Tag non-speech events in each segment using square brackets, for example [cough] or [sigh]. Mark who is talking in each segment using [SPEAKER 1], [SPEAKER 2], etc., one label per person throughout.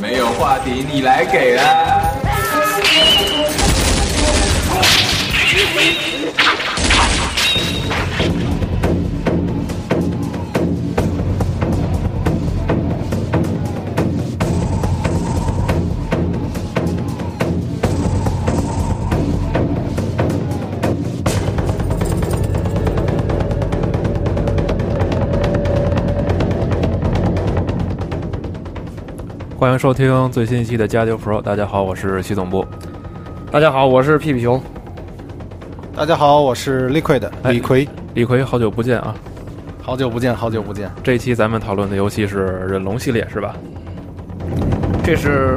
[SPEAKER 1] 没有话题你来给啦。
[SPEAKER 2] 欢迎收听最新一期的《加九 Pro》。大家好，我是徐总部。
[SPEAKER 3] 大家好，我是屁屁熊。
[SPEAKER 4] 大家好，我是 Liquid
[SPEAKER 2] 哎
[SPEAKER 4] 李逵，
[SPEAKER 2] 李逵，好久不见啊！
[SPEAKER 4] 好久不见，好久不见。
[SPEAKER 2] 这一期咱们讨论的游戏是忍龙系列，是吧？
[SPEAKER 3] 这是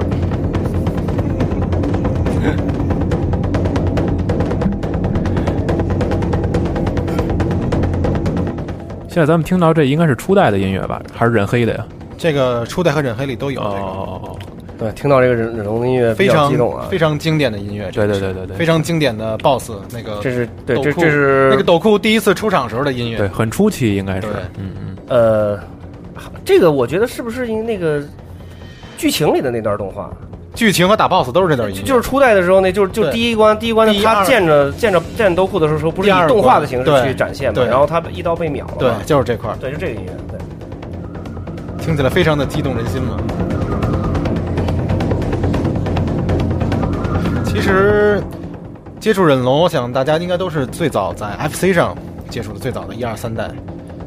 [SPEAKER 2] 现在咱们听到这应该是初代的音乐吧，还是忍黑的呀？
[SPEAKER 4] 这个初代和忍黑里都有这个，
[SPEAKER 2] 哦，
[SPEAKER 3] 对，听到这个忍忍龙的音乐比
[SPEAKER 4] 非
[SPEAKER 3] 较
[SPEAKER 4] 常
[SPEAKER 3] 激动啊。
[SPEAKER 4] 非常经典的音乐，
[SPEAKER 2] 对
[SPEAKER 4] 这个
[SPEAKER 2] 对
[SPEAKER 4] 是
[SPEAKER 2] 对对对，
[SPEAKER 4] 非常经典的 BOSS 那个
[SPEAKER 3] 这是对，
[SPEAKER 4] 斗
[SPEAKER 3] 这
[SPEAKER 4] 库
[SPEAKER 3] 这是
[SPEAKER 4] 那个斗库第一次出场时候的音乐
[SPEAKER 2] 对，，很初期应该是
[SPEAKER 4] 对，
[SPEAKER 2] 嗯嗯，
[SPEAKER 3] 呃，这个我觉得是不是因为那个剧情里的那段动画，
[SPEAKER 4] 剧情和打 BOSS 都是这段音
[SPEAKER 3] 就
[SPEAKER 4] 乐，
[SPEAKER 3] 就是初代的时候，那就是就
[SPEAKER 4] 对
[SPEAKER 3] 第一关，第一关
[SPEAKER 4] 第
[SPEAKER 3] 他
[SPEAKER 4] 二
[SPEAKER 3] 见着见着见着都库的时候，不是以
[SPEAKER 4] 第二关
[SPEAKER 3] 动画的形式
[SPEAKER 4] 对
[SPEAKER 3] 去展现嘛，
[SPEAKER 4] 对
[SPEAKER 3] 然后他一刀被秒了
[SPEAKER 4] 对
[SPEAKER 3] 嘛，，
[SPEAKER 4] 就是这块儿，
[SPEAKER 3] 对，就这个音乐，对。
[SPEAKER 4] 听起来非常的激动人心嘛。其实接触忍龙，我想大家应该都是最早在 FC 上接触的最早的一二三代，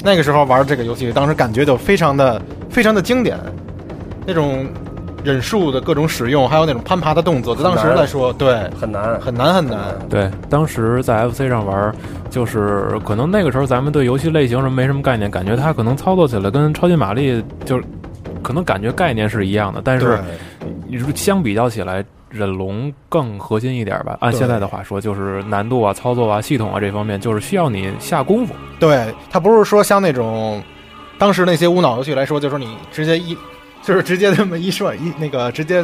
[SPEAKER 4] 那个时候玩这个游戏，当时感觉就非常的非常的经典，那种忍术的各种使用，还有那种攀爬的动作，在当时来说，对，
[SPEAKER 3] 很难，
[SPEAKER 4] 很难很难。
[SPEAKER 2] 对，当时在 FC 上玩，就是可能那个时候咱们对游戏类型什么没什么概念，感觉它可能操作起来跟超级玛丽就是可能感觉概念是一样的，但是你如相比较起来，忍龙更核心一点吧。按
[SPEAKER 4] 对
[SPEAKER 2] 现在的话说，就是难度啊、操作啊、系统啊这方面，就是需要你下功夫。
[SPEAKER 4] 对，它不是说像那种当时那些无脑游戏来说，就是你直接一，就是直接这么一涮一那个直接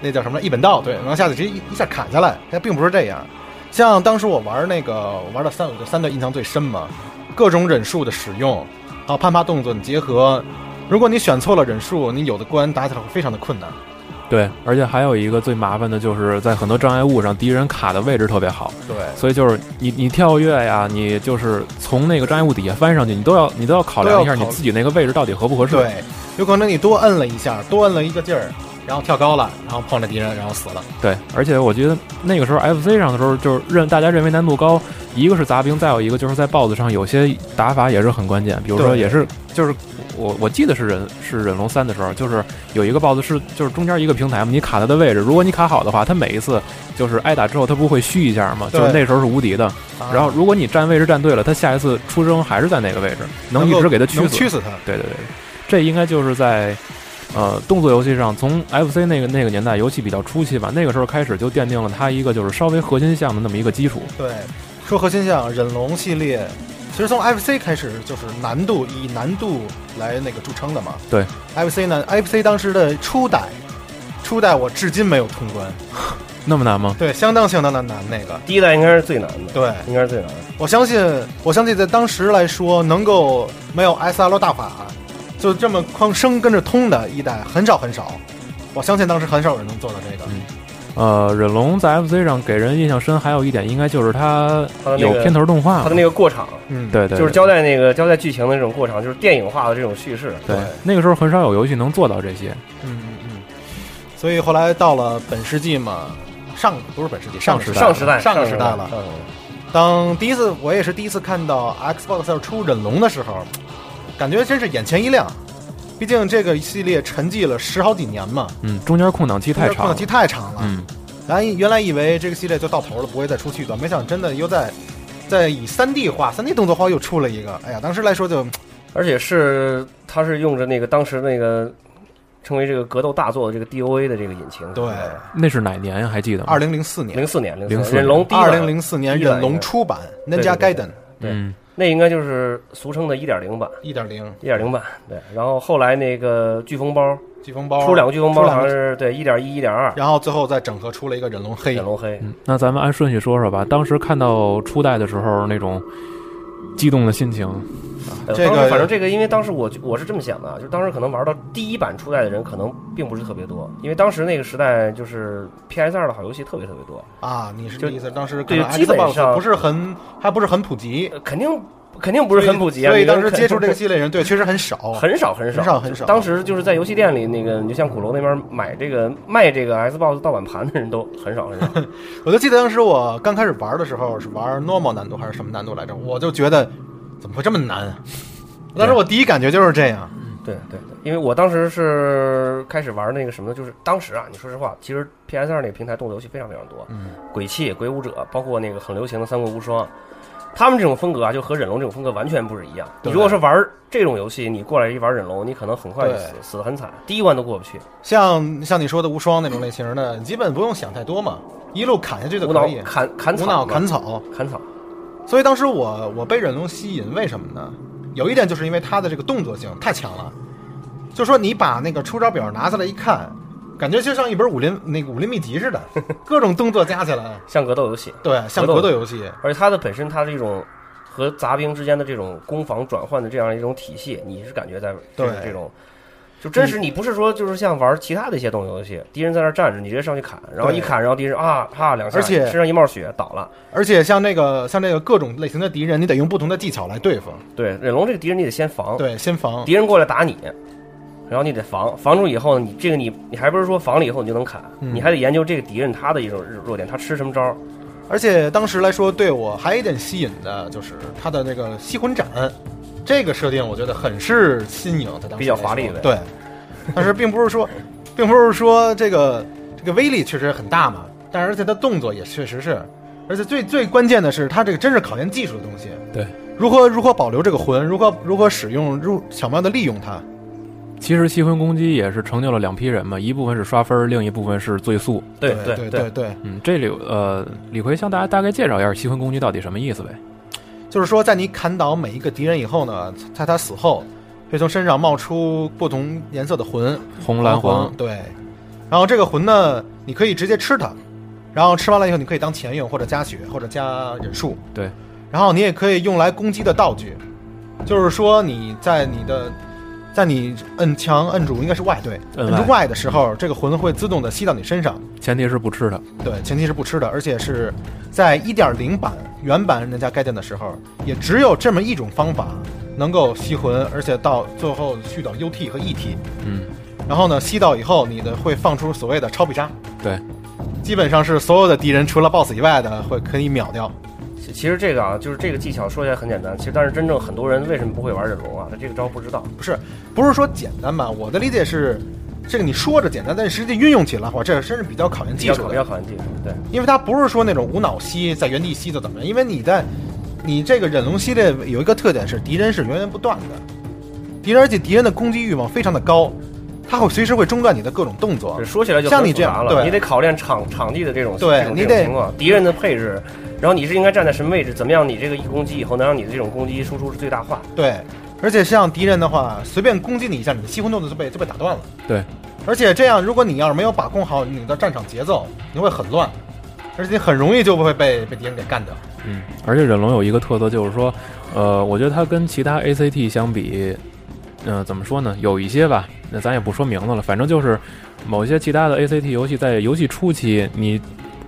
[SPEAKER 4] 那叫什么一本道，对，然后下去直接一一下砍下来，它并不是这样。像当时我玩那个我玩的三五就三代印象最深嘛，各种忍术的使用，还有攀爬动作你结合，如果你选错了忍术，你有的关打起来会非常的困难。
[SPEAKER 2] 对，而且还有一个最麻烦的就是在很多障碍物上，敌人卡的位置特别好，
[SPEAKER 4] 对，
[SPEAKER 2] 所以就是你你跳跃呀，你就是从那个障碍物底下翻上去，你都要你都要考量一下
[SPEAKER 4] 都要考
[SPEAKER 2] 你自己那个位置到底合不合适。
[SPEAKER 4] 对，有可能你多摁了一下，多摁了一个劲儿，然后跳高了，然后碰着敌人，然后死了。
[SPEAKER 2] 对，而且我觉得那个时候 FC 上的时候，就是认大家认为难度高，一个是杂兵，再有一个就是在 BOSS 上有些打法也是很关键，比如说
[SPEAKER 4] 对
[SPEAKER 2] 也是就是我我记得是忍是忍龙三的时候，就是有一个 BOSS 是就是中间一个平台嘛，你卡它的位置，如果你卡好的话，它每一次就是挨打之后它不会虚一下嘛，
[SPEAKER 4] 对
[SPEAKER 2] 就是那时候是无敌的。然后
[SPEAKER 4] 啊
[SPEAKER 2] 如果你站位置站对了，它下一次出生还是在那个位置，能一
[SPEAKER 4] 够
[SPEAKER 2] 直给它驱
[SPEAKER 4] 能
[SPEAKER 2] 死。
[SPEAKER 4] 驱死他。
[SPEAKER 2] 对对对，这应该就是在呃动作游戏上，从 FC 那个那个年代，游戏比较初期吧，那个时候开始就奠定了它一个就是稍微核心项的那么一个基础。
[SPEAKER 4] 对，说核心项忍龙系列，其实从 FC 开始就是难度以难度来那个著称的嘛。
[SPEAKER 2] 对
[SPEAKER 4] ，FC 呢，FC 当时的初代，初代我至今没有通关，
[SPEAKER 2] 那么难吗？
[SPEAKER 4] 对，相当相当的难那个。
[SPEAKER 3] 第一代应该是最难的，
[SPEAKER 4] 对，
[SPEAKER 3] 应该是最难的。
[SPEAKER 4] 我相信，我相信在当时来说，能够没有 SL 大法，就这么哐生跟着通的一代很少很少。我相信当时很少有人能做到这个。
[SPEAKER 2] 呃，忍龙在 FC 上给人印象深，还有一点应该就是它
[SPEAKER 3] 它的那
[SPEAKER 2] 有
[SPEAKER 3] 个
[SPEAKER 2] 片头动画
[SPEAKER 3] 它
[SPEAKER 2] 嘛
[SPEAKER 3] 的，那个过场，
[SPEAKER 4] 嗯，
[SPEAKER 2] 对对，
[SPEAKER 3] 就是
[SPEAKER 2] 对
[SPEAKER 3] 交代那个交代剧情的这种过场，就是电影化的这种叙事。
[SPEAKER 2] 对那个时候很少有游戏能做到这些。
[SPEAKER 4] 嗯嗯嗯。所以后来到了本世纪嘛，上不是本世纪，上世代
[SPEAKER 3] 上时代，
[SPEAKER 4] 上
[SPEAKER 3] 上
[SPEAKER 4] 个时代了。
[SPEAKER 3] 嗯
[SPEAKER 4] 当第一次，我也是第一次看到 Xbox 要出忍龙的时候，感觉真是眼前一亮。毕竟这个系列沉寂了十好几年嘛，
[SPEAKER 2] 嗯，中间空档期太
[SPEAKER 4] 中间空
[SPEAKER 2] 长
[SPEAKER 4] 档
[SPEAKER 2] 了
[SPEAKER 4] 期。太长了。
[SPEAKER 2] 嗯，
[SPEAKER 4] 然后原来以为这个系列就到头了，不会再出续作，没想到真的又在在以3 D 化、3 D 动作化又出了一个。哎呀，当时来说就
[SPEAKER 3] 而且是他是用着那个当时那个成为这个格斗大作的这个 DOA 的这个引擎。哎
[SPEAKER 4] 对，
[SPEAKER 2] 那是哪年呀？还记得吗？
[SPEAKER 4] 二零零四
[SPEAKER 3] 零
[SPEAKER 4] 年，
[SPEAKER 3] 四年，
[SPEAKER 2] 04
[SPEAKER 3] 四忍龙第一
[SPEAKER 4] 二
[SPEAKER 3] 版
[SPEAKER 4] 零零四年忍龙出版
[SPEAKER 3] 对对
[SPEAKER 4] Ninja
[SPEAKER 3] 对
[SPEAKER 4] Gaiden
[SPEAKER 2] 嗯，
[SPEAKER 3] 那应该就是俗称的一点零版，
[SPEAKER 4] 一点零
[SPEAKER 3] 一点零版对。然后后来那个飓风包
[SPEAKER 4] 飓风包
[SPEAKER 3] 出两个飓风包，
[SPEAKER 4] 哦出
[SPEAKER 3] 好
[SPEAKER 4] 两
[SPEAKER 3] 像
[SPEAKER 4] 个
[SPEAKER 3] 是对一点一、一点二，
[SPEAKER 4] 然后最后再整合出了一个忍龙黑
[SPEAKER 3] 忍，龙黑。
[SPEAKER 2] 嗯那咱们按顺序说说吧。当时看到初代的时候，那种激动的心情，
[SPEAKER 4] 嗯
[SPEAKER 3] 呃
[SPEAKER 4] 这
[SPEAKER 3] 当
[SPEAKER 4] 个
[SPEAKER 3] 时反正这个，因为当时我我是这么想的啊，就当时可能玩到第一版初代的人可能并不是特别多，因为当时那个时代就是 PS 二的好游戏特别特别多，
[SPEAKER 4] 啊，你是
[SPEAKER 3] 就
[SPEAKER 4] 这意思？当时可
[SPEAKER 3] 对
[SPEAKER 4] 能
[SPEAKER 3] 基本
[SPEAKER 4] Xbox
[SPEAKER 3] 上
[SPEAKER 4] 不是很，还不是很普及，
[SPEAKER 3] 呃肯定肯定不是很普及啊。
[SPEAKER 4] 所以
[SPEAKER 3] 你能
[SPEAKER 4] 当时
[SPEAKER 3] 肯
[SPEAKER 4] 接触这个系列人，
[SPEAKER 3] [laughs]
[SPEAKER 4] 对，确实很少，
[SPEAKER 3] 很少很
[SPEAKER 4] 哦很
[SPEAKER 3] 少
[SPEAKER 4] 少很少。
[SPEAKER 3] 当时就是在游戏店里，那个你就像鼓楼那边买这个卖这个 Xbox 盗版盘的人都很少很
[SPEAKER 4] [laughs]
[SPEAKER 3] 少。
[SPEAKER 4] 我就记得当时我刚开始玩的时候是玩 normal 难度还是什么难度来着，我就觉得怎么会这么难啊？当时我第一感觉就是这样，
[SPEAKER 3] 对对对，因为我当时是开始玩那个什么，就是当时啊，你说实话，其实 PS 二那个平台动作游戏非常非常多，
[SPEAKER 4] 嗯，
[SPEAKER 3] 鬼泣、鬼武者，包括那个很流行的《三国无双》，他们这种风格啊，就和忍龙这种风格完全不是一样。你
[SPEAKER 4] 对
[SPEAKER 3] 如果是玩这种游戏，你过来一玩忍龙，你可能很快就
[SPEAKER 4] 对
[SPEAKER 3] 死死得很惨，第一关都过不去，
[SPEAKER 4] 像像你说的无双那种类型的，你基本不用想太多嘛，一路砍下去就
[SPEAKER 3] 无脑
[SPEAKER 4] 可以，
[SPEAKER 3] 砍砍草
[SPEAKER 4] 无
[SPEAKER 3] 嘛，
[SPEAKER 4] 脑砍草。
[SPEAKER 3] 砍草，
[SPEAKER 4] 所以当时我我被忍龙吸引，为什么呢？有一点就是因为它的这个动作性太强了，就说你把那个出招表拿下来一看，感觉就像一本武林那个武林秘籍似 [laughs] 的，各种动作加起来，
[SPEAKER 3] 像格斗游戏。
[SPEAKER 4] 对，像
[SPEAKER 3] 格斗
[SPEAKER 4] 格斗游戏，
[SPEAKER 3] 而且它的本身它是一种和杂兵之间的这种攻防转换的这样一种体系，你是感觉在
[SPEAKER 4] 对
[SPEAKER 3] 就是这种。就真实，你不是说就是像玩其他的一些动作游戏，敌人在那儿站着，你直接上去砍，然后
[SPEAKER 4] 对
[SPEAKER 3] 一砍，然后敌人啊啪两下，
[SPEAKER 4] 而且
[SPEAKER 3] 身上一冒血倒了。
[SPEAKER 4] 而且像那个像那个各种类型的敌人，你得用不同的技巧来对付，
[SPEAKER 3] 对，忍龙这个敌人你得先防，
[SPEAKER 4] 对，先防，
[SPEAKER 3] 敌人过来打你，然后你得防，防住以后呢，你这个你你还不是说防了以后你就能砍，
[SPEAKER 4] 嗯
[SPEAKER 3] 你还得研究这个敌人他的一种弱点，他吃什么招儿。
[SPEAKER 4] 而且当时来说，对我还有一点吸引的就是它的那个吸魂斩，这个设定我觉得很是新颖，在当时
[SPEAKER 3] 比较华丽的
[SPEAKER 4] 对，但是并不是说， [laughs] 并不是说这个这个威力确实很大嘛，但是而且它动作也确实是，而且最最关键的是，它这个真是考验技术的东西。
[SPEAKER 2] 对，
[SPEAKER 4] 如何如何保留这个魂，如何如何使用，如巧妙的利用它。
[SPEAKER 2] 其实吸魂攻击也是成就了两批人嘛，一部分是刷分，另一部分是最速。
[SPEAKER 3] 对
[SPEAKER 4] 对
[SPEAKER 3] 对
[SPEAKER 4] 对对，
[SPEAKER 2] 嗯，这里呃，李逵向大家大概介绍一下吸魂攻击到底什么意思呗。
[SPEAKER 4] 就是说，在你砍倒每一个敌人以后呢，在他死后，会从身上冒出不同颜色的魂，
[SPEAKER 2] 红、
[SPEAKER 4] 哦
[SPEAKER 2] 蓝、黄，
[SPEAKER 4] 对。然后这个魂呢，你可以直接吃它，然后吃完了以后，你可以当钱用，或者加血，或者加忍术。
[SPEAKER 2] 对。
[SPEAKER 4] 然后你也可以用来攻击的道具，就是说你在你的，在你摁墙摁住应该是 Y 对，
[SPEAKER 2] 摁
[SPEAKER 4] 摁
[SPEAKER 2] Y
[SPEAKER 4] 住 Y 的时候，这个魂会自动的吸到你身上。
[SPEAKER 2] 前提是不吃它。
[SPEAKER 4] 对，前提是不吃的，而且是在1.0版原版人家盖店的时候，也只有这么一种方法能够吸魂，而且到最后去到 UT 和 ET，
[SPEAKER 2] 嗯，
[SPEAKER 4] 然后呢吸到以后，你的会放出所谓的超必杀，
[SPEAKER 2] 对，
[SPEAKER 4] 基本上是所有的敌人除了 BOSS 以外的会可以秒掉。
[SPEAKER 3] 其其实这个啊，就是这个技巧说起来很简单，其实但是真正很多人为什么不会玩忍龙啊？他这个招不知道。
[SPEAKER 4] 不是，不是说简单吧？我的理解是，这个你说着简单，但是实际运用起来的话，这真是比较考验技
[SPEAKER 3] 比较
[SPEAKER 4] 术
[SPEAKER 3] 考
[SPEAKER 4] 的
[SPEAKER 3] 比。较考验技术，对
[SPEAKER 4] 因为它不是说那种无脑吸在原地吸的怎么样，因为你在你这个忍龙系列有一个特点是敌人是源源不断的，敌人而且敌人的攻击欲望非常的高，他会随时会中断你的各种动作
[SPEAKER 3] 这。说起来就很
[SPEAKER 4] 像你
[SPEAKER 3] 复杂
[SPEAKER 4] 这样
[SPEAKER 3] 了，
[SPEAKER 4] 对
[SPEAKER 3] 你得考验场场地的这种
[SPEAKER 4] 对
[SPEAKER 3] 这种
[SPEAKER 4] 你
[SPEAKER 3] 这种
[SPEAKER 4] 得
[SPEAKER 3] 情况，敌人的配置，然后你是应该站在什么位置，怎么样，你这个一攻击以后能让你的这种攻击输出是最大化。
[SPEAKER 4] 对，而且像敌人的话，随便攻击你一下，你的吸魂动作就被就被打断了。
[SPEAKER 2] 对，
[SPEAKER 4] 而且这样，如果你要是没有把控好你的战场节奏，你会很乱，而且你很容易就会被被敌人给干掉。
[SPEAKER 2] 嗯，而且忍龙有一个特色就是说，呃，我觉得它跟其他 ACT 相比，嗯、怎么说呢？有一些吧，那咱也不说名字了，反正就是某些其他的 ACT 游戏在游戏初期，你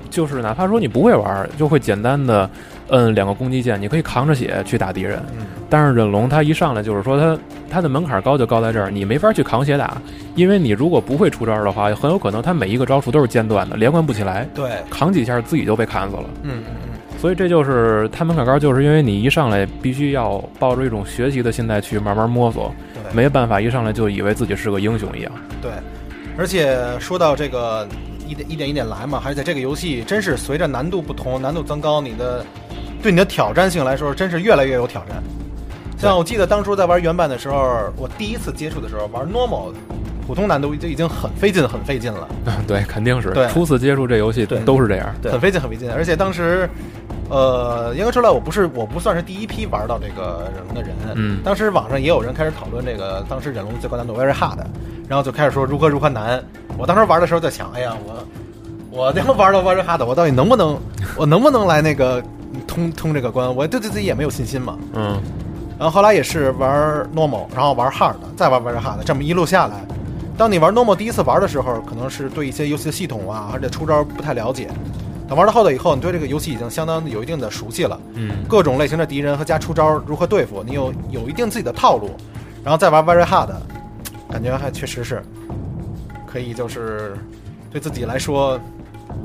[SPEAKER 2] 就是哪怕说你不会玩儿，就会简单的摁两个攻击键，你可以扛着血去打敌人。
[SPEAKER 4] 嗯，
[SPEAKER 2] 但是忍龙它一上来就是说它它的门槛高就高在这儿，你没法去扛血打，因为你如果不会出招的话，很有可能它每一个招数都是间断的，连贯不起来，
[SPEAKER 4] 对，
[SPEAKER 2] 扛几下自己就被砍死了。
[SPEAKER 4] 嗯嗯嗯。
[SPEAKER 2] 所以这就是它门槛高，就是因为你一上来必须要抱着一种学习的心态去慢慢摸索，
[SPEAKER 4] 对
[SPEAKER 2] 没办法一上来就以为自己是个英雄一样。
[SPEAKER 4] 对，而且说到这个一点一点一点来嘛，而且这个游戏真是随着难度不同，难度增高，你的对你的挑战性来说，真是越来越有挑战。像我记得当初在玩原版的时候，我第一次接触的时候玩 normal，普通难度就已经很费劲、很费劲了，
[SPEAKER 2] [laughs] 对，肯定是
[SPEAKER 4] 对
[SPEAKER 2] 初次接触这游戏
[SPEAKER 3] 对
[SPEAKER 2] 都是这样。
[SPEAKER 3] 对
[SPEAKER 4] 很费劲、很费劲。而且当时，呃，应该说来我不是我不算是第一批玩到这个忍龙的人，
[SPEAKER 2] 嗯
[SPEAKER 4] 当时网上也有人开始讨论这个当时忍龙最高难度 very hard，然后就开始说如何如何难。我当时玩的时候在想，哎呀，我我他妈玩到 very hard，我到底能不能，我能不能来那个通通这个关？我对自己也没有信心嘛。
[SPEAKER 2] 嗯，
[SPEAKER 4] 然后后来也是玩 normal，然后玩 hard，再玩 very hard，这么一路下来。当你玩 normal 第一次玩的时候，可能是对一些游戏的系统啊，而且出招不太了解。等玩到后头以后，你对这个游戏已经相当有一定的熟悉了，
[SPEAKER 2] 嗯，
[SPEAKER 4] 各种类型的敌人和加出招如何对付，你有有一定自己的套路。然后再玩 very hard，感觉还确实是可以，就是对自己来说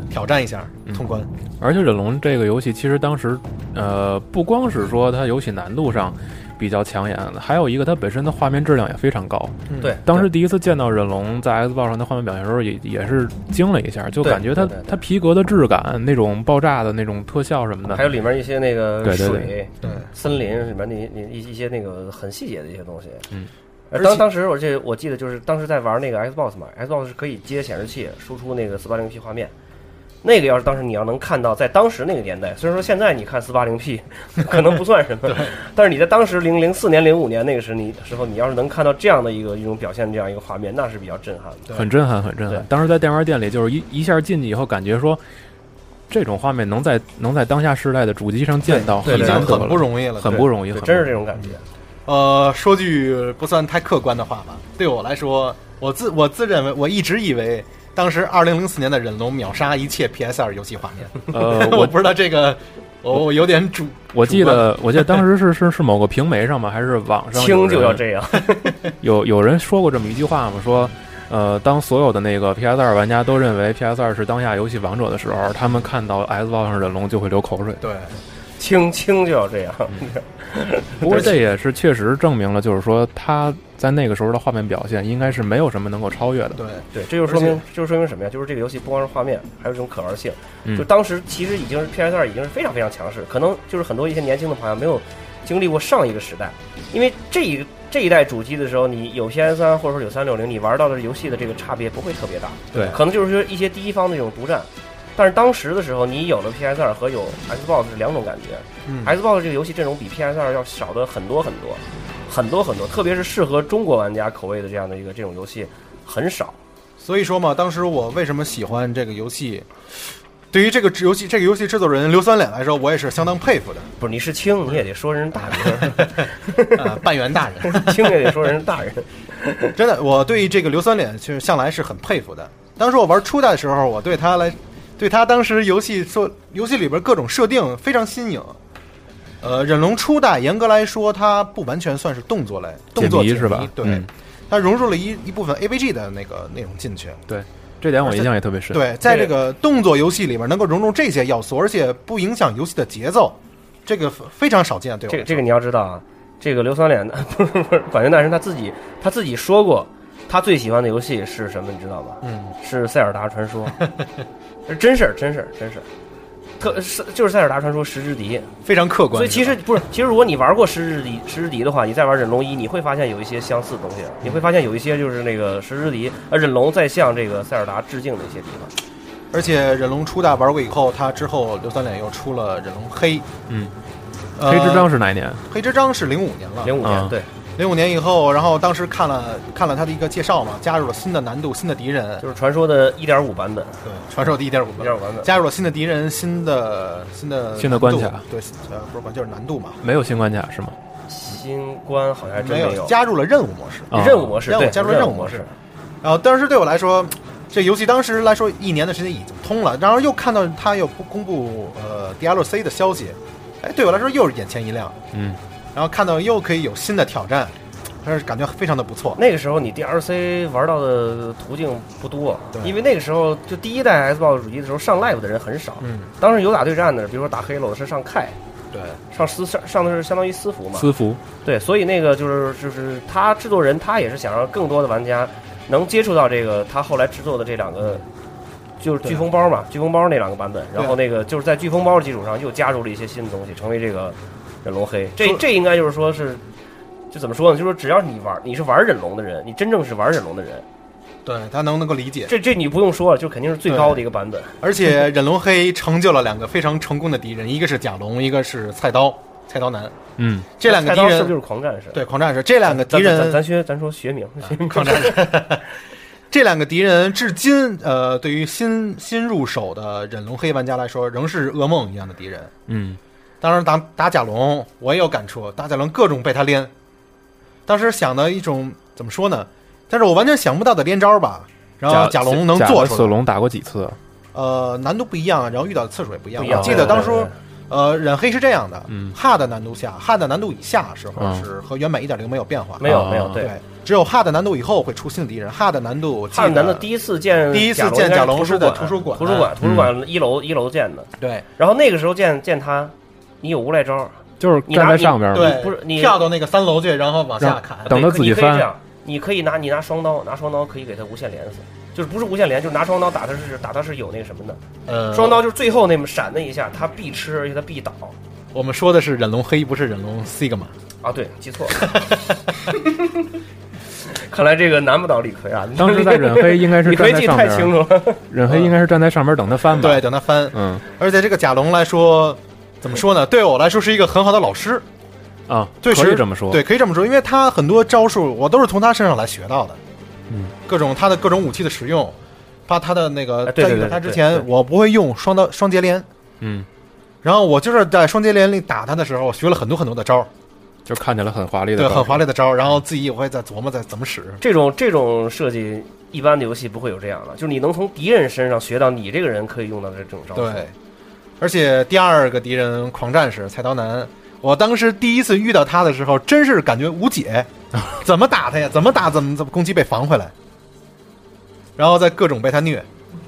[SPEAKER 4] 挑战一下通关。
[SPEAKER 2] 而且忍龙这个游戏其实当时，呃，不光是说它游戏难度上比较抢眼，还有一个它本身的画面质量也非常高。
[SPEAKER 4] 嗯
[SPEAKER 3] 对，
[SPEAKER 2] 当时第一次见到忍龙在 Xbox 上的画面表现的时候也，也是惊了一下，就
[SPEAKER 3] 对
[SPEAKER 2] 感觉它
[SPEAKER 3] 对对对
[SPEAKER 2] 它皮革的质感、那种爆炸的那种特效什么的，
[SPEAKER 3] 还有里面一些那个
[SPEAKER 2] 对对
[SPEAKER 3] 水、嗯
[SPEAKER 2] 对
[SPEAKER 4] 对，
[SPEAKER 3] 森林里面那那一一些那个很细节的一些东西。
[SPEAKER 2] 嗯
[SPEAKER 3] 呃。
[SPEAKER 4] 而
[SPEAKER 3] 当
[SPEAKER 4] 且
[SPEAKER 3] 当时我记得我记得就是当时在玩那个 Xbox 嘛，Xbox 是可以接显示器输出那个 480P 画面，那个要是当时你要能看到，在当时那个年代，虽然说现在你
[SPEAKER 4] [laughs]
[SPEAKER 3] 看 480P 可能不算什么，但是你在当时零零四年零五年那个时你时候，你要是能看到这样的一个一种表现，这样一个画面，那是比较震撼的。
[SPEAKER 4] 对
[SPEAKER 2] 很震撼，很震
[SPEAKER 3] 对
[SPEAKER 2] 撼。当时在电玩店里，就是一一下进去以后，感觉说这种画面能在能在当下时代的主机上见到，
[SPEAKER 3] 对
[SPEAKER 2] 很
[SPEAKER 4] 已
[SPEAKER 3] 对
[SPEAKER 2] 难
[SPEAKER 4] 经
[SPEAKER 2] 得
[SPEAKER 4] 嗯很
[SPEAKER 2] 了
[SPEAKER 4] 不容易了，
[SPEAKER 2] 很
[SPEAKER 4] 对
[SPEAKER 2] 不容易，
[SPEAKER 3] 对，
[SPEAKER 2] 很
[SPEAKER 3] 真
[SPEAKER 2] 不
[SPEAKER 3] 是
[SPEAKER 2] 容
[SPEAKER 3] 这种感觉。
[SPEAKER 4] 呃，说句不算太客观的话吧，对我来说，我自我自认为，我一直以为当时二零零四年的忍龙秒杀一切 PS 二游戏画面。
[SPEAKER 2] 易呃，
[SPEAKER 4] 我
[SPEAKER 2] 我
[SPEAKER 4] 不知道这个，我我有点主，
[SPEAKER 2] 我
[SPEAKER 3] [laughs]
[SPEAKER 2] 记
[SPEAKER 4] 主观
[SPEAKER 2] 得，我记得当时是是是某个平媒上吗？还是网上有
[SPEAKER 3] 轻就要
[SPEAKER 2] 人
[SPEAKER 3] 这样，
[SPEAKER 2] 有有人说过这么一句话嘛，说，呃，当所有的那个 PS 二玩家都认为 PS 二是当下游戏王者的时候，他们看到 Xbox 上忍龙就会流口水。
[SPEAKER 4] 对
[SPEAKER 3] 轻轻就要这样。
[SPEAKER 2] 不过这也是确实证明了，就是说他在那个时候的画面表现应该是没有什么能够超越的。
[SPEAKER 4] 对，
[SPEAKER 3] 对，这就说明，这就说明什么呀？就是这个游戏不光是画面，还有这种可玩性。
[SPEAKER 2] 嗯
[SPEAKER 3] 就当时其实已经是 PS 二已经是非常非常强势，可能就是很多一些年轻的朋友没有经历过上一个时代，因为这一这一代主机的时候，你有 PS 三或者说有三六零，你玩到的游戏的这个差别不会特别大，
[SPEAKER 2] 对
[SPEAKER 3] 可能就是说一些第一方的这种独占。但是当时的时候，你有了 PS 二和有 Xbox 是两种感觉。
[SPEAKER 4] 嗯，
[SPEAKER 3] Xbox 这个游戏阵容比 PS 二要少的很多很多，很多很多，特别是适合中国玩家口味的这样的一个这种游戏很少。
[SPEAKER 4] 所以说嘛，当时我为什么喜欢这个游戏？对于这个游戏，这个游戏制作人刘三脸来说，我也是相当佩服的
[SPEAKER 3] 不是你是轻，你也得说人大 [laughs] 人；
[SPEAKER 4] 啊，半圆大人。
[SPEAKER 3] 轻也得说人大 [laughs] 人。
[SPEAKER 4] 真的，我对这个硫酸脸是向来是很佩服的。当时我玩初代的时候，我对他来，对他当时游戏做游戏里边各种设定非常新颖。呃，忍龙初代严格来说，它不完全算是动作类，动作
[SPEAKER 2] 解
[SPEAKER 4] 解
[SPEAKER 2] 谜是吧
[SPEAKER 4] 对，
[SPEAKER 2] 嗯
[SPEAKER 4] 它融入了一一部分 AVG 的那个内容进去。
[SPEAKER 2] 这点我印象也特别深。，
[SPEAKER 4] 对，在
[SPEAKER 3] 对
[SPEAKER 4] 这个动作游戏里面能够融入这些要素，而且不影响游戏的节奏，这个非常少见。对我
[SPEAKER 3] 这
[SPEAKER 4] 来
[SPEAKER 3] 个
[SPEAKER 4] 说
[SPEAKER 3] 这个你要知道啊，这个硫酸脸的 [laughs] 不是不是管弦大神他自己他自己说过，他最喜欢的游戏是什么？你知道吗？
[SPEAKER 4] 嗯，
[SPEAKER 3] 是《塞尔达传 [laughs] 说》是真事儿，真事儿，真事儿。特是就是《塞尔达传说：石之笛》，
[SPEAKER 4] 非常客观。
[SPEAKER 3] 所以其
[SPEAKER 4] 是吧
[SPEAKER 3] 实不啊是，其实如果你玩过《石之笛》《石之笛》的话，你再玩忍龙一，你会发现有一些相似的东西，啊你会发现有一些就是那个石之笛呃忍龙在向这个塞尔达致敬的一些地方。
[SPEAKER 4] 而且忍龙初代玩过以后，他之后刘三脸又出了忍龙黑，
[SPEAKER 2] 嗯，
[SPEAKER 4] 呃
[SPEAKER 2] 黑之章是哪一年？
[SPEAKER 4] 黑之章是零五年了，
[SPEAKER 3] 零五年、
[SPEAKER 2] 啊
[SPEAKER 3] 对，
[SPEAKER 4] 零五年以后，然后当时看了看了他的一个介绍嘛，加入了新的难度、新的敌人，
[SPEAKER 3] 就是传说的一点五版本，
[SPEAKER 4] 对，传授的一点五
[SPEAKER 3] 一点五版本。
[SPEAKER 4] 加入了新的敌人、新的新的
[SPEAKER 2] 嗯新的
[SPEAKER 4] 难度
[SPEAKER 2] 关卡，
[SPEAKER 4] 对，呃，不是关就是难度嘛，
[SPEAKER 2] 没有新关卡是吗？
[SPEAKER 3] 新官好像还真
[SPEAKER 4] 没
[SPEAKER 3] 有
[SPEAKER 4] 加入了任务模式。
[SPEAKER 2] 啊
[SPEAKER 3] 任务模式，
[SPEAKER 4] 任务
[SPEAKER 3] 对，
[SPEAKER 4] 加入
[SPEAKER 3] 任
[SPEAKER 4] 任务
[SPEAKER 3] 务模
[SPEAKER 4] 模
[SPEAKER 3] 式
[SPEAKER 4] 式，然后，但是对我来说，这游戏当时来说一年的时间已经通了，然后又看到他又公布呃 DLC 的消息，哎，对我来说又是眼前一亮，
[SPEAKER 2] 嗯，
[SPEAKER 4] 然后看到又可以有新的挑战，但是感觉非常的不错。
[SPEAKER 3] 那个时候你 DLC 玩到的途径不多
[SPEAKER 4] 对，
[SPEAKER 3] 因为那个时候就第一代 Xbox 主机的时候上 Live 的人很少。
[SPEAKER 4] 嗯，
[SPEAKER 3] 当时有打对战的，比如说打黑喽是上凯，
[SPEAKER 4] 对，
[SPEAKER 3] 上私上上的是相当于私服嘛。
[SPEAKER 2] 私服，
[SPEAKER 3] 对，所以那个就是就是他制作人，他也是想让更多的玩家能接触到这个他后来制作的这两个，就是
[SPEAKER 4] 对
[SPEAKER 3] 飓风包嘛，飓风包那两个版本，
[SPEAKER 4] 对
[SPEAKER 3] 然后那个就是在飓风包的基础上又加入了一些新的东西，成为这个忍龙黑。这
[SPEAKER 4] 说
[SPEAKER 3] 这应该就是说是，就怎么说呢？就是说只要你玩你是玩忍龙的人，你真正是玩忍龙的人，
[SPEAKER 4] 对他能能够理解，
[SPEAKER 3] 这这你不用说了，就肯定是最高的一个版本。
[SPEAKER 4] 而
[SPEAKER 3] [laughs]
[SPEAKER 4] 且忍龙黑成就了两个非常成功的敌人，一个是甲龙，一个是菜刀，菜刀男。
[SPEAKER 2] 嗯，
[SPEAKER 4] 这两个
[SPEAKER 3] 菜
[SPEAKER 4] 敌
[SPEAKER 3] 刀是不
[SPEAKER 4] 人
[SPEAKER 3] 是就是狂战士？
[SPEAKER 4] 对狂战士，这两个敌
[SPEAKER 3] 咱，咱咱
[SPEAKER 4] 人
[SPEAKER 3] 咱学咱说学名，学
[SPEAKER 4] [laughs]
[SPEAKER 3] 名
[SPEAKER 4] 狂战士，这两个敌人至今呃，对于新新入手的忍龙黑玩家来说，仍是噩梦一样的敌人。
[SPEAKER 2] 嗯，
[SPEAKER 4] 当时打打甲龙，我也有感触，打甲龙各种被他连。当时想的一种怎么说呢？但是我完全想不到的连招吧。然后甲龙能
[SPEAKER 2] 假
[SPEAKER 4] 做
[SPEAKER 2] 的
[SPEAKER 4] 出
[SPEAKER 2] 四
[SPEAKER 4] 来，
[SPEAKER 2] 龙打过几次？啊
[SPEAKER 4] 呃，难度不一样，然后遇到的次数也不一样。
[SPEAKER 3] 不一样
[SPEAKER 4] 啊我记得当
[SPEAKER 3] 对
[SPEAKER 4] 初
[SPEAKER 3] 对对，
[SPEAKER 4] 呃，忍黑是这样的
[SPEAKER 2] 嗯
[SPEAKER 4] ，hard 难度下，hard 难度以下的时候
[SPEAKER 2] 嗯
[SPEAKER 4] 是和原版一点零没有变化，
[SPEAKER 3] 没有
[SPEAKER 2] 啊
[SPEAKER 3] 没有，对
[SPEAKER 4] 对，，只有 hard 难度以后会出新的敌人，hard 难度我记得
[SPEAKER 3] 汉南的第一次见
[SPEAKER 4] 第一次
[SPEAKER 3] 贾龙
[SPEAKER 4] 见
[SPEAKER 3] 应该
[SPEAKER 4] 贾龙
[SPEAKER 3] 图
[SPEAKER 4] 是
[SPEAKER 3] 书
[SPEAKER 4] 在
[SPEAKER 3] 馆
[SPEAKER 4] 图书馆嗯
[SPEAKER 3] 图书馆图书馆一楼一楼见的。
[SPEAKER 4] 对
[SPEAKER 3] 然后那个时候见见他，你有无赖招，
[SPEAKER 2] 就是
[SPEAKER 3] 你
[SPEAKER 2] 站
[SPEAKER 3] 拿
[SPEAKER 2] 在
[SPEAKER 3] 你
[SPEAKER 2] 上边嘛，
[SPEAKER 4] 对，
[SPEAKER 3] 不是你
[SPEAKER 4] 跳到那个三楼去，然后往下砍，
[SPEAKER 2] 等他自己
[SPEAKER 3] 你可以这
[SPEAKER 2] 翻。
[SPEAKER 3] 样，你可以拿你拿双刀，拿双刀可以给他无限连死，就是不是无限连，就是拿双刀打他是打他是有那个什么的，
[SPEAKER 4] 呃，
[SPEAKER 3] 双刀就是最后那么闪那一下，他必吃，而且他必倒。
[SPEAKER 4] 我们说的是忍龙黑，不是忍龙 sigma。
[SPEAKER 3] 啊，对，记错了。 [laughs] 看来这个难不倒李逵啊！你
[SPEAKER 2] 当时
[SPEAKER 3] [laughs]
[SPEAKER 2] 在忍黑应该是
[SPEAKER 3] 李逵
[SPEAKER 2] 站在
[SPEAKER 3] 记
[SPEAKER 2] 上
[SPEAKER 3] 太清
[SPEAKER 2] 边，
[SPEAKER 3] 楚了。
[SPEAKER 2] 忍黑应该是站在上边等他翻吧。
[SPEAKER 4] 嗯对，，等他翻。
[SPEAKER 2] 嗯
[SPEAKER 4] 而且这个甲龙来说，怎么说呢？对我来说是一个很好的老师，
[SPEAKER 2] 啊，
[SPEAKER 4] 对
[SPEAKER 2] 可
[SPEAKER 4] 是
[SPEAKER 2] 以这么说。
[SPEAKER 4] 对，可以这么说，因为他很多招数我都是从他身上来学到的，
[SPEAKER 2] 嗯，
[SPEAKER 4] 各种他的各种武器的使用，把他的那个
[SPEAKER 3] 哎对
[SPEAKER 4] 在
[SPEAKER 3] 对
[SPEAKER 4] 遇到
[SPEAKER 3] 对
[SPEAKER 4] 他之
[SPEAKER 3] 对
[SPEAKER 4] 前
[SPEAKER 3] 对，
[SPEAKER 4] 我不会用双刀双截连，
[SPEAKER 2] 嗯，
[SPEAKER 4] 然后我就是在双截连里打他的时候，我学了很多很多的招，
[SPEAKER 2] 就看起来很华丽的
[SPEAKER 4] 对，
[SPEAKER 2] 招，
[SPEAKER 4] 很华丽的招，然后自己也会在琢磨在怎么使，
[SPEAKER 3] 这种这种设计，一般的游戏不会有这样的，就是你能从敌人身上学到你这个人可以用到的这种招数。
[SPEAKER 4] 对，而且第二个敌人狂战士菜刀男，我当时第一次遇到他的时候，真是感觉无解，怎么打他呀？怎么打？怎么怎么攻击被防回来？然后在各种被他虐，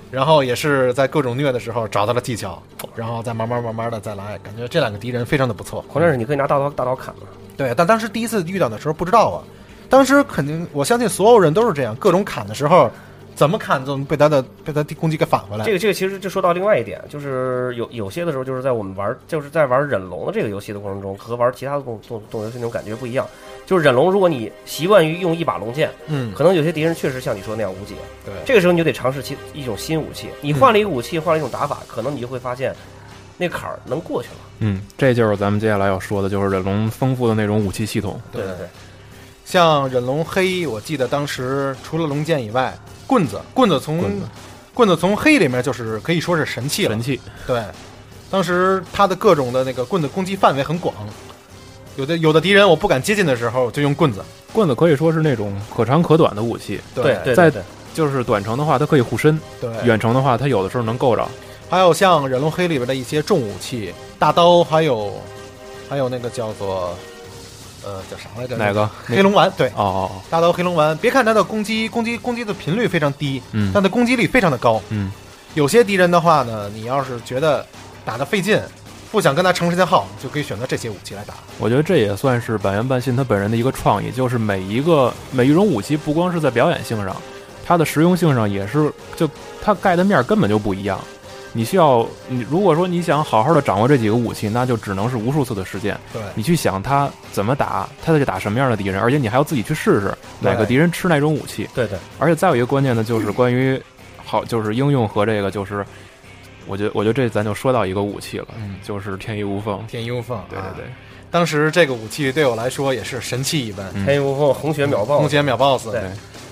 [SPEAKER 4] 然后也是在各种虐的时候找到了技巧，然后再慢慢慢慢的再来，感觉这两个敌人非常的不错。
[SPEAKER 3] 狂战士你可以拿大刀大刀砍了。
[SPEAKER 4] 对，但当时第一次遇到的时候不知道啊，当时肯定我相信所有人都是这样，各种砍的时候。怎么砍怎么被他的被他的攻击给返回来
[SPEAKER 3] 这？个这个其实就说到另外一点，就是有有些的时候，就是在我们玩就是在玩忍龙的这个游戏的过程中，和玩其他的动动动游戏那种感觉不一样。就是忍龙，如果你习惯于用一把龙剑，
[SPEAKER 4] 嗯，
[SPEAKER 3] 可能有些敌人确实像你说那样无解。
[SPEAKER 4] 对嗯
[SPEAKER 3] 这个时候你就得尝试其一种新武器。你换了一个武器，换了一种打法，可能你就会发现，那坎儿能过去了。
[SPEAKER 2] 嗯，这就是咱们接下来要说的，就是忍龙丰富的那种武器系统。
[SPEAKER 3] 对对对，
[SPEAKER 4] 像忍龙黑，我记得当时除了龙剑以外，棍子，棍子从
[SPEAKER 2] 棍子
[SPEAKER 4] 棍子从黑里面就是可以说是神器了。
[SPEAKER 2] 神器，
[SPEAKER 4] 对，当时他的各种的那个棍子攻击范围很广，有的有的敌人我不敢接近的时候就用棍子。
[SPEAKER 2] 棍子可以说是那种可长可短的武器，
[SPEAKER 4] 对
[SPEAKER 3] 对
[SPEAKER 2] 在
[SPEAKER 3] 对对，
[SPEAKER 2] 就是短程的话它可以护身，
[SPEAKER 4] 对
[SPEAKER 2] 远程的话它有的时候能够着。
[SPEAKER 4] 还有像忍龙黑里边的一些重武器，大刀，还有还有那个叫做呃叫啥来着？
[SPEAKER 2] 哪？个？那
[SPEAKER 4] 黑龙丸。对，
[SPEAKER 2] 哦哦哦，
[SPEAKER 4] 大刀黑龙丸。别看它的攻击攻击攻击的频率非常低，
[SPEAKER 2] 嗯
[SPEAKER 4] 但它攻击力非常的高。
[SPEAKER 2] 嗯，
[SPEAKER 4] 有些敌人的话呢，你要是觉得打得费劲，不想跟他长时间耗，就可以选择这些武器来打。
[SPEAKER 2] 我觉得这也算是板垣半信他本人的一个创意，就是每一个每一种武器不光是在表演性上，它的实用性上也是，就它盖的面儿根本就不一样。你需要你如果说你想好好的掌握这几个武器，那就只能是无数次的实践。
[SPEAKER 4] 对
[SPEAKER 2] 你去想他怎么打，他得打什么样的敌人，而且你还要自己去试试哪个敌人吃哪种武器。
[SPEAKER 3] 对对，
[SPEAKER 2] 而且再有一个关键的 [laughs] 就是关于好，就是应用和这个就是，我觉得我觉得这咱就说到一个武器了，
[SPEAKER 4] 嗯
[SPEAKER 2] 就是天衣无缝。
[SPEAKER 4] 天衣无缝，
[SPEAKER 2] 对对对，
[SPEAKER 4] 啊当时这个武器对我来说也是神器一般，
[SPEAKER 2] 嗯
[SPEAKER 3] 天衣无缝，红血秒爆
[SPEAKER 4] 空，前秒 BOSS。
[SPEAKER 3] 对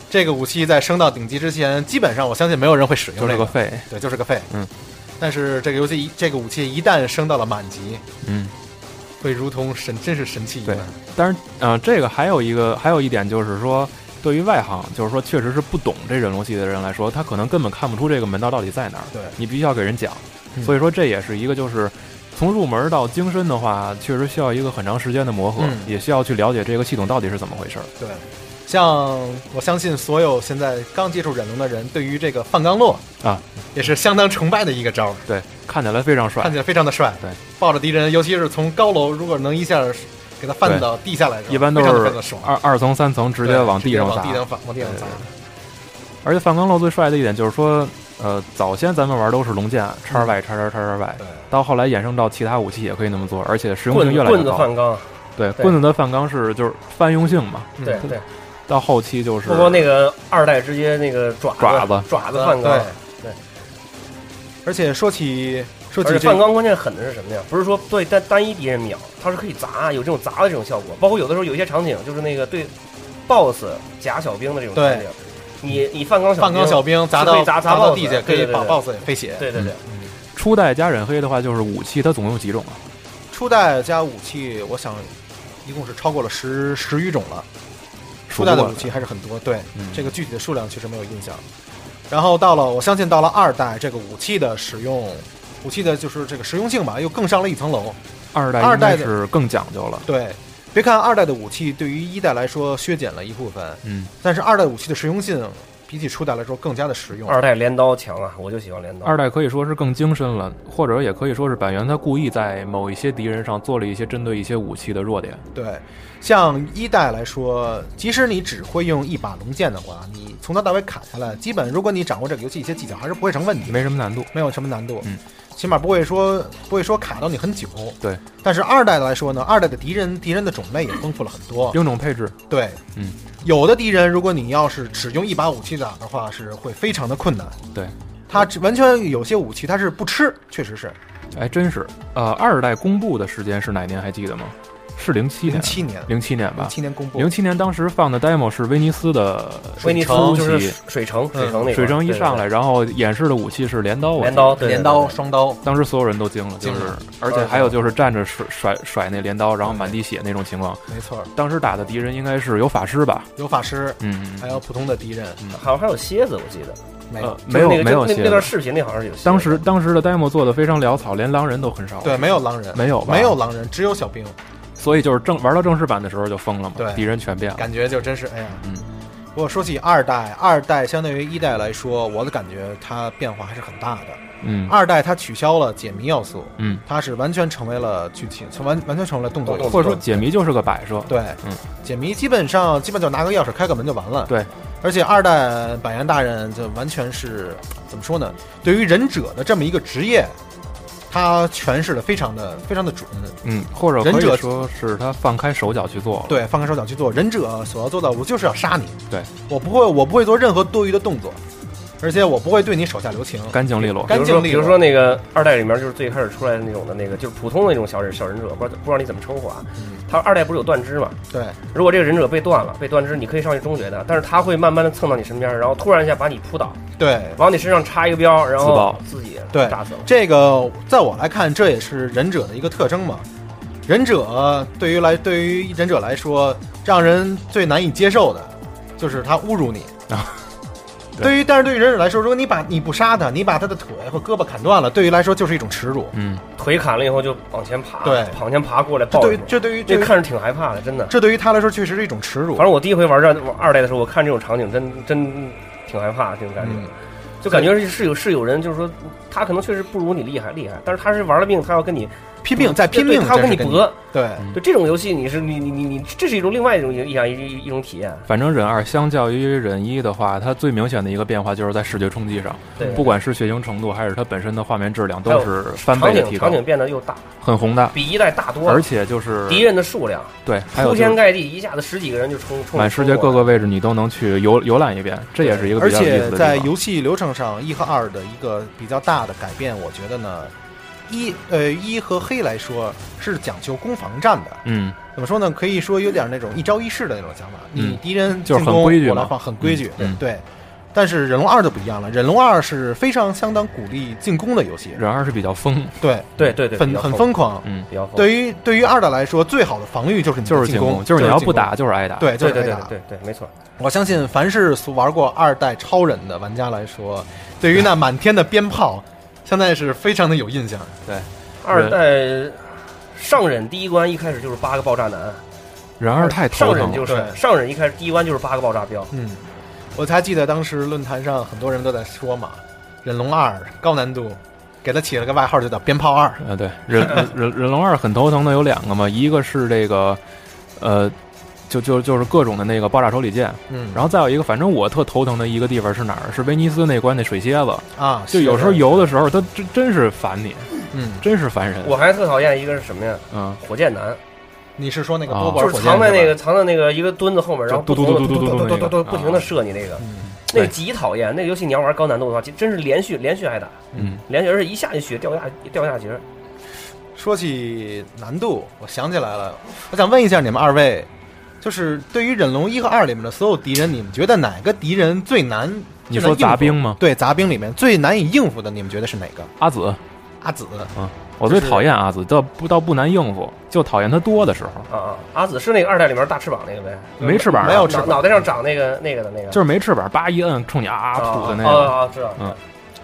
[SPEAKER 4] 这个武器在升到顶级之前，基本上我相信没有人会使用
[SPEAKER 2] 就
[SPEAKER 4] 这
[SPEAKER 2] 是个废。
[SPEAKER 4] 对，就是个废。
[SPEAKER 2] 嗯，
[SPEAKER 4] 但是这个游戏一这个武器一旦升到了满级，
[SPEAKER 2] 嗯，
[SPEAKER 4] 会如同神，真是神器一般。
[SPEAKER 2] 当然，嗯、这个还有一个还有一点就是说。对于外行，就是说确实是不懂这人龙系的人来说，他可能根本看不出这个门道到底在哪儿。
[SPEAKER 4] 对
[SPEAKER 2] 你必须要给人讲，
[SPEAKER 4] 嗯
[SPEAKER 2] 所以说这也是一个就是从入门到精深的话，确实需要一个很长时间的磨合，
[SPEAKER 4] 嗯
[SPEAKER 2] 也需要去了解这个系统到底是怎么回事儿。
[SPEAKER 4] 对，像我相信所有现在刚接触忍龙的人，对于这个范刚洛
[SPEAKER 2] 啊，
[SPEAKER 4] 也是相当崇拜的一个招儿。
[SPEAKER 2] 对，看起来非常帅
[SPEAKER 4] 看。起来非常的帅。
[SPEAKER 2] 对，
[SPEAKER 4] 抱着敌人，尤其是从高楼，如果能一下给他翻到地下来的时候，
[SPEAKER 2] 一般都
[SPEAKER 4] 非常非常
[SPEAKER 2] 是
[SPEAKER 4] 的爽，
[SPEAKER 2] 二二层、三层直接
[SPEAKER 4] 对
[SPEAKER 2] 往地上
[SPEAKER 4] 直接
[SPEAKER 2] 砸
[SPEAKER 4] 往。地上翻，往地上砸。
[SPEAKER 2] 而且范刚漏最帅的一点就是说，呃，早先咱们玩都是龙剑叉 Y 叉叉叉叉 Y，
[SPEAKER 4] 嗯对
[SPEAKER 2] 到后来衍生到其他武器也可以那么做，而且实用
[SPEAKER 3] 棍
[SPEAKER 2] 性
[SPEAKER 3] 子
[SPEAKER 2] 越来越
[SPEAKER 3] 棍子
[SPEAKER 2] 高。
[SPEAKER 3] 换钢，
[SPEAKER 2] 对，
[SPEAKER 3] 对
[SPEAKER 2] 棍子的范刚是就是泛用性嘛，
[SPEAKER 3] 对
[SPEAKER 2] 嗯
[SPEAKER 3] 对，
[SPEAKER 2] 到后期就是
[SPEAKER 3] 不过那个二代直接那个爪
[SPEAKER 2] 爪
[SPEAKER 3] 子
[SPEAKER 2] 子
[SPEAKER 3] 爪子换
[SPEAKER 4] 对
[SPEAKER 3] 缸，
[SPEAKER 4] 而且说起说
[SPEAKER 3] 而
[SPEAKER 4] 起
[SPEAKER 3] 且
[SPEAKER 4] 这
[SPEAKER 3] 梵
[SPEAKER 4] 个，
[SPEAKER 3] 缸关键狠的是什么呀？不是说对单单一敌人秒，它是可以砸，有这种砸的这种效果。包括有的时候有一些场景，就是那个对 BOSS 假小兵的这种
[SPEAKER 4] 对
[SPEAKER 3] 场景，你你梵缸小
[SPEAKER 4] 半
[SPEAKER 3] 兵
[SPEAKER 4] 钢小兵砸
[SPEAKER 3] 是可
[SPEAKER 4] 到
[SPEAKER 3] 以砸砸
[SPEAKER 4] 到
[SPEAKER 3] boss
[SPEAKER 4] 地下，
[SPEAKER 3] 的
[SPEAKER 4] 可
[SPEAKER 3] 对
[SPEAKER 4] 以
[SPEAKER 3] 对
[SPEAKER 4] 把
[SPEAKER 3] 对
[SPEAKER 4] BOSS 飞血。
[SPEAKER 3] 对对对，
[SPEAKER 2] 初代加忍黑的话，就是武器它总共有几种啊？
[SPEAKER 4] 初代加武器，我想一共是超过了十十余种了。初代的武器还是很多，对、
[SPEAKER 2] 嗯
[SPEAKER 4] 这个具体的数量确实没有印象。然后到了，我相信到了二代，这个武器的使用，武器的就是这个实用性吧，又更上了一层楼。
[SPEAKER 2] 二代
[SPEAKER 4] 二代
[SPEAKER 2] 应该
[SPEAKER 4] 的
[SPEAKER 2] 是更讲究了，
[SPEAKER 4] 对，别看二代的武器对于一代来说削减了一部分，
[SPEAKER 2] 嗯，
[SPEAKER 4] 但是二代武器的实用性比起初代来说更加的实用。
[SPEAKER 3] 二代镰刀强啊，我就喜欢镰刀。
[SPEAKER 2] 嗯二代可以说是更精深了，或者也可以说是板垣他故意在某一些敌人上做了一些针对一些武器的弱点。
[SPEAKER 4] 对，像一代来说，即使你只会用一把龙剑的话，你从头到尾砍下来，基本如果你掌握这个游戏一些技巧，还是不会成问题，
[SPEAKER 2] 没什么难度，
[SPEAKER 4] 没有什么难度。
[SPEAKER 2] 嗯，
[SPEAKER 4] 起码不会说不会说卡到你很久。
[SPEAKER 2] 对，
[SPEAKER 4] 但是二代来说呢，二代的敌人敌人的种类也丰富了很多。
[SPEAKER 2] 兵种配置
[SPEAKER 4] 对，
[SPEAKER 2] 嗯，
[SPEAKER 4] 有的敌人如果你要是只用一把武器打的话，是会非常的困难。
[SPEAKER 2] 对，
[SPEAKER 4] 它只完全有些武器它是不吃，确实是
[SPEAKER 2] 哎，真是，呃，二代公布的时间是哪年？还记得吗？是零七
[SPEAKER 4] 零
[SPEAKER 2] 年，
[SPEAKER 4] 七年，
[SPEAKER 2] 零七年吧
[SPEAKER 4] 零。七年公布
[SPEAKER 2] 零，七年当时放的 demo 是威尼斯的
[SPEAKER 3] 威尼斯
[SPEAKER 2] 初
[SPEAKER 3] 就是
[SPEAKER 2] 期
[SPEAKER 3] 水城，水城那个
[SPEAKER 2] 嗯水城一上，来，
[SPEAKER 3] 对
[SPEAKER 2] 然后演示的武器是镰刀，
[SPEAKER 3] 对
[SPEAKER 2] 我
[SPEAKER 3] 对
[SPEAKER 2] 记得
[SPEAKER 3] 镰刀，对
[SPEAKER 4] 镰刀、，双刀，
[SPEAKER 2] 当时所有人都惊了，就
[SPEAKER 4] 惊
[SPEAKER 2] 是
[SPEAKER 4] 了，
[SPEAKER 2] 而且还有就是站着甩甩甩那镰刀，然后满地血那种情况。
[SPEAKER 4] 没错，
[SPEAKER 2] 当时打的敌人应该是有法师吧？
[SPEAKER 4] 有法师，
[SPEAKER 2] 嗯，
[SPEAKER 4] 还有普通的敌人，
[SPEAKER 3] 对对好像还有蝎子，我记得
[SPEAKER 4] 没有
[SPEAKER 2] 呃，没有
[SPEAKER 3] 就是那个
[SPEAKER 2] 没有
[SPEAKER 3] 就那
[SPEAKER 2] 蝎
[SPEAKER 3] 那段
[SPEAKER 2] 子。
[SPEAKER 3] 视频里好像是有蝎子。
[SPEAKER 2] 当时当时的 demo 做的非常潦草，连狼人都很少。
[SPEAKER 4] 对，，没有狼人，
[SPEAKER 2] 没有吧
[SPEAKER 4] 没有狼人，只有小兵，
[SPEAKER 2] 所以就是正玩到正式版的时候就疯了嘛
[SPEAKER 4] 对，
[SPEAKER 2] 敌人全变了。
[SPEAKER 4] 感觉就真是哎呀。
[SPEAKER 2] 嗯
[SPEAKER 4] 不过说起二代，二代相对于一代来说，我的感觉它变化还是很大的。
[SPEAKER 2] 嗯
[SPEAKER 4] 二代它取消了解谜要素，
[SPEAKER 2] 嗯，
[SPEAKER 4] 它是完全成为了剧情，从完完全成为了动作游戏，
[SPEAKER 2] 或者说解谜就是个摆设。
[SPEAKER 4] 对，
[SPEAKER 2] 嗯，
[SPEAKER 4] 解谜基本上基本就拿个钥匙开个门就完了。
[SPEAKER 2] 对，
[SPEAKER 4] 而且二代板垣大人就完全是怎么说呢？对于忍者的这么一个职业，他诠释的非常的非常的准。
[SPEAKER 2] 嗯，或者
[SPEAKER 4] 忍
[SPEAKER 2] 可
[SPEAKER 4] 者
[SPEAKER 2] 以说是他放开手脚去做了。
[SPEAKER 4] 对，放开手脚去做忍者所要做到，我就是要杀你。
[SPEAKER 2] 对，
[SPEAKER 4] 我不会，我不会做任何多余的动作，而且我不会对你手下留情。
[SPEAKER 2] 干净利落。
[SPEAKER 4] 干
[SPEAKER 3] 比如说，
[SPEAKER 4] 净利
[SPEAKER 3] 比
[SPEAKER 4] 落
[SPEAKER 3] 如说那个二代里面，就是最开始出来的那种的那个，就是普通的那种小忍小忍者，不知道不知道你怎么称呼啊
[SPEAKER 4] 嗯。
[SPEAKER 3] 他二代不是有断肢嘛？
[SPEAKER 4] 对，
[SPEAKER 3] 如果这个忍者被断了，被断肢，你可以上去中学的，但是他会慢慢的蹭到你身边，然后突然一下把你扑倒，
[SPEAKER 4] 对，
[SPEAKER 3] 往你身上插一个标，然
[SPEAKER 2] 自
[SPEAKER 3] 后
[SPEAKER 2] 爆
[SPEAKER 3] 自己
[SPEAKER 4] 对
[SPEAKER 3] 炸死了。
[SPEAKER 4] 这个在我来看，这也是忍者的一个特征嘛。忍者对于来对于忍者来说，让人最难以接受的就是他侮辱你
[SPEAKER 2] 啊。对
[SPEAKER 4] 对于但是对于忍者来说，如果你把你不杀他，你把他的腿或胳膊砍断了，对于来说就是一种耻辱。
[SPEAKER 2] 嗯，
[SPEAKER 3] 腿砍了以后就往前爬，
[SPEAKER 4] 对
[SPEAKER 3] 往前爬过来
[SPEAKER 4] 这
[SPEAKER 3] 抱
[SPEAKER 4] 对
[SPEAKER 3] 你
[SPEAKER 4] 于。这对于这
[SPEAKER 3] 这
[SPEAKER 4] 对于
[SPEAKER 3] 看着挺害怕的，真的。
[SPEAKER 4] 这对于他来说确实是一种耻辱
[SPEAKER 3] 反。正我第一回玩这二代的时候，我看这种场景真真挺害怕，这种感觉。
[SPEAKER 4] 嗯
[SPEAKER 3] 就感觉是是有是有人，就是说他可能确实不如你厉害厉害，但是他是玩了命，他要跟你
[SPEAKER 4] 拼命在拼
[SPEAKER 3] 嗯对
[SPEAKER 4] 命，
[SPEAKER 3] 他要
[SPEAKER 4] 这
[SPEAKER 3] 跟
[SPEAKER 4] 是
[SPEAKER 3] 你搏。
[SPEAKER 4] 对
[SPEAKER 3] 就这种游戏，你是你你你你，这是一种另外一种一样一一一种体验。
[SPEAKER 2] 反正忍二相较于忍一的话，它最明显的一个变化就是在视觉冲击上，
[SPEAKER 3] 对，
[SPEAKER 2] 不管是血腥程度还是它本身的画面质量，
[SPEAKER 3] 还有
[SPEAKER 2] 都是翻倍
[SPEAKER 3] 场
[SPEAKER 2] 的
[SPEAKER 3] 景
[SPEAKER 2] 提高
[SPEAKER 3] 场，景变得又大，
[SPEAKER 2] 很宏大，
[SPEAKER 3] 比一代大多
[SPEAKER 2] 而
[SPEAKER 3] 了。
[SPEAKER 2] 且就是
[SPEAKER 3] 敌人的数量
[SPEAKER 2] 对，还有
[SPEAKER 3] 铺
[SPEAKER 2] 就
[SPEAKER 3] 天
[SPEAKER 2] 是
[SPEAKER 3] 盖地，一下子十几个人就冲冲
[SPEAKER 2] 满世界各个位置你都能去游游览一遍，这也是一个
[SPEAKER 4] 而
[SPEAKER 2] 比较有意
[SPEAKER 4] 且
[SPEAKER 2] 思的地方。
[SPEAKER 4] 在游戏流程上，一和二的一个比较大的改变，我觉得呢，一呃一和黑来说是讲究攻防战的。
[SPEAKER 2] 嗯，
[SPEAKER 4] 怎么说呢？可以说有点那种一招一式的那种想法。
[SPEAKER 2] 嗯
[SPEAKER 4] 你敌人
[SPEAKER 2] 就是
[SPEAKER 4] 进
[SPEAKER 2] 很
[SPEAKER 4] 攻
[SPEAKER 2] 规矩
[SPEAKER 4] 我来
[SPEAKER 2] 嘛
[SPEAKER 4] 防，很规矩。
[SPEAKER 2] 嗯
[SPEAKER 4] 对，但是忍龙二就不一样了。忍龙二是非常相当鼓励进攻的游戏，
[SPEAKER 2] 忍二是比较疯，
[SPEAKER 4] 对，
[SPEAKER 3] 对对对，
[SPEAKER 4] 很很，疯狂。
[SPEAKER 2] 嗯，
[SPEAKER 3] 比较疯。
[SPEAKER 4] 对于对于二代来说，最好的防御就是你的
[SPEAKER 2] 就是
[SPEAKER 4] 进
[SPEAKER 2] 进攻，
[SPEAKER 4] 就
[SPEAKER 2] 就是你要不
[SPEAKER 4] 进
[SPEAKER 2] 打就是挨打。
[SPEAKER 4] 攻，，对，就
[SPEAKER 3] 对
[SPEAKER 4] 是
[SPEAKER 3] 对
[SPEAKER 4] 挨
[SPEAKER 3] 对
[SPEAKER 4] 打。
[SPEAKER 3] 对对，没错。
[SPEAKER 4] 我相信，凡是玩过二代超忍的玩家来说，对于那满天的鞭炮，现在是非常的有印象。
[SPEAKER 3] 二代上忍第一关一开始就是八个爆炸男，
[SPEAKER 2] 忍二太头
[SPEAKER 3] 上
[SPEAKER 2] 疼
[SPEAKER 3] 忍
[SPEAKER 2] 了。
[SPEAKER 3] 就是
[SPEAKER 4] 对
[SPEAKER 3] 上忍一开始第一关就是八个爆炸标，
[SPEAKER 4] 嗯，我还记得当时论坛上很多人都在说嘛，《忍龙二》高难度，给他起了个外号就叫“鞭炮二
[SPEAKER 2] 呃，对，忍忍忍龙二很头疼的有两个嘛， [laughs] 一个是这个，呃，就就就是各种的那个爆炸手里剑，”。
[SPEAKER 4] 嗯，
[SPEAKER 2] 然后再有一个，反正我特头疼的一个地方是哪儿？是威尼斯那关那水蝎子，
[SPEAKER 4] 啊，
[SPEAKER 2] 就是有时候
[SPEAKER 4] 的，
[SPEAKER 2] 游的时候，它真真是烦你，
[SPEAKER 4] 嗯，
[SPEAKER 2] 真是烦人。
[SPEAKER 3] 我还特讨厌一个是什么呀？
[SPEAKER 2] 嗯，
[SPEAKER 3] 火箭男，
[SPEAKER 4] 你是说那个
[SPEAKER 2] 啊
[SPEAKER 4] 多管
[SPEAKER 3] 就
[SPEAKER 4] 火
[SPEAKER 3] 是
[SPEAKER 4] 箭
[SPEAKER 3] 藏在那
[SPEAKER 4] 吧
[SPEAKER 3] 个藏在那个一个墩子后面，然后
[SPEAKER 2] 就嘟
[SPEAKER 3] 不
[SPEAKER 2] 嘟
[SPEAKER 3] 停地
[SPEAKER 2] 嘟嘟嘟嘟
[SPEAKER 3] 嘟
[SPEAKER 2] 那个啊嗯
[SPEAKER 3] 嘟嘟不停的射你那个，那个极讨厌。那个游戏你要玩高难度的话，真是连续连续挨打，
[SPEAKER 2] 嗯，
[SPEAKER 3] 连续而且一下就血掉下掉下节儿。
[SPEAKER 4] 说起难度，我想起来了，我想问一下你们二位，就是对于忍龙一和二里面的所有敌人，你们觉得哪个敌人最难？
[SPEAKER 2] 你说
[SPEAKER 4] 最难应
[SPEAKER 2] 杂
[SPEAKER 4] 付
[SPEAKER 2] 兵吗？
[SPEAKER 4] 对，杂兵里面最难以应付的，你们觉得是哪个？
[SPEAKER 2] 阿紫，
[SPEAKER 4] 阿紫，
[SPEAKER 2] 我最讨厌阿紫，倒不倒不难应付，就讨厌他多的时候，
[SPEAKER 3] 啊啊！阿紫是那个二代里面大翅膀那个呗，
[SPEAKER 2] 没翅膀啊，
[SPEAKER 4] 没有翅
[SPEAKER 3] 脑
[SPEAKER 4] 膀
[SPEAKER 3] 脑袋上长那个那个的那个，
[SPEAKER 2] 就是没翅膀，叭一摁，冲你啊啊
[SPEAKER 3] 啊
[SPEAKER 2] 吐的那
[SPEAKER 3] 啊
[SPEAKER 2] 个。
[SPEAKER 3] 啊啊，知道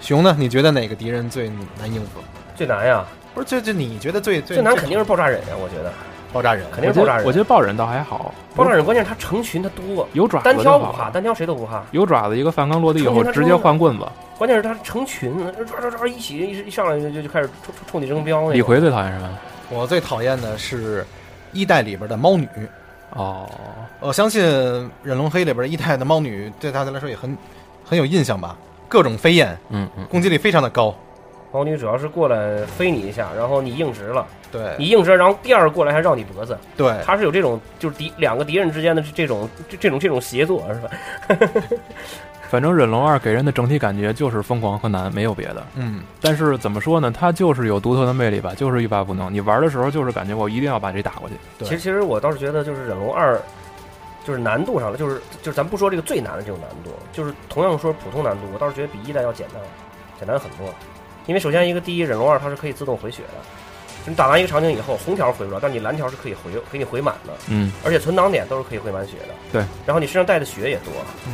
[SPEAKER 4] 熊呢？你觉得哪个敌人最难应付？
[SPEAKER 3] 最难呀，
[SPEAKER 4] 不是，就就你觉得最最
[SPEAKER 3] 最难肯定是爆炸忍呀，我觉得
[SPEAKER 4] 爆炸人，
[SPEAKER 3] 肯定
[SPEAKER 2] 我
[SPEAKER 3] 是
[SPEAKER 2] 觉
[SPEAKER 3] 爆炸
[SPEAKER 2] 得我
[SPEAKER 3] 忍。
[SPEAKER 2] 觉得爆忍倒还好，
[SPEAKER 3] 爆炸忍关键是他成群他多，
[SPEAKER 2] 有爪子
[SPEAKER 3] 单
[SPEAKER 2] 就
[SPEAKER 3] 挑不怕，
[SPEAKER 2] 好，
[SPEAKER 3] 单挑谁都不怕，
[SPEAKER 2] 有爪子一个梵刚落地以
[SPEAKER 3] 冲
[SPEAKER 2] 后
[SPEAKER 3] 进他
[SPEAKER 2] 直接
[SPEAKER 3] 中了
[SPEAKER 2] 换棍子。
[SPEAKER 3] 关键是他成群，抓抓抓一起一一上来就就就开始冲冲冲你扔镖那个。
[SPEAKER 2] 李逵最讨厌什么？
[SPEAKER 4] 我最讨厌的是一代里边的猫女。
[SPEAKER 2] 哦，
[SPEAKER 4] 我相信《忍龙黑》里边一代的猫女对大家来说也很很有印象吧？各种飞燕，
[SPEAKER 2] 嗯嗯，
[SPEAKER 4] 攻击力非常的高。
[SPEAKER 3] 猫女主要是过来飞你一下，然后你硬直了，
[SPEAKER 4] 对
[SPEAKER 3] 你硬直了，然后第二个过来还绕你脖子，
[SPEAKER 4] 对，
[SPEAKER 3] 他是有这种就是敌两个敌人之间的这这种这这种这种协作是吧？
[SPEAKER 2] 反正忍龙二给人的整体感觉就是疯狂和难，没有别的。
[SPEAKER 4] 嗯，
[SPEAKER 2] 但是怎么说呢，它就是有独特的魅力吧，就是欲罢不能。你玩的时候就是感觉我一定要把这打过去。
[SPEAKER 4] 对
[SPEAKER 3] 其实其实我倒是觉得就是忍龙二，就是难度上了，就是就是咱不说这个最难的这种难度，就是同样说普通难度，我倒是觉得比一代要简单，简单很多。因为首先一个第一忍龙二它是可以自动回血的，就你打完一个场景以后，红条回不了，但你蓝条是可以回给你回满的。
[SPEAKER 2] 嗯，
[SPEAKER 3] 而且存档点都是可以回满血的。
[SPEAKER 2] 对，
[SPEAKER 3] 然后你身上带的血也多，
[SPEAKER 4] 嗯，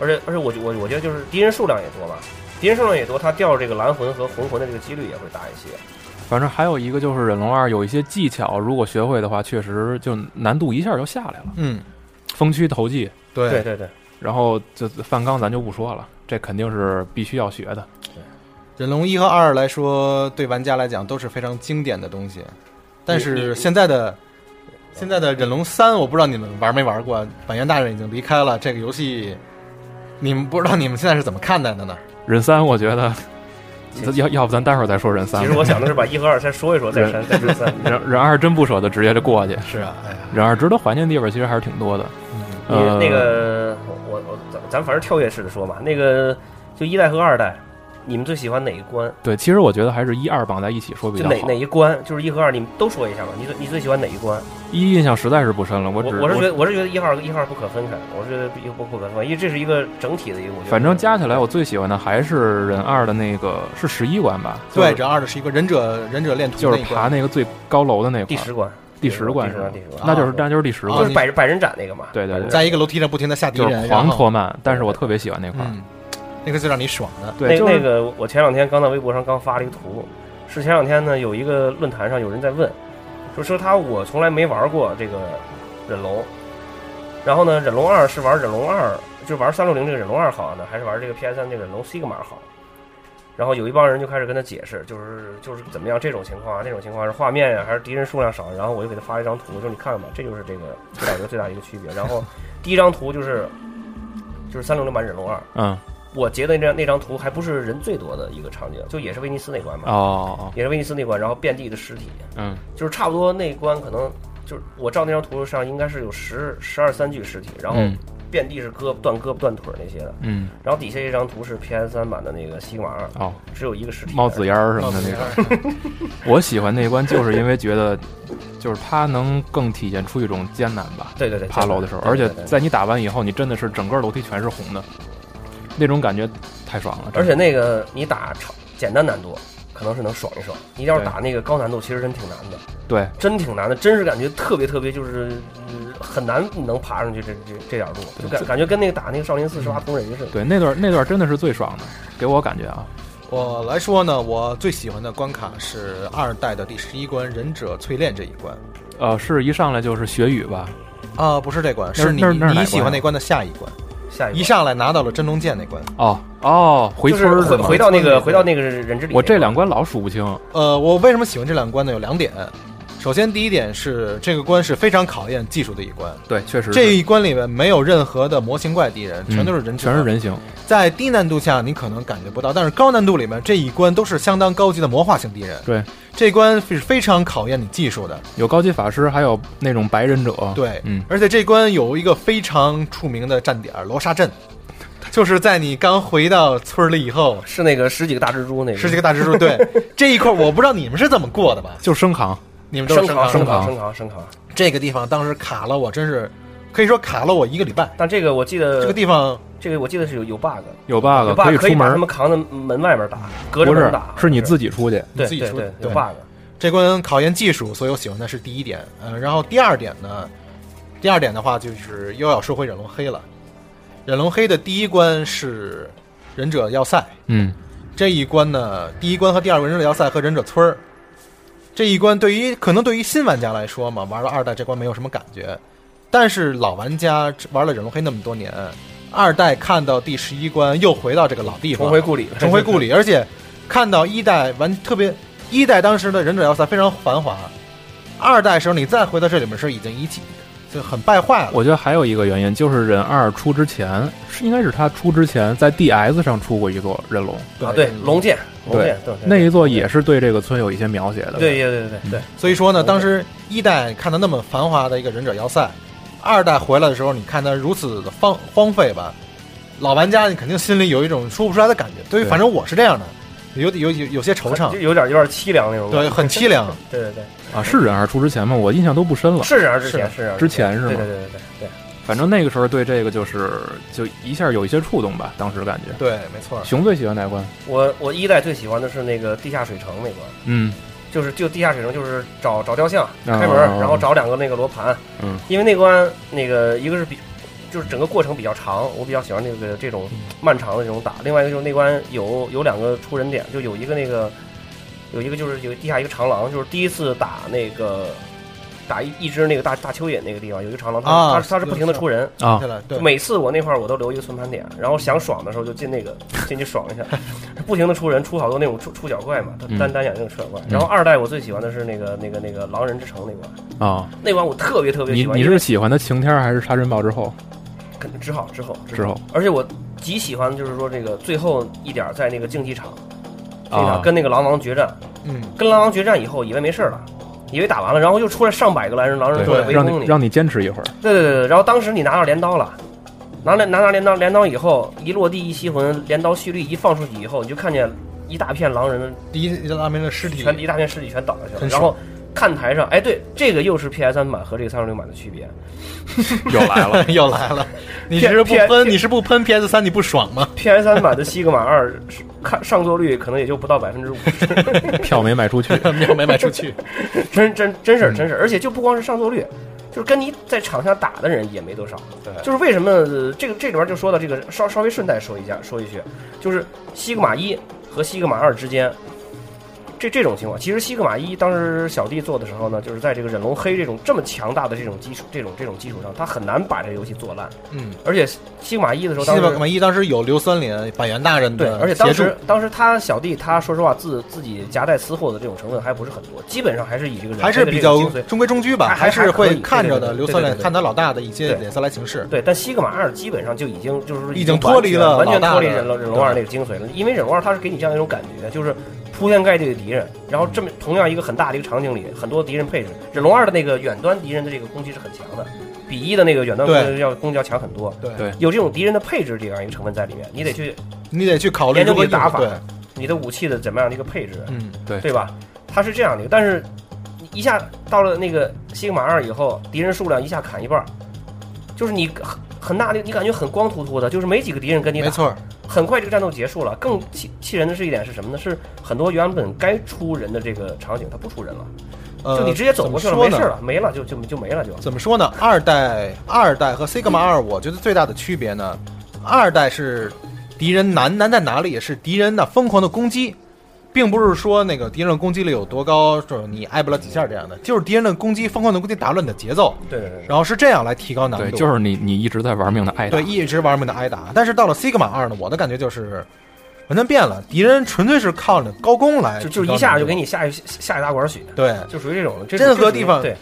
[SPEAKER 3] 而且而且我觉我我觉得就是敌人数量也多嘛，敌人数量也多，他掉这个蓝魂和红魂的这个几率也会大一些。
[SPEAKER 2] 反正还有一个就是忍龙二有一些技巧，如果学会的话，确实就难度一下就下来了。
[SPEAKER 4] 嗯，
[SPEAKER 2] 风区投技，
[SPEAKER 4] 对，
[SPEAKER 3] 对对对，
[SPEAKER 2] 然后这范刚咱就不说了，这肯定是必须要学的。
[SPEAKER 4] 忍龙一和二来说，对玩家来讲都是非常经典的东西。但
[SPEAKER 3] 你你
[SPEAKER 4] 是现在的现在的忍龙三，我不知道你们玩没玩过，板垣大人已经离开了这个游戏，你们不知道你们现在是怎么看待的呢？
[SPEAKER 2] 忍三，我觉得
[SPEAKER 3] 其实
[SPEAKER 2] 要要不咱待会儿再说忍三
[SPEAKER 3] 其
[SPEAKER 2] 吧。
[SPEAKER 3] 实我想的是把一和二先说一说，再删再删三。
[SPEAKER 2] 忍忍二真不舍得直接就过去，
[SPEAKER 4] 是啊，哎呀，
[SPEAKER 2] 忍二值得怀念的地方其实还是挺多的。
[SPEAKER 4] 嗯
[SPEAKER 3] 你
[SPEAKER 2] 呃
[SPEAKER 3] 那个我我咱咱反正跳跃式的说嘛，那个就一代和二代，你们最喜欢哪一关？
[SPEAKER 2] 对，其实我觉得还是一二绑在一起说比
[SPEAKER 3] 就
[SPEAKER 2] 较
[SPEAKER 3] 哪
[SPEAKER 2] 好
[SPEAKER 3] 哪。一关？就是一和二，你们都说一下吧。你最你最喜欢哪一关？
[SPEAKER 2] 一印象实在是不深了，我
[SPEAKER 3] 我
[SPEAKER 2] 只
[SPEAKER 3] 我是觉得我是觉得一号一号不可分开，我是觉得一不不可分开，因为这是一个整体的一个。我觉得
[SPEAKER 2] 反正加起来我最喜欢的还是忍二的那个是十一关吧，
[SPEAKER 4] 对，忍二的是一个忍者忍者练图
[SPEAKER 2] 就是
[SPEAKER 4] 那一
[SPEAKER 2] 爬
[SPEAKER 4] 关，
[SPEAKER 2] 那个最高楼的那
[SPEAKER 3] 第
[SPEAKER 2] 块儿，
[SPEAKER 3] 十关，
[SPEAKER 2] 第十关
[SPEAKER 3] 第
[SPEAKER 2] 是
[SPEAKER 3] 十
[SPEAKER 2] 吧
[SPEAKER 3] 关，第？十关，
[SPEAKER 2] 那就是
[SPEAKER 3] 啊
[SPEAKER 2] 那就是第十
[SPEAKER 4] 啊
[SPEAKER 2] 关
[SPEAKER 3] 就，是百人百人斩那个嘛。
[SPEAKER 2] 对对
[SPEAKER 3] 百人
[SPEAKER 2] 对
[SPEAKER 3] 斩
[SPEAKER 4] 在一个楼梯上不停的下敌
[SPEAKER 2] 就是
[SPEAKER 4] 人，
[SPEAKER 2] 狂
[SPEAKER 4] 然后
[SPEAKER 2] 拖慢，但是我特别喜欢那块儿，
[SPEAKER 4] 嗯，那个最让你爽的，
[SPEAKER 2] 对，就
[SPEAKER 3] 那那
[SPEAKER 2] 是
[SPEAKER 3] 个我前两天刚在微博上刚发了一个图，是前两天呢有一个论坛上有人在问，就说他我从来没玩过这个忍龙，然后呢忍龙二是玩忍龙二，就玩三六零这个忍龙二好呢，还是玩这个 PS 三这个忍龙西格玛好？然后有一帮人就开始跟他解释，就是就是怎么样这种情况啊，那种情况是画面呀、还是敌人数量少？然后我就给他发了一张图，就是你看吧，这就是这个这两个最大一个区别。然后第一张图就是就是三六零版忍龙二，
[SPEAKER 2] 嗯
[SPEAKER 3] 我截的那张那张图还不是人最多的一个场景，就也是威尼斯那关嘛，
[SPEAKER 2] 哦哦
[SPEAKER 3] 也是威尼斯那关，然后遍地的尸体，
[SPEAKER 2] 嗯
[SPEAKER 3] 就是差不多那一关可能就是我照那张图上应该是有十十二三具尸体，然后
[SPEAKER 2] 嗯
[SPEAKER 3] 遍地是胳膊断胳膊断腿那些的，
[SPEAKER 2] 嗯
[SPEAKER 3] 然后底下这张图是 PS 三版的那个西格玛二，
[SPEAKER 2] 哦，
[SPEAKER 3] 只有一个尸体，
[SPEAKER 2] 冒紫烟儿什么 [laughs] 的那种。我喜欢那一关，就是因为觉得，就是它能更体现出一种艰难吧，
[SPEAKER 3] 对对对，
[SPEAKER 2] 爬楼的时候，而且在你打完以后，你真的是整个楼梯全是红的，那种感觉太爽了。真的
[SPEAKER 3] 而且那个你打超简单难度可能是能爽一爽，你要是
[SPEAKER 2] 对
[SPEAKER 3] 打那个高难度，其实真挺难的。
[SPEAKER 2] 对，
[SPEAKER 3] 真挺难的，真是感觉特别特别，就是、呃很难能爬上去这这这点儿路，就感感觉跟那个打那个少林寺十八铜人似的。
[SPEAKER 2] 对，那段那段真的是最爽的，给我感觉啊，
[SPEAKER 4] [laughs] 我来说呢，我最喜欢的关卡是二代的第十一关忍者淬炼这一关
[SPEAKER 2] 呃，是一上来就是雪雨吧，
[SPEAKER 4] 啊，不是这关，
[SPEAKER 2] 那
[SPEAKER 4] 是你
[SPEAKER 2] 那那是哪
[SPEAKER 4] 你喜
[SPEAKER 2] 关呀啊
[SPEAKER 4] 欢那关的下一关，
[SPEAKER 3] 下一
[SPEAKER 4] 一
[SPEAKER 3] 个
[SPEAKER 4] 上来拿到了真龙剑那关。
[SPEAKER 2] 哦哦，回
[SPEAKER 3] 就
[SPEAKER 2] 村
[SPEAKER 3] 是
[SPEAKER 2] 儿是
[SPEAKER 3] 回
[SPEAKER 2] 吗
[SPEAKER 3] 回到那
[SPEAKER 4] 村
[SPEAKER 3] 个
[SPEAKER 4] 儿
[SPEAKER 3] 回到那个人之里那个。
[SPEAKER 2] 我这两关老数不清，
[SPEAKER 4] 呃，我为什么喜欢这两关呢？有两点，首先第一点是这个关是非常考验技术的一关，
[SPEAKER 2] 对，确实
[SPEAKER 4] 这一关里面没有任何的模型怪敌人，全都是人，
[SPEAKER 2] 嗯全是，人形，
[SPEAKER 4] 在低难度下你可能感觉不到，但是高难度里面这一关都是相当高级的魔化型敌人，
[SPEAKER 2] 对，
[SPEAKER 4] 这关是非常考验你技术的。
[SPEAKER 2] 有高级法师，还有那种白忍者。
[SPEAKER 4] 对，
[SPEAKER 2] 嗯，
[SPEAKER 4] 而且这关有一个非常著名的站点——罗刹镇，就是在你刚回到村里以后，
[SPEAKER 3] 是那个十几个大蜘蛛那个，
[SPEAKER 4] 十几个大蜘蛛。对，这一块我不知道你们是怎么过的吧？
[SPEAKER 2] 就升扛，
[SPEAKER 4] 你们都
[SPEAKER 3] 升
[SPEAKER 4] 是
[SPEAKER 3] 扛
[SPEAKER 4] 升
[SPEAKER 2] 扛
[SPEAKER 3] 升扛升扛。
[SPEAKER 4] 这个地方当时卡了我，真是可以说卡了我一个礼拜。
[SPEAKER 3] 但这个我记得
[SPEAKER 4] 这个地方
[SPEAKER 3] 这个我记得是有有 bug，
[SPEAKER 2] 有 bug
[SPEAKER 3] 有 bug
[SPEAKER 2] 以
[SPEAKER 3] 可
[SPEAKER 2] 出
[SPEAKER 3] 把他
[SPEAKER 2] 门，
[SPEAKER 3] 们扛到门外面打，隔着
[SPEAKER 2] 不是
[SPEAKER 3] 门打，
[SPEAKER 2] 是你自己出去。
[SPEAKER 3] 对
[SPEAKER 4] 自己
[SPEAKER 3] 对
[SPEAKER 4] 出
[SPEAKER 3] 对有
[SPEAKER 4] 对
[SPEAKER 3] bug，
[SPEAKER 4] 这关考验技术，所以我喜欢的是第一点。呃，然后第二点呢，第二点的话就是又要说回忍龙黑了。忍龙黑的第一关是忍者要塞，
[SPEAKER 2] 嗯，
[SPEAKER 4] 这一关呢，第一关和第二关忍者要塞和忍者村儿。这一关对于可能对于新玩家来说嘛，玩了二代这关没有什么感觉，但是老玩家玩了忍龙黑那么多年，二代看到第十一关又回到这个老地方，
[SPEAKER 3] 重回故里了，
[SPEAKER 4] 重回故里，而且看到一代完特别，一代当时的忍者要塞非常繁华，二代时候你再回到这里面是已经一起就很败坏了。
[SPEAKER 2] 我觉得还有一个原因就是忍二出之前，是应该是他出之前在 DS 上出过一座忍龙，
[SPEAKER 3] 啊，对龙，剑龙
[SPEAKER 2] 对
[SPEAKER 3] 剑对
[SPEAKER 2] 那一座也是对这个村有一些描写的。
[SPEAKER 3] 对，对对对对对，
[SPEAKER 4] 所以说呢，
[SPEAKER 3] 龙
[SPEAKER 4] 当时一代看到那么繁华的一个忍者要塞，二代回来的时候，你看它如此的荒荒废吧，老玩家你肯定心里有一种说不出来的感觉。对于
[SPEAKER 2] 对
[SPEAKER 4] 反正我是这样的，有有有有些惆怅
[SPEAKER 3] 就，有点有点凄凉那种感
[SPEAKER 4] 对，
[SPEAKER 3] 觉，
[SPEAKER 4] 很凄凉。
[SPEAKER 3] 对对对，
[SPEAKER 2] 啊，是忍二出之前吗？我印象都不深了。
[SPEAKER 3] 是这样之前
[SPEAKER 4] 是
[SPEAKER 3] 是这样
[SPEAKER 2] 之前是吗
[SPEAKER 3] 对对对对对对，
[SPEAKER 2] 反正那个时候对这个就是就一下有一些触动吧，当时感觉。
[SPEAKER 4] 对，没错。
[SPEAKER 2] 熊最喜欢哪关？
[SPEAKER 3] 我我一代最喜欢的是那个地下水城那关。
[SPEAKER 2] 嗯，
[SPEAKER 3] 就是就地下水城，就是找找雕像、
[SPEAKER 2] 啊
[SPEAKER 3] 开门，然后找两个那个罗盘。
[SPEAKER 2] 嗯，
[SPEAKER 3] 因为那关那个一个是比，就是整个过程比较长，我比较喜欢那个这种漫长的这种打。另外一个就是那关有有两个出人点，就有一个那个有一个就是有地下一个长廊，就是第一次打那个打一一只那个大大蚯蚓那个地方有一个长廊，它、
[SPEAKER 4] 啊
[SPEAKER 3] 它它是不停的出人。
[SPEAKER 2] 啊
[SPEAKER 4] 对，了，对，
[SPEAKER 3] 每次我那块儿我都留一个存盘点，然后想爽的时候就进那个进去爽一下， [laughs] 不停的出人，出好多那种触触角怪嘛，它
[SPEAKER 2] 嗯
[SPEAKER 3] 单单眼那种触角怪。然后二代我最喜欢的是那个那个那个狼人之城那关，
[SPEAKER 2] 啊，
[SPEAKER 3] 那关我特别特别
[SPEAKER 2] 你
[SPEAKER 3] 喜欢，
[SPEAKER 2] 你
[SPEAKER 3] 因
[SPEAKER 2] 是
[SPEAKER 3] 为
[SPEAKER 2] 喜欢他晴天儿还是沙尘暴之后？
[SPEAKER 3] 肯定之后之后
[SPEAKER 2] 之后，
[SPEAKER 3] 而且我极喜欢就是说这个最后一点儿在那个竞技场，那
[SPEAKER 2] 啊
[SPEAKER 3] 场跟那个狼王决战，
[SPEAKER 4] 嗯，
[SPEAKER 3] 跟狼王决战以后以为没事儿了。以为打完了，然后又出来上百个狼人，狼人过来
[SPEAKER 2] 对，
[SPEAKER 3] 围
[SPEAKER 2] 让
[SPEAKER 3] 攻
[SPEAKER 2] 你让你坚持一会儿。
[SPEAKER 3] 对对对对，然后当时你拿到镰刀了，拿了拿到镰刀，镰刀以后一落地一吸魂，镰刀蓄力一放出去以后，你就看见一大片狼人
[SPEAKER 4] 第一拉梅的尸体
[SPEAKER 3] 全一大片尸体全倒下去了，
[SPEAKER 4] 很
[SPEAKER 3] 然
[SPEAKER 4] 爽
[SPEAKER 3] 后看台上，哎，对，这个又是 PS 三版和这个三六零版的区别。
[SPEAKER 2] 又来了，
[SPEAKER 4] [laughs] 又来
[SPEAKER 3] [laughs]
[SPEAKER 4] 了，你是不
[SPEAKER 3] P- P-
[SPEAKER 4] 喷，你是不喷 PS 三，你不爽吗？
[SPEAKER 3] PS 三版的西格玛二是看上座率可能也就不到百分之五十，
[SPEAKER 2] 票没卖出去。
[SPEAKER 4] 票没卖出去，
[SPEAKER 3] 真真真
[SPEAKER 4] 嗯
[SPEAKER 3] 事儿真事儿，而且就不光是上座率。就是跟你在场下打的人也没多少，
[SPEAKER 4] 对
[SPEAKER 3] 就是为什么呃这个这里边就说到这个稍稍微顺带说一下说一句，就是西格玛一和西格玛二之间，这这种情况，其实西格玛一当时小弟做的时候呢，就是在这个忍龙黑这种这么强大的这种基础这种这种基础上，他很难把这个游戏做烂。
[SPEAKER 4] 嗯，
[SPEAKER 3] 而且西格玛一的时候，
[SPEAKER 4] 西
[SPEAKER 3] 当
[SPEAKER 4] 本
[SPEAKER 3] 时
[SPEAKER 4] 满一当时有刘三连、板垣大人
[SPEAKER 3] 对，
[SPEAKER 4] 的
[SPEAKER 3] 而且
[SPEAKER 4] 协
[SPEAKER 3] 当
[SPEAKER 4] 助，
[SPEAKER 3] 时当时他小弟他说实话自自己夹带私货的这种成分还不是很多，基本上还是以这个忍
[SPEAKER 4] 还是
[SPEAKER 3] 黑的
[SPEAKER 4] 比
[SPEAKER 3] 这个
[SPEAKER 4] 较
[SPEAKER 3] 精髓
[SPEAKER 4] 中规中矩吧，
[SPEAKER 3] 还还
[SPEAKER 4] 是
[SPEAKER 3] 还可
[SPEAKER 4] 会
[SPEAKER 3] 以
[SPEAKER 4] 看着的。
[SPEAKER 3] 对对对
[SPEAKER 4] 刘三
[SPEAKER 3] 对对
[SPEAKER 4] 连
[SPEAKER 3] 对
[SPEAKER 4] 看他老大的一些
[SPEAKER 3] 对
[SPEAKER 4] 脸色来行事，
[SPEAKER 3] 对，但西格玛二基本上就已经就是说
[SPEAKER 4] 已经
[SPEAKER 3] 完
[SPEAKER 4] 脱离
[SPEAKER 3] 全
[SPEAKER 4] 了
[SPEAKER 3] 完全
[SPEAKER 4] 老大
[SPEAKER 3] 脱离
[SPEAKER 4] 的
[SPEAKER 3] 忍龙忍龙
[SPEAKER 4] 对
[SPEAKER 3] 二那个精髓了，因为忍龙二它是给你这样一种感觉，就是铺天盖地的敌人，然后这么同样一个很大的一个场景里，很多敌人配置，忍龙二的那个远端敌人的这个攻击是很强的，比一的那个远端攻击
[SPEAKER 4] 对
[SPEAKER 3] 要攻击要强很多。
[SPEAKER 4] 对
[SPEAKER 2] 对
[SPEAKER 3] 有这种敌人的配置这样一个成分在里面，你得去
[SPEAKER 4] 你得去考虑
[SPEAKER 3] 研究
[SPEAKER 4] 这个
[SPEAKER 3] 你的打法
[SPEAKER 4] 对，
[SPEAKER 3] 你的武器的怎么样的一个配置，
[SPEAKER 4] 嗯，
[SPEAKER 3] 对吧？它是这样的一个，但是你一下到了那个西格玛二以后，敌人数量一下砍一半儿，就是你很很大的，你感觉很光秃秃的，就是没几个敌人跟你
[SPEAKER 4] 没
[SPEAKER 3] 打。
[SPEAKER 4] 错，
[SPEAKER 3] 很快这个战斗结束了，更气气人的是一点是什么呢？是很多原本该出人的这个场景它不出人了，
[SPEAKER 4] 呃，
[SPEAKER 3] 就你直接走过去了，
[SPEAKER 4] 怎么
[SPEAKER 3] 没
[SPEAKER 4] 说
[SPEAKER 3] 事
[SPEAKER 4] 呢
[SPEAKER 3] 了，没了就就就没了就。
[SPEAKER 4] 怎么说呢？二代二代和 Sigma 二，我觉得最大的区别呢，二代是敌人难难在哪里？是敌人的疯狂的攻击，并不是说那个敌人的攻击力有多高，就是你挨不了几下这样的，就是敌人的攻击疯狂的攻击打乱你的节奏，
[SPEAKER 3] 对对对对，
[SPEAKER 4] 然后是这样来提高难
[SPEAKER 2] 对，
[SPEAKER 4] 度。
[SPEAKER 2] 就是你你一直在玩命的挨打
[SPEAKER 4] 对，。一直玩命的挨打。但是到了 Sigma 二呢，我的感觉就是完全变了，敌人纯粹是靠你的高攻来
[SPEAKER 3] 就
[SPEAKER 4] 提高难度，
[SPEAKER 3] 就一下就给你下一下一大管血，
[SPEAKER 4] 对。
[SPEAKER 3] 就属于这种。这
[SPEAKER 4] 任何
[SPEAKER 3] 这属于
[SPEAKER 4] 地方
[SPEAKER 3] 对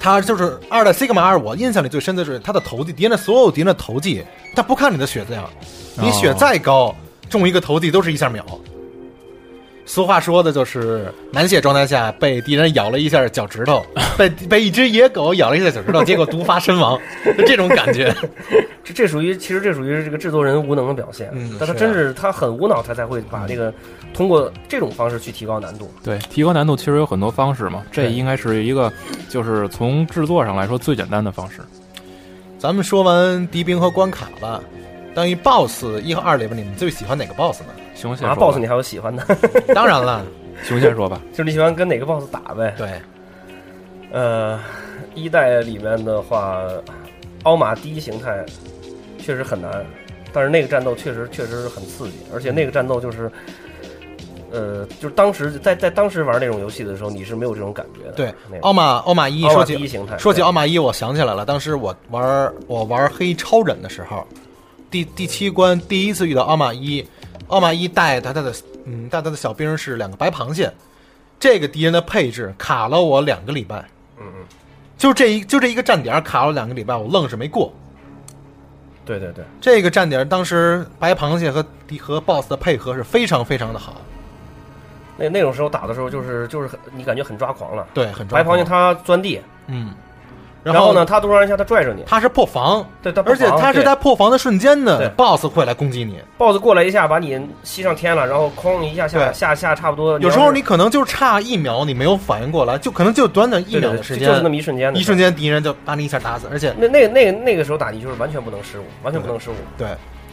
[SPEAKER 4] 他就是二代 Sigma 二，我印象里最深的就是他的投技，敌人的所有敌人的投技，他
[SPEAKER 3] 哦
[SPEAKER 4] 不看你的血量，你血再高，中一个投技都是一下秒。俗话说的就是满血状态下被敌人咬了一下脚趾
[SPEAKER 3] [laughs]
[SPEAKER 4] 头，被被一只野狗咬了一下脚趾头，结果毒发身
[SPEAKER 3] [laughs]
[SPEAKER 4] 亡，就这种感觉。
[SPEAKER 3] 这这属于其实这属于是这个制作人无能的表现，
[SPEAKER 4] 嗯
[SPEAKER 3] 但他
[SPEAKER 4] 是
[SPEAKER 3] 真
[SPEAKER 4] 啊嗯
[SPEAKER 3] 是他很无脑，他才会把这个通过这种方式去提高难度。
[SPEAKER 2] 对，提高难度其实有很多方式嘛，这
[SPEAKER 3] 对
[SPEAKER 2] 应该是一个就是从制作上来说最简单的方式。
[SPEAKER 4] 咱们说完敌兵和关卡吧，关于 BOSS 一和二里边，你们最喜欢哪个
[SPEAKER 3] [laughs]
[SPEAKER 4] BOSS 呢？
[SPEAKER 2] 熊先
[SPEAKER 3] 啊
[SPEAKER 2] 说吧
[SPEAKER 3] ，BOSS 你还有喜欢的， [laughs]
[SPEAKER 4] 当然了，
[SPEAKER 2] 熊先说吧，
[SPEAKER 3] 就是你喜欢跟哪个 BOSS 打呗？
[SPEAKER 4] 对，
[SPEAKER 3] 呃，一代里面的话，奥马第一形态确实很难，但是那个战斗确实确实是很刺激，而且那个战斗就是，呃，就是当时在在当时玩那种游戏的时候，你是没有这种感觉的。
[SPEAKER 4] 对
[SPEAKER 3] 那个
[SPEAKER 4] 奥马奥马一
[SPEAKER 3] 奥
[SPEAKER 4] 说
[SPEAKER 3] 马第一
[SPEAKER 4] 起
[SPEAKER 3] 形态，
[SPEAKER 4] 说起
[SPEAKER 3] 哎对
[SPEAKER 4] 奥马一，我想起来了，当时我玩我玩黑超人的时候，第第七关第一次遇到奥马一，奥马一带他他的嗯带他的小兵是两个白螃蟹，这个敌人的配置卡了我两个礼拜，
[SPEAKER 3] 嗯嗯，
[SPEAKER 4] 就这一就这一个站点卡了两个礼拜，我愣是没过。
[SPEAKER 3] 对对对，
[SPEAKER 4] 这个站点当时白螃蟹和敌和 BOSS 的配合是非常非常的好，
[SPEAKER 3] 那那种时候打的时候，就是就是很你感觉很抓狂了。
[SPEAKER 4] 对，很抓
[SPEAKER 3] 白
[SPEAKER 4] 狂
[SPEAKER 3] 螃蟹它钻地，
[SPEAKER 4] 嗯，
[SPEAKER 3] 然
[SPEAKER 4] 后
[SPEAKER 3] 后呢，？它突然一下它拽着你，
[SPEAKER 4] 它是破防，
[SPEAKER 3] 对，它
[SPEAKER 4] 而且它是在破防的瞬间呢
[SPEAKER 3] 对
[SPEAKER 4] ，BOSS 会来攻击你。
[SPEAKER 3] BOSS 过来一下把你吸上天了，然后哐一下下
[SPEAKER 4] 对
[SPEAKER 3] 下下差不多。
[SPEAKER 4] 有时
[SPEAKER 3] 要
[SPEAKER 4] 候
[SPEAKER 3] 是
[SPEAKER 4] 你可能就差一秒，你没有反应过来，就可能就短短一
[SPEAKER 3] 对对
[SPEAKER 4] 秒
[SPEAKER 3] 对
[SPEAKER 4] 的时
[SPEAKER 3] 就就是那
[SPEAKER 4] 间，
[SPEAKER 3] 么一瞬间的
[SPEAKER 4] 一
[SPEAKER 3] 事儿
[SPEAKER 4] 瞬间敌人就把你一下打死，而且
[SPEAKER 3] 那那那那个时候打的就是完全不能失误，完全不能失误。
[SPEAKER 4] 对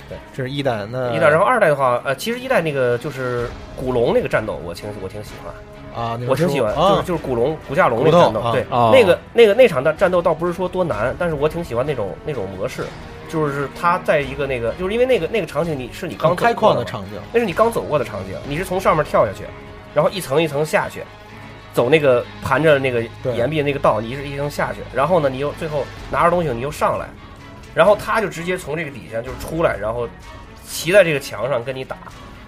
[SPEAKER 3] 对，
[SPEAKER 4] 这是一代那
[SPEAKER 3] 一代，然后二代的话，呃，其实一代那个就是古龙那个战斗，我挺我挺喜欢，
[SPEAKER 4] 啊，你
[SPEAKER 3] 我
[SPEAKER 4] 们说
[SPEAKER 3] 挺喜欢，就是
[SPEAKER 4] 啊，
[SPEAKER 3] 就是古龙骨架龙那个战斗，
[SPEAKER 4] 骨头啊
[SPEAKER 3] 对，
[SPEAKER 2] 哦
[SPEAKER 3] 那个那个那场的战斗倒不是说多难，但是我挺喜欢那种那种模式，就是他在一个那个，就是因为那个那个场景你是你刚
[SPEAKER 4] 很
[SPEAKER 3] 走过
[SPEAKER 4] 开阔的
[SPEAKER 3] 嘛
[SPEAKER 4] 场景，
[SPEAKER 3] 那是你刚走过的场景，你是从上面跳下去，然后一层一层下去，走那个盘着那个
[SPEAKER 4] 对
[SPEAKER 3] 岩壁的那个道，你是一层下去，然后呢，你又最后拿着东西你又上来，然后他就直接从这个底下就是出来，然后骑在这个墙上跟你打，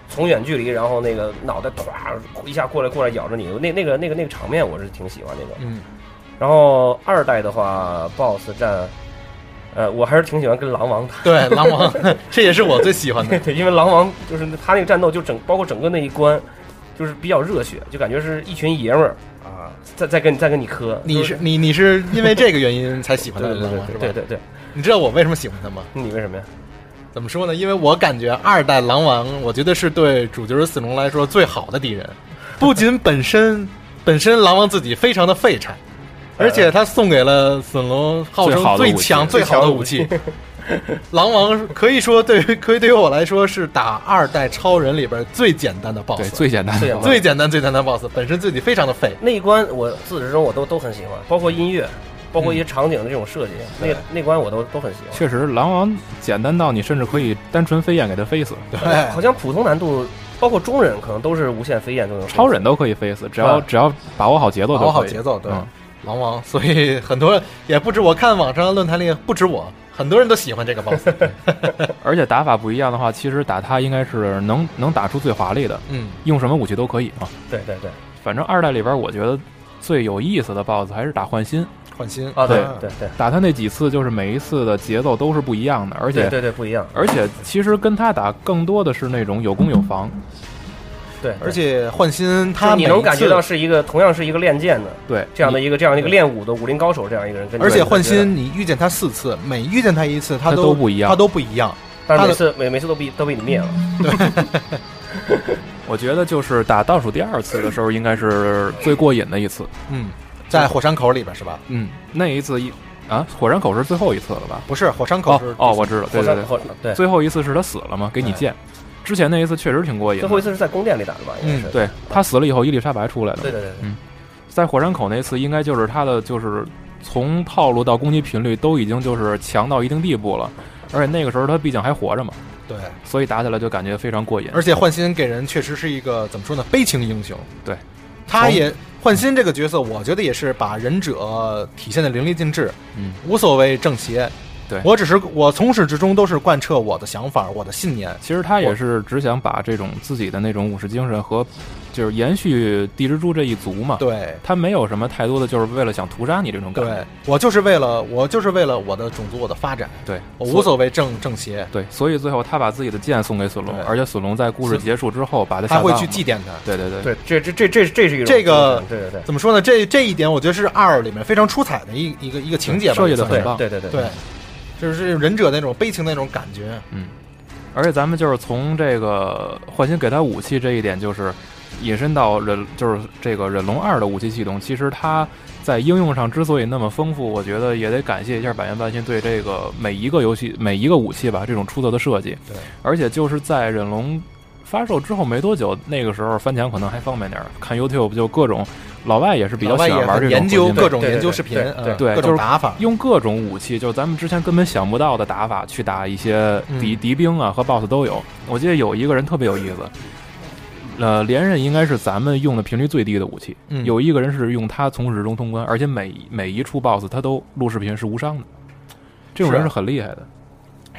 [SPEAKER 3] 从远距离，然后那个脑袋唰一下过来过来咬着你，那那个那个那个场面我是挺喜欢那个。
[SPEAKER 4] 嗯，
[SPEAKER 3] 然后二代的话，BOSS 战，呃，我还是挺喜欢跟狼王打。
[SPEAKER 4] 对，狼王， [laughs] 这也是我最喜欢
[SPEAKER 3] [laughs]
[SPEAKER 4] 的，
[SPEAKER 3] 对，因为狼王就是他那个战斗，就整包括整个那一关，就是比较热血，就感觉是一群爷们儿啊，在在跟你在跟你磕。
[SPEAKER 4] 你
[SPEAKER 3] 就是
[SPEAKER 4] 你你是因为这个原因才喜欢他
[SPEAKER 3] 对
[SPEAKER 4] 的
[SPEAKER 3] 对对
[SPEAKER 4] 狼王是
[SPEAKER 3] 对
[SPEAKER 4] 吧？
[SPEAKER 3] 对对对，
[SPEAKER 4] 你知道我为什么喜欢他吗？
[SPEAKER 3] 你为什么呀？
[SPEAKER 4] 怎么说呢？因为我感觉二代狼王，我觉得是对主角死龙来说最好的敌人，不仅本身 [laughs] 本身狼王自己非常的废柴，而且他送给了死龙号
[SPEAKER 2] 最好
[SPEAKER 4] 称
[SPEAKER 2] 的武器
[SPEAKER 4] 最强呃最好的武器。 [laughs] 狼王可以说对于可以对于我来说是打二代超人里边最简单的
[SPEAKER 2] 对，
[SPEAKER 4] BOSS，
[SPEAKER 2] 最简单
[SPEAKER 3] 最
[SPEAKER 2] 的。
[SPEAKER 3] 简单
[SPEAKER 4] 最简单最简单的 BOSS，本身自己非常的废。
[SPEAKER 3] 那一关我自始至终我都都很喜欢，包括音乐，包括一些场景的这种设计，
[SPEAKER 4] 对
[SPEAKER 3] 那那关我都都很喜欢。
[SPEAKER 2] 确实，狼王简单到你甚至可以单纯飞燕给它飞死，
[SPEAKER 4] 对
[SPEAKER 3] 好像普通难度，包括中忍可能都是无限飞燕都能。
[SPEAKER 2] 超人都可以飞死，只要
[SPEAKER 3] 啊
[SPEAKER 2] 只要把握好节奏就可以。
[SPEAKER 4] 把握好节奏对
[SPEAKER 2] 嗯
[SPEAKER 4] 狼王，所以很多人也不止我看网上论坛里不止我，很多人都喜欢这个 BOSS。
[SPEAKER 2] 而且打法不一样的话，其实打它应该是能能打出最华丽的，
[SPEAKER 4] 嗯，
[SPEAKER 2] 用什么武器都可以嘛。
[SPEAKER 3] 对对对
[SPEAKER 2] 反正二代里边，我觉得最有意思的 BOSS 还是打换心，
[SPEAKER 4] 换心
[SPEAKER 3] 啊对
[SPEAKER 4] 嗯
[SPEAKER 3] 对对
[SPEAKER 2] 打他那几次，就是每一次的节奏都是不一样的，而
[SPEAKER 3] 对
[SPEAKER 2] 且
[SPEAKER 3] 对对不一样，
[SPEAKER 2] 而且其实跟他打更多的是那种有攻有防，
[SPEAKER 3] 对，对
[SPEAKER 4] 而且换心
[SPEAKER 3] 就是
[SPEAKER 4] 他
[SPEAKER 3] 你
[SPEAKER 4] 每
[SPEAKER 3] 能
[SPEAKER 4] 一
[SPEAKER 3] 感觉
[SPEAKER 4] 次
[SPEAKER 3] 到，是一个同样是一个练剑的
[SPEAKER 2] 对
[SPEAKER 3] 这样的
[SPEAKER 2] 你
[SPEAKER 3] 一个这样的一个练武的武林高手这样一个人跟你
[SPEAKER 4] 而且换
[SPEAKER 3] 感觉
[SPEAKER 4] 心你遇见他四次，每遇见他一次，他
[SPEAKER 2] 他
[SPEAKER 4] 都
[SPEAKER 2] 都不一样
[SPEAKER 4] 他都不一样。
[SPEAKER 3] 但
[SPEAKER 4] 他的
[SPEAKER 3] 是每次每每次都被都被你灭了。
[SPEAKER 2] 我觉得就是打倒数第二次的时候，应该是最过瘾的一次。
[SPEAKER 4] 嗯，在火山口里边是吧？
[SPEAKER 2] 嗯，那一次一啊，火山口是最后一次了吧？
[SPEAKER 4] 不是火山口
[SPEAKER 2] 哦
[SPEAKER 4] 是
[SPEAKER 2] 哦，我知道，对
[SPEAKER 3] 火
[SPEAKER 2] 对
[SPEAKER 3] 山
[SPEAKER 2] 对，
[SPEAKER 3] 火对，
[SPEAKER 2] 最后一次是他死了嘛，给你剑。之前那一次确实挺过瘾的，
[SPEAKER 3] 最后一次是在宫殿里打的吧？应该是。
[SPEAKER 2] 嗯对他死了以后，伊丽莎白出来的。
[SPEAKER 3] 对对对对
[SPEAKER 2] 在火山口那次，应该就是他的就是从套路到攻击频率都已经就是强到一定地步了，而且那个时候他毕竟还活着嘛，
[SPEAKER 4] 对，
[SPEAKER 2] 所以打起来就感觉非常过瘾。
[SPEAKER 4] 而且换心给人确实是一个怎么说呢，悲情英雄。
[SPEAKER 2] 对，
[SPEAKER 4] 他也换心这个角色，我觉得也是把忍者体现的淋漓尽致，
[SPEAKER 2] 嗯，
[SPEAKER 4] 无所谓正邪，
[SPEAKER 2] 对
[SPEAKER 4] 我只是我从始至终都是贯彻我的想法、我的信念。
[SPEAKER 2] 其实他也是只想把这种自己的那种武士精神和就是延续地蜘蛛这一族嘛。，
[SPEAKER 4] 对，
[SPEAKER 2] 他没有什么太多的，就是为了想屠杀你这种感
[SPEAKER 4] 对
[SPEAKER 2] 觉。
[SPEAKER 4] 我就是为了我就是为了我的种族、我的发展，
[SPEAKER 2] 对，
[SPEAKER 4] 我无所谓正正邪，
[SPEAKER 2] 对，所以最后他把自己的剑送给索隆
[SPEAKER 4] 对，
[SPEAKER 2] 而且索隆在故事结束之后把他
[SPEAKER 4] 他
[SPEAKER 2] 下
[SPEAKER 4] 会
[SPEAKER 2] 葬
[SPEAKER 4] 去
[SPEAKER 2] 嘛
[SPEAKER 4] 祭奠他。
[SPEAKER 2] 对对对，
[SPEAKER 3] 对，这这这这这是一种
[SPEAKER 4] 这个
[SPEAKER 3] 对对对
[SPEAKER 4] 怎么说呢？这这一点，我觉得是二里面非常出彩的一一个一个情节吧，
[SPEAKER 2] 设计得
[SPEAKER 4] 也算是
[SPEAKER 2] 很棒
[SPEAKER 3] 对对对
[SPEAKER 4] 对，就是忍者那种悲情那种感觉。
[SPEAKER 2] 而且咱们就是从这个换新给他武器这一点，就是引申到忍，就是这个忍龙二的武器系统，其实它在应用上之所以那么丰富，我觉得也得感谢一下百元半新对这个每一个游戏每一个武器吧这种出色的设计。
[SPEAKER 4] 对，
[SPEAKER 2] 而且就是在忍龙。发售之后没多久，那个时候翻墙可能还方便点儿，看 YouTube 就各种老外也是比较
[SPEAKER 4] 老外
[SPEAKER 2] 喜
[SPEAKER 4] 也
[SPEAKER 2] 欢玩这种
[SPEAKER 4] 很研究
[SPEAKER 2] 核心的
[SPEAKER 4] 各种
[SPEAKER 3] 对对
[SPEAKER 4] 研究
[SPEAKER 3] 对
[SPEAKER 4] 视频，
[SPEAKER 3] 对
[SPEAKER 4] 嗯
[SPEAKER 3] 对
[SPEAKER 2] 对
[SPEAKER 4] 各
[SPEAKER 2] 就
[SPEAKER 4] 种
[SPEAKER 2] 是
[SPEAKER 4] 打法，
[SPEAKER 2] 用各种武器，就是咱们之前根本想不到的打法去打一些
[SPEAKER 3] 嗯
[SPEAKER 2] 敌、敌兵啊和 BOSS 都有。我记得有一个人特别有意思，呃，连刃应该是咱们用的频率最低的武器，
[SPEAKER 4] 嗯
[SPEAKER 2] 有一个人是用它从始至终通关，而且每每一处 BOSS 他都录视频是无伤的，这种人
[SPEAKER 4] 是
[SPEAKER 2] 是
[SPEAKER 4] 啊
[SPEAKER 2] 很厉害的。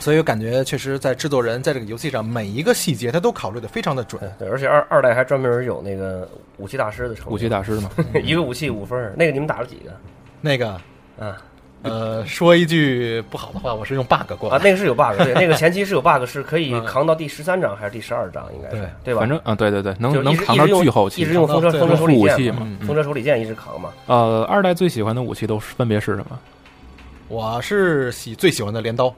[SPEAKER 4] 所以我感觉确实在制作人在这个游戏上每一个细节他都考虑的非常的准。
[SPEAKER 3] 嗯对，而且二二代还专门有那个武器大师的称
[SPEAKER 2] 武器大师嘛，
[SPEAKER 3] 大 [laughs] 一个武器五分儿，那个你们打了几个
[SPEAKER 4] 那个
[SPEAKER 3] 啊？
[SPEAKER 4] 呃，说一句不好的话，我是用 bug 过
[SPEAKER 3] 啊，
[SPEAKER 4] 来的。
[SPEAKER 3] 那个是有 bug，对，那个前期是有 bug，是可以
[SPEAKER 4] 嗯
[SPEAKER 3] 扛到第十三章还是第十二章，应该是
[SPEAKER 4] 对
[SPEAKER 3] 对吧？
[SPEAKER 2] 反正嗯，对对对，
[SPEAKER 3] 就
[SPEAKER 2] 能
[SPEAKER 3] 一
[SPEAKER 2] 能
[SPEAKER 3] 直
[SPEAKER 2] 扛
[SPEAKER 3] 一
[SPEAKER 2] 到
[SPEAKER 3] 直用
[SPEAKER 2] 巨后期，
[SPEAKER 3] 一直用
[SPEAKER 4] 扛
[SPEAKER 3] 风
[SPEAKER 4] 到对
[SPEAKER 3] 车风车
[SPEAKER 4] 用
[SPEAKER 3] 手
[SPEAKER 2] 副
[SPEAKER 3] 里
[SPEAKER 2] 武
[SPEAKER 3] 剑
[SPEAKER 2] 器
[SPEAKER 3] 嘛
[SPEAKER 2] 嘛。嗯
[SPEAKER 3] 风车手里剑一直扛嘛。
[SPEAKER 2] 呃，二代最喜欢的武器都是分别是什么？
[SPEAKER 4] 我是喜最喜欢的镰刀，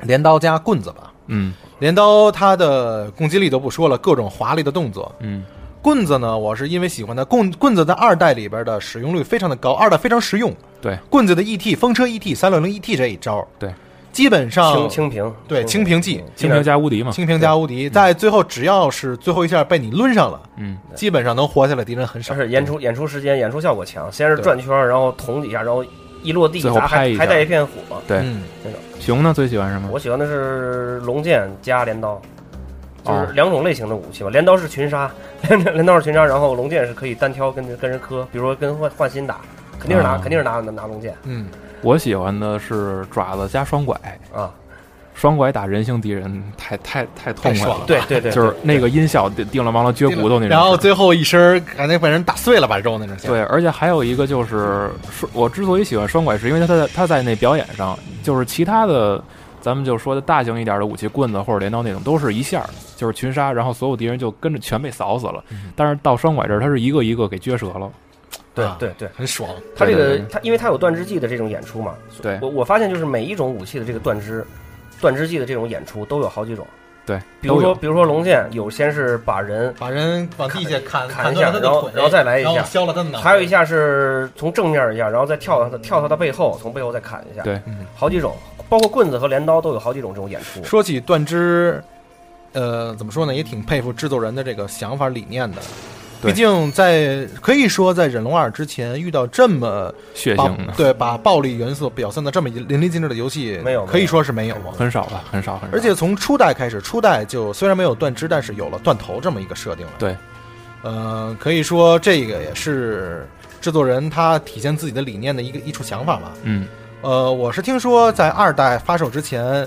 [SPEAKER 4] 镰刀加棍子吧。
[SPEAKER 2] 嗯
[SPEAKER 4] 镰刀它的攻击力都不说了，各种华丽的动作。
[SPEAKER 2] 嗯，
[SPEAKER 4] 棍子呢，我是因为喜欢它，棍棍子在二代里边的使用率非常的高，二代非常实用。
[SPEAKER 2] 对
[SPEAKER 4] 棍子的 ET 风车 ET 三六零 ET 这一招，
[SPEAKER 2] 对，
[SPEAKER 4] 基本上
[SPEAKER 3] 清清平，
[SPEAKER 4] 嗯
[SPEAKER 3] 嗯
[SPEAKER 4] 对清平计，
[SPEAKER 2] 清平加无敌嘛。
[SPEAKER 4] 清平加无敌，在最后只要是最后一下被你抡上了，
[SPEAKER 2] 嗯，
[SPEAKER 4] 基本上能活下来敌人很少
[SPEAKER 3] 而。且演出演出时间、演出效果强，先是
[SPEAKER 4] 对
[SPEAKER 3] 转圈儿，然后捅几下，然后一落地
[SPEAKER 2] 最后
[SPEAKER 3] 砸
[SPEAKER 2] 拍
[SPEAKER 3] 还
[SPEAKER 2] 一下
[SPEAKER 3] 还带一片火。
[SPEAKER 2] 对
[SPEAKER 4] 嗯，
[SPEAKER 2] 熊呢最喜欢什么？
[SPEAKER 3] 我喜欢的是龙剑加镰刀，就
[SPEAKER 2] 哦
[SPEAKER 3] 是两种类型的武器吧。镰刀是群杀，镰镰刀是群杀，然后龙剑是可以单挑跟跟人磕，比如说跟换换心打，肯定是拿
[SPEAKER 2] 哦
[SPEAKER 3] 肯定是拿拿龙剑
[SPEAKER 4] 嗯，
[SPEAKER 2] 我喜欢的是爪子加双拐，
[SPEAKER 3] 啊。
[SPEAKER 2] 双拐打人性敌人太太太痛
[SPEAKER 4] 太
[SPEAKER 2] 快
[SPEAKER 4] 爽
[SPEAKER 2] 了，
[SPEAKER 3] 对对对，
[SPEAKER 2] 就是那个音效定定了完了撅骨头那种。
[SPEAKER 4] 然后最后一身感觉把人打碎了，把肉那种。，
[SPEAKER 2] 对，而且还有一个就是，说我之所以喜欢双拐，是因为他在他在那表演上，就是其他的，咱们就说的大型一点的武器，棍子或者镰刀那种，都是一下儿就是群杀，然后所有敌人就跟着全被扫死了。
[SPEAKER 4] 嗯
[SPEAKER 2] 但是到双拐这儿，他是一个一个给撅折了。
[SPEAKER 3] 对
[SPEAKER 4] 啊
[SPEAKER 3] 对对。
[SPEAKER 4] 很爽。
[SPEAKER 3] 他这
[SPEAKER 2] 对
[SPEAKER 3] 个
[SPEAKER 2] 对对
[SPEAKER 3] 他，因为他有断肢技的这种演出嘛，
[SPEAKER 2] 对
[SPEAKER 3] 我我发现就是每一种武器的这个断肢，断肢技的这种演出都有好几种。
[SPEAKER 2] 对，
[SPEAKER 4] 嗯
[SPEAKER 3] 比如
[SPEAKER 2] 都
[SPEAKER 3] 说
[SPEAKER 2] 有
[SPEAKER 3] 比如说龙剑，有先是把人，
[SPEAKER 4] 把人往地下砍断
[SPEAKER 3] 砍
[SPEAKER 4] 了
[SPEAKER 3] 一下
[SPEAKER 4] 他的
[SPEAKER 3] 然后
[SPEAKER 4] 腿
[SPEAKER 3] 然后再来一下
[SPEAKER 4] 然后削了他的脑袋。
[SPEAKER 3] 还有一下是从正面一下，然后再跳到他跳到他背后，从背后再砍一下。
[SPEAKER 2] 对
[SPEAKER 4] 嗯
[SPEAKER 3] 好几种，包括棍子和镰刀都有好几种这种演出。
[SPEAKER 4] 说起断肢，呃，怎么说呢？也挺佩服制作人的这个想法理念的。
[SPEAKER 2] 对
[SPEAKER 4] 毕竟在可以说在《忍龙二》之前遇到这么
[SPEAKER 2] 血
[SPEAKER 4] 把
[SPEAKER 2] 腥的，
[SPEAKER 4] 对把暴力元素表现的这么淋漓尽致的游戏，
[SPEAKER 3] 没有
[SPEAKER 4] 可以说是没有。
[SPEAKER 2] 很少吧，很少很少。
[SPEAKER 4] 而且从初代开始，初代就虽然没有断肢，但是有了断头这么一个设定了。
[SPEAKER 2] 对，
[SPEAKER 4] 呃，可以说这个也是制作人他体现自己的理念的一个一处想法吧。
[SPEAKER 2] 嗯，
[SPEAKER 4] 呃，我是听说在二代发售之前，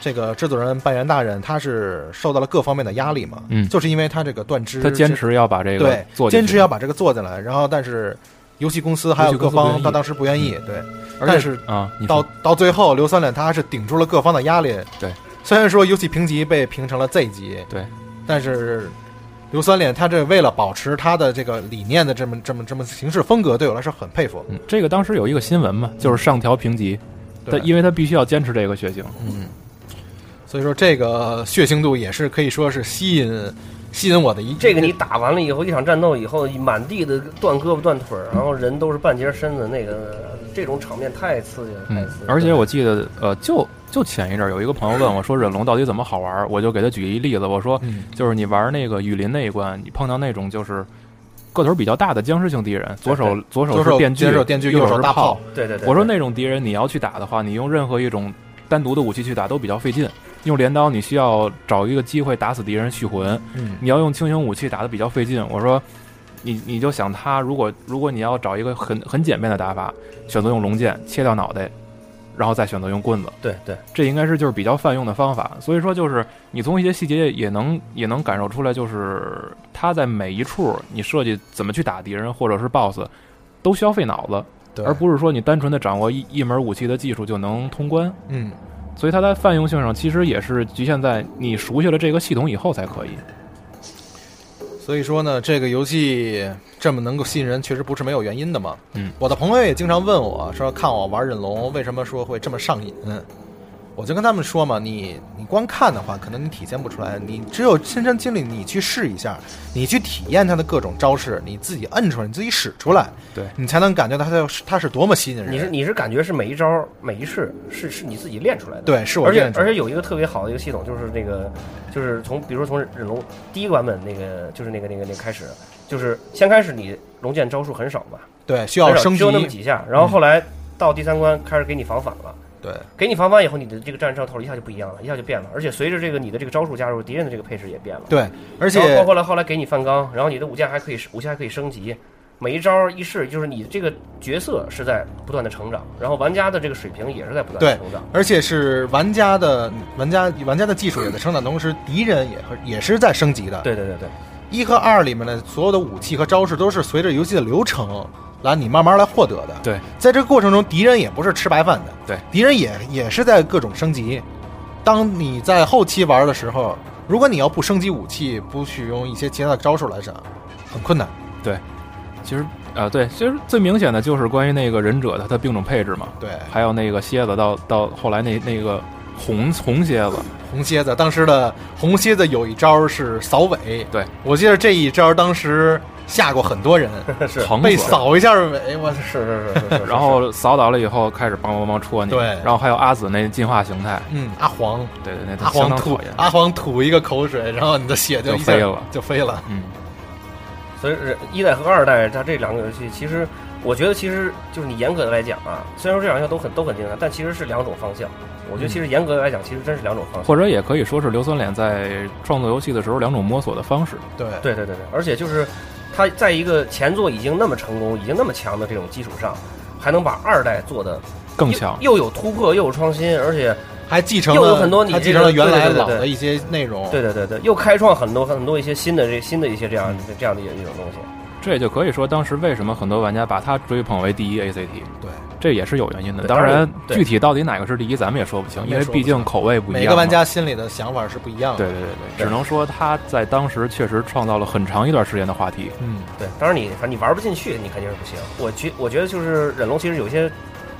[SPEAKER 4] 这个制作人半原大人他是受到了各方面的压力嘛，
[SPEAKER 2] 嗯
[SPEAKER 4] 就是因为他这个断肢，
[SPEAKER 2] 他坚持要把这个
[SPEAKER 4] 对
[SPEAKER 2] 做进
[SPEAKER 4] 坚
[SPEAKER 2] 去
[SPEAKER 4] 持要把这个做进来，然后但是游戏公司还有各
[SPEAKER 2] 游戏公司
[SPEAKER 4] 方
[SPEAKER 2] 不愿意
[SPEAKER 4] 他当时不愿意，对，
[SPEAKER 2] 嗯而且
[SPEAKER 4] 但是
[SPEAKER 2] 啊，你
[SPEAKER 4] 到
[SPEAKER 2] 说
[SPEAKER 4] 到最后刘三脸他还是顶住了各方的压力，
[SPEAKER 2] 对，
[SPEAKER 4] 虽然说游戏评级被评成了 Z 级，
[SPEAKER 2] 对，
[SPEAKER 4] 但是。刘三脸，他这为了保持他的这个理念的这么这么这么行事风格，对我来说很佩服。
[SPEAKER 2] 嗯，这个当时有一个新闻嘛，就是上调评级，他
[SPEAKER 4] 对
[SPEAKER 2] 因为他必须要坚持这个血腥。
[SPEAKER 4] 嗯所以说这个血腥度也是可以说是吸引吸引我的一
[SPEAKER 3] 这个你打完了以后，一场战斗以后，满地的断胳膊断腿儿，然后人都是半截身子，那个这种场面太刺激了，太
[SPEAKER 2] 嗯
[SPEAKER 3] 刺激，了。
[SPEAKER 2] 而且我记得，呃，就就前一阵儿有一个朋友问我说，忍龙到底怎么好玩儿？我就给他举一例子，我说，
[SPEAKER 4] 嗯
[SPEAKER 2] 就是你玩那个雨林那一关，你碰到那种就是个头比较大的僵尸性敌人，左手左手
[SPEAKER 4] 左手
[SPEAKER 2] 是电锯，
[SPEAKER 4] 左手电锯
[SPEAKER 2] 右
[SPEAKER 4] 右手
[SPEAKER 2] 是
[SPEAKER 4] 大
[SPEAKER 2] 炮
[SPEAKER 4] 炮。
[SPEAKER 3] 对对对，
[SPEAKER 2] 我说那种敌人你要去打的话，你用任何一种单独的武器去打都比较费劲。用镰刀你需要找一个机会打死敌人续魂，
[SPEAKER 4] 嗯
[SPEAKER 2] 你要用轻型武器打的比较费劲。我说，你你就想他，如果如果你要找一个很很简便的打法，选择用龙剑切掉脑袋，然后再选择用棍子。
[SPEAKER 3] 对对，
[SPEAKER 2] 这应该是就是比较泛用的方法。所以说，就是你从一些细节也能也能感受出来，就是他在每一处你设计怎么去打敌人或者是 BOSS，都需要费脑子，
[SPEAKER 4] 对，
[SPEAKER 2] 而不是说你单纯的掌握一一门武器的技术就能通关。
[SPEAKER 4] 嗯，
[SPEAKER 2] 所以它在泛用性上其实也是局限在你熟悉了这个系统以后才可以。
[SPEAKER 4] 所以说呢，这个游戏这么能够吸引人，确实不是没有原因的嘛。
[SPEAKER 2] 嗯，
[SPEAKER 4] 我的朋友也经常问我说，看我玩忍龙为什么说会这么上瘾？我就跟他们说嘛，你你光看的话，可能你体现不出来，你只有亲身经历，你去试一下，你去体验它的各种招式，你自己摁出来，你自己使出来，
[SPEAKER 2] 对
[SPEAKER 4] 你才能感觉到它是它是多么吸引人。
[SPEAKER 3] 你是你是感觉是每一招每一式是是你自己练出来的，
[SPEAKER 4] 对，是我
[SPEAKER 3] 而且
[SPEAKER 4] 练出来
[SPEAKER 3] 而且有一个特别好的一个系统，就是那个，就是从比如说从忍龙第一个版本那个，就是那个那个那个开始，就是先开始你龙剑招数很少吧，
[SPEAKER 4] 对需要
[SPEAKER 3] 很少
[SPEAKER 4] 升级
[SPEAKER 3] 只有，那么几下，然后后来到第三关开始给你防反了，
[SPEAKER 4] 对
[SPEAKER 3] 给你防反以后，你的这个战胜头一下就不一样了，一下就变了，而且随着这个你的这个招数加入，敌人的这个配置也变了，
[SPEAKER 4] 对，而
[SPEAKER 3] 而
[SPEAKER 4] 且
[SPEAKER 3] 包括来后来给你范钢，然后你的武将还可以武器还可以升级。每一招一式，就是你这个角色是在不断的成长，然后玩家的这个水平也是在不断
[SPEAKER 4] 对
[SPEAKER 3] 的成长。
[SPEAKER 4] 而且是玩家的玩家玩家的技术也在成长，同时敌人也也是在升级的。
[SPEAKER 3] 对对对对，
[SPEAKER 4] 一和二里面的所有的武器和招式都是随着游戏的流程来你慢慢来获得的。
[SPEAKER 2] 对，
[SPEAKER 4] 在这个过程中，敌人也不是吃白饭的，
[SPEAKER 2] 对，
[SPEAKER 4] 敌人也也是在各种升级。当你在后期玩的时候，如果你要不升级武器，不去用一些其他的招数来上，很困难。
[SPEAKER 2] 其实啊、对，其实最明显的就是关于那个忍者的它的兵种配置嘛，
[SPEAKER 4] 对，
[SPEAKER 2] 还有那个蝎子到到后来那那个红红蝎子，
[SPEAKER 4] 红蝎子当时的红蝎子有一招是扫尾，
[SPEAKER 2] 对
[SPEAKER 4] 我记得这一招当时吓过很多人，
[SPEAKER 3] 是
[SPEAKER 2] 疼
[SPEAKER 4] 被
[SPEAKER 2] 死了。
[SPEAKER 4] 扫一下尾，我操！
[SPEAKER 3] 是是是是是是。
[SPEAKER 2] 然后扫倒了以后，开始梆梆梆戳你。
[SPEAKER 4] 对
[SPEAKER 2] 然后还有阿紫那进化形态，
[SPEAKER 4] 嗯，阿黄，
[SPEAKER 2] 对对，那
[SPEAKER 4] 阿
[SPEAKER 2] 相
[SPEAKER 4] 黄
[SPEAKER 2] 当
[SPEAKER 4] 吐
[SPEAKER 2] 讨厌。
[SPEAKER 4] 阿黄吐一个口水，然后你的血就
[SPEAKER 2] 就
[SPEAKER 4] 一下
[SPEAKER 2] 飞了
[SPEAKER 4] 就飞了。
[SPEAKER 2] 嗯，
[SPEAKER 3] 所以是一代和二代，它这两个游戏，其实我觉得，其实就是你严格的来讲啊，虽然说这两项都很都很精彩，但其实是两种方向。我觉得其实严格的来讲，其实真是两种方向。
[SPEAKER 2] 或者也可以说是硫酸脸在创作游戏的时候两种摸索的方式。
[SPEAKER 4] 对
[SPEAKER 3] 对对对对，而且就是它在一个前作已经那么成功、已经那么强的这种基础上，还能把二代做的
[SPEAKER 2] 更强，
[SPEAKER 3] 又有突破，又有创新，而且
[SPEAKER 4] 还继承
[SPEAKER 3] 又有
[SPEAKER 4] 了
[SPEAKER 3] 很多你
[SPEAKER 4] 还继
[SPEAKER 3] 这
[SPEAKER 4] 承
[SPEAKER 3] 个
[SPEAKER 4] 了原来
[SPEAKER 3] 对对对对
[SPEAKER 4] 老的一些内容。
[SPEAKER 3] 对对对对，又开创很多很多一些新的这新的一些这样这样的一种东西。
[SPEAKER 2] 这也就可以说当时为什么很多玩家把它追捧为第一 ACT，
[SPEAKER 4] 对
[SPEAKER 2] 这也是有原因的。
[SPEAKER 3] 对
[SPEAKER 2] 当然，
[SPEAKER 3] 对
[SPEAKER 2] 具体到底哪个是第一，咱们也说不清，
[SPEAKER 4] 咱们
[SPEAKER 2] 因
[SPEAKER 4] 也
[SPEAKER 2] 为
[SPEAKER 4] 说不
[SPEAKER 2] 毕竟口味不一样嘛。
[SPEAKER 4] 每个玩家心里的想法是不一样的。
[SPEAKER 2] 对对对对，只能说他在当时确实创造了很长一段时间的话题。
[SPEAKER 4] 嗯，
[SPEAKER 3] 对，当然你反正你玩不进去，你肯定是不行。我觉我觉得就是忍龙，其实有些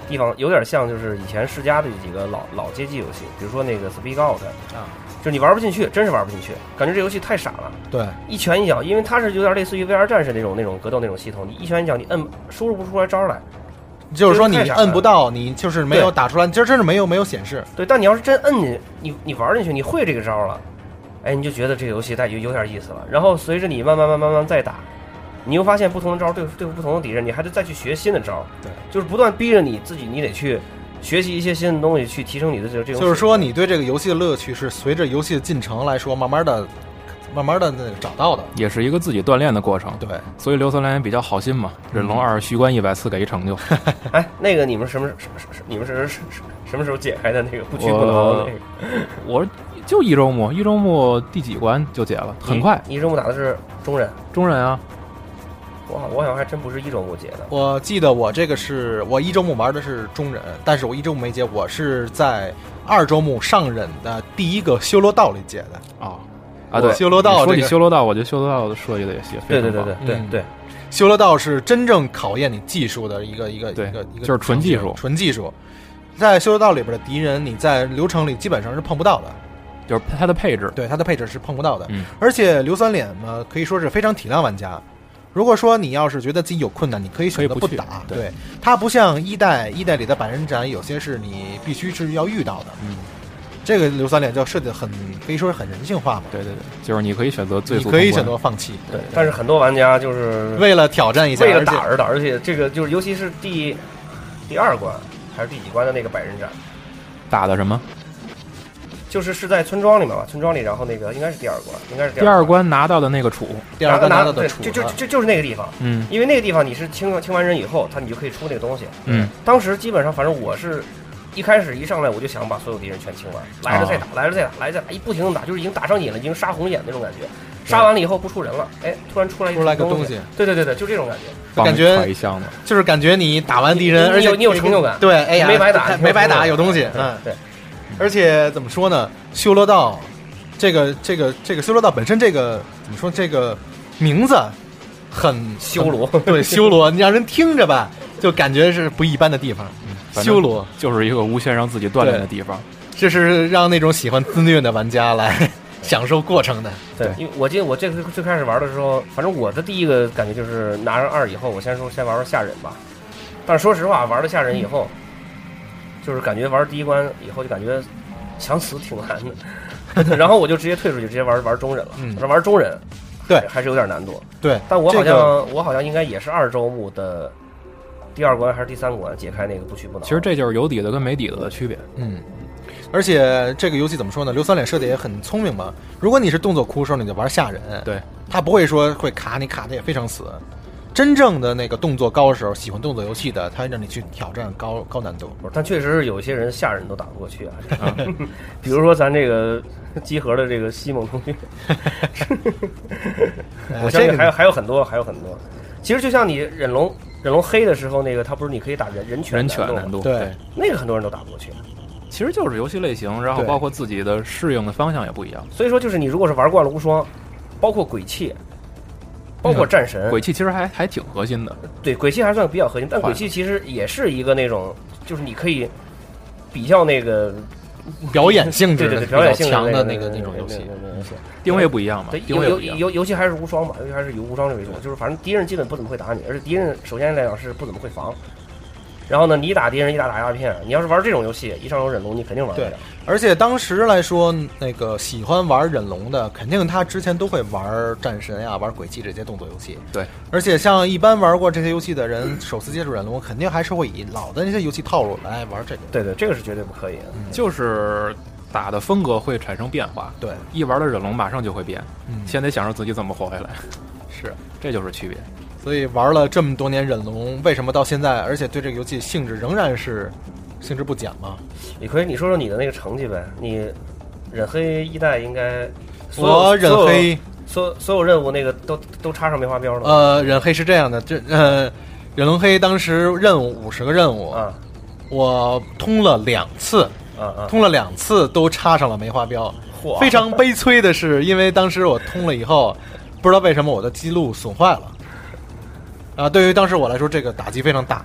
[SPEAKER 3] 地方有点像就是以前世嘉的几个老老街机游戏，比如说那个 Speak Out，
[SPEAKER 4] 啊，
[SPEAKER 3] 就你玩不进去，真是玩不进去，感觉这游戏太傻了，
[SPEAKER 2] 嗯
[SPEAKER 4] 对
[SPEAKER 3] 一拳一脚，因为它是有点类似于 VR 战士那种那种格斗那种系统，你一拳一脚你摁输入不出来招来，
[SPEAKER 4] 就是说你
[SPEAKER 3] 太傻了
[SPEAKER 4] 摁不到，你就是没有
[SPEAKER 3] 对
[SPEAKER 4] 打出来，今儿真是没有没有显示。
[SPEAKER 3] 对，但你要是真摁进你你玩进去，你会这个招了，哎，你就觉得这个游戏带有有点意思了。然后随着你慢慢慢慢慢慢再打，你又发现不同的招对付对付不同的敌人，你还得再去学新的招。
[SPEAKER 4] 对，
[SPEAKER 3] 就是不断逼着你自己，你得去学习一些新的东西，去提升你的这这种。
[SPEAKER 4] 就是说，你对这个游戏的乐趣是随着游戏的进程来说，慢慢的、慢慢的找到的。
[SPEAKER 2] 也是一个自己锻炼的过程，
[SPEAKER 4] 对，嗯
[SPEAKER 2] 所以硫酸脸也比较好心嘛。忍龙二虚关一百次给一成就，
[SPEAKER 3] 哎，那个你们什么时什什什你们是什什什么时候解开的那个不屈不挠的
[SPEAKER 2] 我
[SPEAKER 3] 那个？
[SPEAKER 2] 我就一周目，一周目第几关就解了，
[SPEAKER 4] 嗯
[SPEAKER 2] 很快。
[SPEAKER 3] 你，一周目打的是中忍，
[SPEAKER 2] 中忍啊，
[SPEAKER 3] 我好我好像还真不是一周目解的。
[SPEAKER 4] 我记得我这个是我一周目玩的是中忍，但是我一周目没接，我是在二周目上忍的第一个修罗道里接的。
[SPEAKER 2] 啊啊对，
[SPEAKER 4] 哦修罗
[SPEAKER 2] 你
[SPEAKER 4] 道
[SPEAKER 2] 说
[SPEAKER 4] 这
[SPEAKER 2] 起
[SPEAKER 4] 个
[SPEAKER 2] 修罗道，我觉得修罗道的设计的也也非
[SPEAKER 3] 对对
[SPEAKER 2] 常
[SPEAKER 3] 对
[SPEAKER 2] 棒，
[SPEAKER 3] 对
[SPEAKER 4] 棒
[SPEAKER 3] 对
[SPEAKER 4] 嗯
[SPEAKER 3] 对，
[SPEAKER 4] 修罗道是真正考验你技术的一个一个一
[SPEAKER 2] 对
[SPEAKER 4] 个一个，
[SPEAKER 2] 就是纯技术
[SPEAKER 4] 纯技术。在修罗道里边的敌人，你在流程里基本上是碰不到的，
[SPEAKER 2] 就是它的配置，
[SPEAKER 4] 对它的配置是碰不到的。
[SPEAKER 2] 嗯
[SPEAKER 4] 而且硫酸脸嘛，可以说是非常体谅玩家。如果说你要是觉得自己有困难，你可以选择
[SPEAKER 2] 可以不去
[SPEAKER 4] 打。
[SPEAKER 2] 对
[SPEAKER 4] 对，它不像一代一代里的百人斩，有些是你必须是要遇到的。
[SPEAKER 2] 嗯，
[SPEAKER 4] 这个硫酸脸就设计的很，可以说是很人性化嘛。
[SPEAKER 2] 对对对，就是你可以选择最
[SPEAKER 4] 你
[SPEAKER 2] 速，
[SPEAKER 4] 可以选择，放弃，
[SPEAKER 3] 对，但是很多玩家就是
[SPEAKER 4] 为了挑战一下，
[SPEAKER 3] 为了
[SPEAKER 4] 而且
[SPEAKER 3] 打而打，而且这个就是尤其是第第二关还是第几关的那个百人斩，
[SPEAKER 2] 打的什么？
[SPEAKER 3] 就是是在村庄里面吧，村庄里，然后那个应该是第二关，应该是
[SPEAKER 2] 第二关拿到的那个杵，
[SPEAKER 4] 第二个
[SPEAKER 3] 拿
[SPEAKER 4] 拿到的啊
[SPEAKER 3] 对
[SPEAKER 4] 处
[SPEAKER 3] 就就就就是那个地方，
[SPEAKER 2] 嗯
[SPEAKER 3] 因为那个地方你是清清完人以后，他你就可以出那个东西。
[SPEAKER 2] 嗯，
[SPEAKER 3] 当时基本上，反正我是一开始一上来我就想把所有敌人全清完，来了再
[SPEAKER 4] 哦
[SPEAKER 3] 打，来了再打，来了再打，一不停的打，就是已经打上瘾了，已经杀红眼那种感觉。杀完了以后不出人了，哎，突然出来一
[SPEAKER 4] 出来个
[SPEAKER 3] 东
[SPEAKER 4] 东西，
[SPEAKER 3] 对对对对，就这种感觉。
[SPEAKER 4] 就感
[SPEAKER 5] 帮你揣
[SPEAKER 4] 觉
[SPEAKER 5] 一箱子，
[SPEAKER 4] 就是感觉你打完敌人，
[SPEAKER 3] 你
[SPEAKER 4] 而且
[SPEAKER 3] 你有你有成就感
[SPEAKER 4] 对，哎呀，
[SPEAKER 3] [laughs] 没白打
[SPEAKER 4] 哎
[SPEAKER 3] 你
[SPEAKER 4] 没白打，
[SPEAKER 3] 有
[SPEAKER 4] 有东西，嗯
[SPEAKER 3] 嗯，，对，
[SPEAKER 4] 而且怎么说呢？修罗道，这个这个这个修罗道本身这个怎么说？这个名字很 [laughs]
[SPEAKER 3] 修罗
[SPEAKER 4] 很对修罗，你让人听着吧，就感觉是不一般的地方。
[SPEAKER 3] 嗯
[SPEAKER 2] 反正
[SPEAKER 4] 修罗，
[SPEAKER 2] 就是一个无限让自己锻炼的地方。
[SPEAKER 4] 这是让那种喜欢自虐的玩家来享受过程的。
[SPEAKER 3] 对，因为我记得我这个最开始玩的时候，反正我的第一个感觉就是拿上二以后，我先说先玩玩吓人吧。但是说实话，玩了吓人以后，就是感觉玩第一关以后就感觉想死挺难的， [laughs] 然后我就直接退出去，直接玩玩中忍了。
[SPEAKER 4] 嗯
[SPEAKER 3] 玩中忍，
[SPEAKER 4] 对
[SPEAKER 3] 还是有点难度。
[SPEAKER 4] 对，
[SPEAKER 3] 但我好像、
[SPEAKER 4] 这个
[SPEAKER 3] 我好像应该也是二周目的第二关还是第三关解开那个不屈不挠。
[SPEAKER 2] 其实这就是有底子跟没底子的区别。
[SPEAKER 4] 嗯。而且这个游戏怎么说呢？硫酸脸设计也很聪明吧。如果你是动作哭的时候，你就玩吓人，
[SPEAKER 2] 对，
[SPEAKER 4] 他不会说会卡你，卡的也非常死。真正的那个动作高的时候，喜欢动作游戏的，他会让你去挑战高高难度。
[SPEAKER 3] 不是但确实是有些人吓人都打不过去啊。 [laughs] 比如说咱这个集合的这个西蒙同学，
[SPEAKER 4] 呃
[SPEAKER 3] 我相
[SPEAKER 4] 这
[SPEAKER 3] 信
[SPEAKER 4] 个
[SPEAKER 3] 还有还有很多，还有很多。其实就像你忍龙忍龙黑的时候，那个他不是你可以打人人拳
[SPEAKER 2] 人犬
[SPEAKER 3] 难
[SPEAKER 2] 难
[SPEAKER 3] 度吗，
[SPEAKER 2] 度，
[SPEAKER 4] 对，
[SPEAKER 3] 那个很多人都打不过去。
[SPEAKER 2] 其实就是游戏类型，然后
[SPEAKER 4] 对
[SPEAKER 2] 包括自己的适应的方向也不一样。
[SPEAKER 3] 所以说，就是你如果是玩惯了无双，包括鬼泣，包
[SPEAKER 4] 嗯
[SPEAKER 3] 括战神，
[SPEAKER 2] 鬼泣其实还还挺核心的，
[SPEAKER 3] 对鬼泣还算比较核心，但
[SPEAKER 2] 坏
[SPEAKER 3] 鬼泣其实也是一个那种，就是你可以比较那个
[SPEAKER 4] [laughs] 表演性质
[SPEAKER 3] 对
[SPEAKER 4] 的
[SPEAKER 3] 对对
[SPEAKER 4] 比
[SPEAKER 3] 表
[SPEAKER 4] 较
[SPEAKER 3] 演性质
[SPEAKER 4] 强的
[SPEAKER 3] 那
[SPEAKER 4] 个
[SPEAKER 3] 那
[SPEAKER 4] 那种游戏。
[SPEAKER 3] 游戏。
[SPEAKER 2] 定位不一
[SPEAKER 4] 啊
[SPEAKER 2] 样嘛
[SPEAKER 3] 对，，
[SPEAKER 2] 定
[SPEAKER 3] 尤
[SPEAKER 2] 位
[SPEAKER 3] 尤
[SPEAKER 2] 不一样。
[SPEAKER 3] 尤尤其还是无双吧，尤其还是以无双为主，就是反正敌人基本不怎么会打你，而且敌人首先来讲是不怎么会防。然后呢，你打敌人一打打鸦片，你要是玩这种游戏，一上手忍龙你肯定玩不了
[SPEAKER 4] 对。而且当时来说，那个喜欢玩忍龙的，肯定他之前都会玩战神呀、玩鬼泣这些动作游戏。
[SPEAKER 2] 对，
[SPEAKER 4] 而且像一般玩过这些游戏的人，首次接触忍龙，肯定还是会以老的那些游戏套路来玩这个。
[SPEAKER 3] 对对，这个是绝对不可以的。
[SPEAKER 4] 嗯
[SPEAKER 2] 就是打的风格会产生变化，
[SPEAKER 4] 对，
[SPEAKER 2] 一玩到忍龙马上就会变，
[SPEAKER 4] 嗯
[SPEAKER 2] 先得想着自己怎么活
[SPEAKER 3] [laughs]
[SPEAKER 2] 回来，
[SPEAKER 4] 是。
[SPEAKER 2] 这就是区别。
[SPEAKER 4] 所以玩了这么多年忍龙，为什么到现在，而且对这个游戏性质仍然是性质不减嘛？
[SPEAKER 3] 李逵，你说说你的那个成绩呗？你忍黑一代应该所有
[SPEAKER 4] 我忍黑，
[SPEAKER 3] 所有所有任务那个都都插上梅花标了吗
[SPEAKER 4] 呃，忍黑是这样的，这呃，忍龙黑当时任务五十个任务，
[SPEAKER 3] 啊
[SPEAKER 4] 我通了两次，
[SPEAKER 3] 啊啊！
[SPEAKER 4] 通了两次都插上了梅花标。
[SPEAKER 3] 嚯
[SPEAKER 4] 非常悲催的是，因为当时我通了以后，不知道为什么我的记录损坏了。啊，对于当时我来说，这个打击非常大。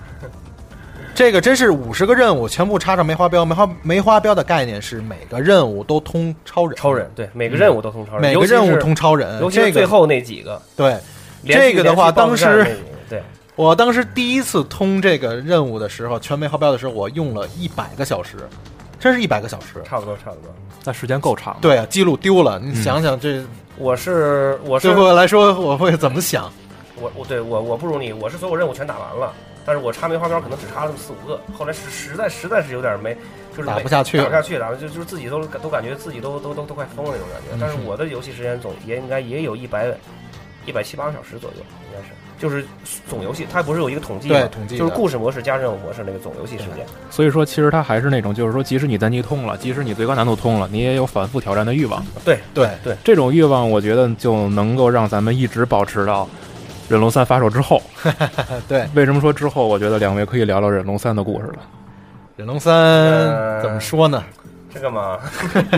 [SPEAKER 4] 这个真是五十个任务全部插上梅花标，梅花梅花标的概念是每个任务都通超人，
[SPEAKER 3] 超人对每个任务都通超人，
[SPEAKER 4] 嗯每个
[SPEAKER 3] 尤其是
[SPEAKER 4] 任务通，超人。
[SPEAKER 3] 尤其
[SPEAKER 4] 这
[SPEAKER 3] 是
[SPEAKER 4] 个
[SPEAKER 3] 最后那几个。
[SPEAKER 4] 对
[SPEAKER 3] 连续
[SPEAKER 4] 这个的话，
[SPEAKER 3] 连续爆
[SPEAKER 4] 当
[SPEAKER 3] 炸
[SPEAKER 4] 时
[SPEAKER 3] 那几个对
[SPEAKER 4] 我当时第一次通这个任务的时候，全梅花标的时候，我用了一百个小时，真是一百个小时。
[SPEAKER 3] 差不多差不多。
[SPEAKER 2] 那时间够长，，
[SPEAKER 4] 对啊，记录丢了，你想想这
[SPEAKER 3] 我是我是
[SPEAKER 4] 对我来说，我会怎么想？
[SPEAKER 3] 我我对我我不如你，我是所有任务全打完了，但是我插梅花标可能只插了四五个，后来实实在实在是有点没，就是
[SPEAKER 4] 打
[SPEAKER 3] 没
[SPEAKER 4] 不下去
[SPEAKER 3] 打不下去了，就就是自己都都感觉自己都都都都快疯了那种感
[SPEAKER 4] 嗯
[SPEAKER 3] 觉。但是我的游戏时间总也应该也有一百一百七八个小时左右，应该是就是总游戏，它不是有一个统计吗
[SPEAKER 4] 对统计的
[SPEAKER 3] 就是故事模式加任务模式那个总游戏时间。
[SPEAKER 2] 所以说其实它还是那种，就是说即使你单机通了，即使你最高难度通了，你也有反复挑战的欲望。
[SPEAKER 3] 对，
[SPEAKER 4] 对，
[SPEAKER 2] 这种欲望，我觉得就能够让咱们一直保持到。忍龙三发售之后，
[SPEAKER 4] 对，
[SPEAKER 2] 为什么说之后？我觉得两位可以聊聊忍龙三的故事了。
[SPEAKER 4] 忍龙三怎么说呢？
[SPEAKER 3] 这个嘛， [laughs]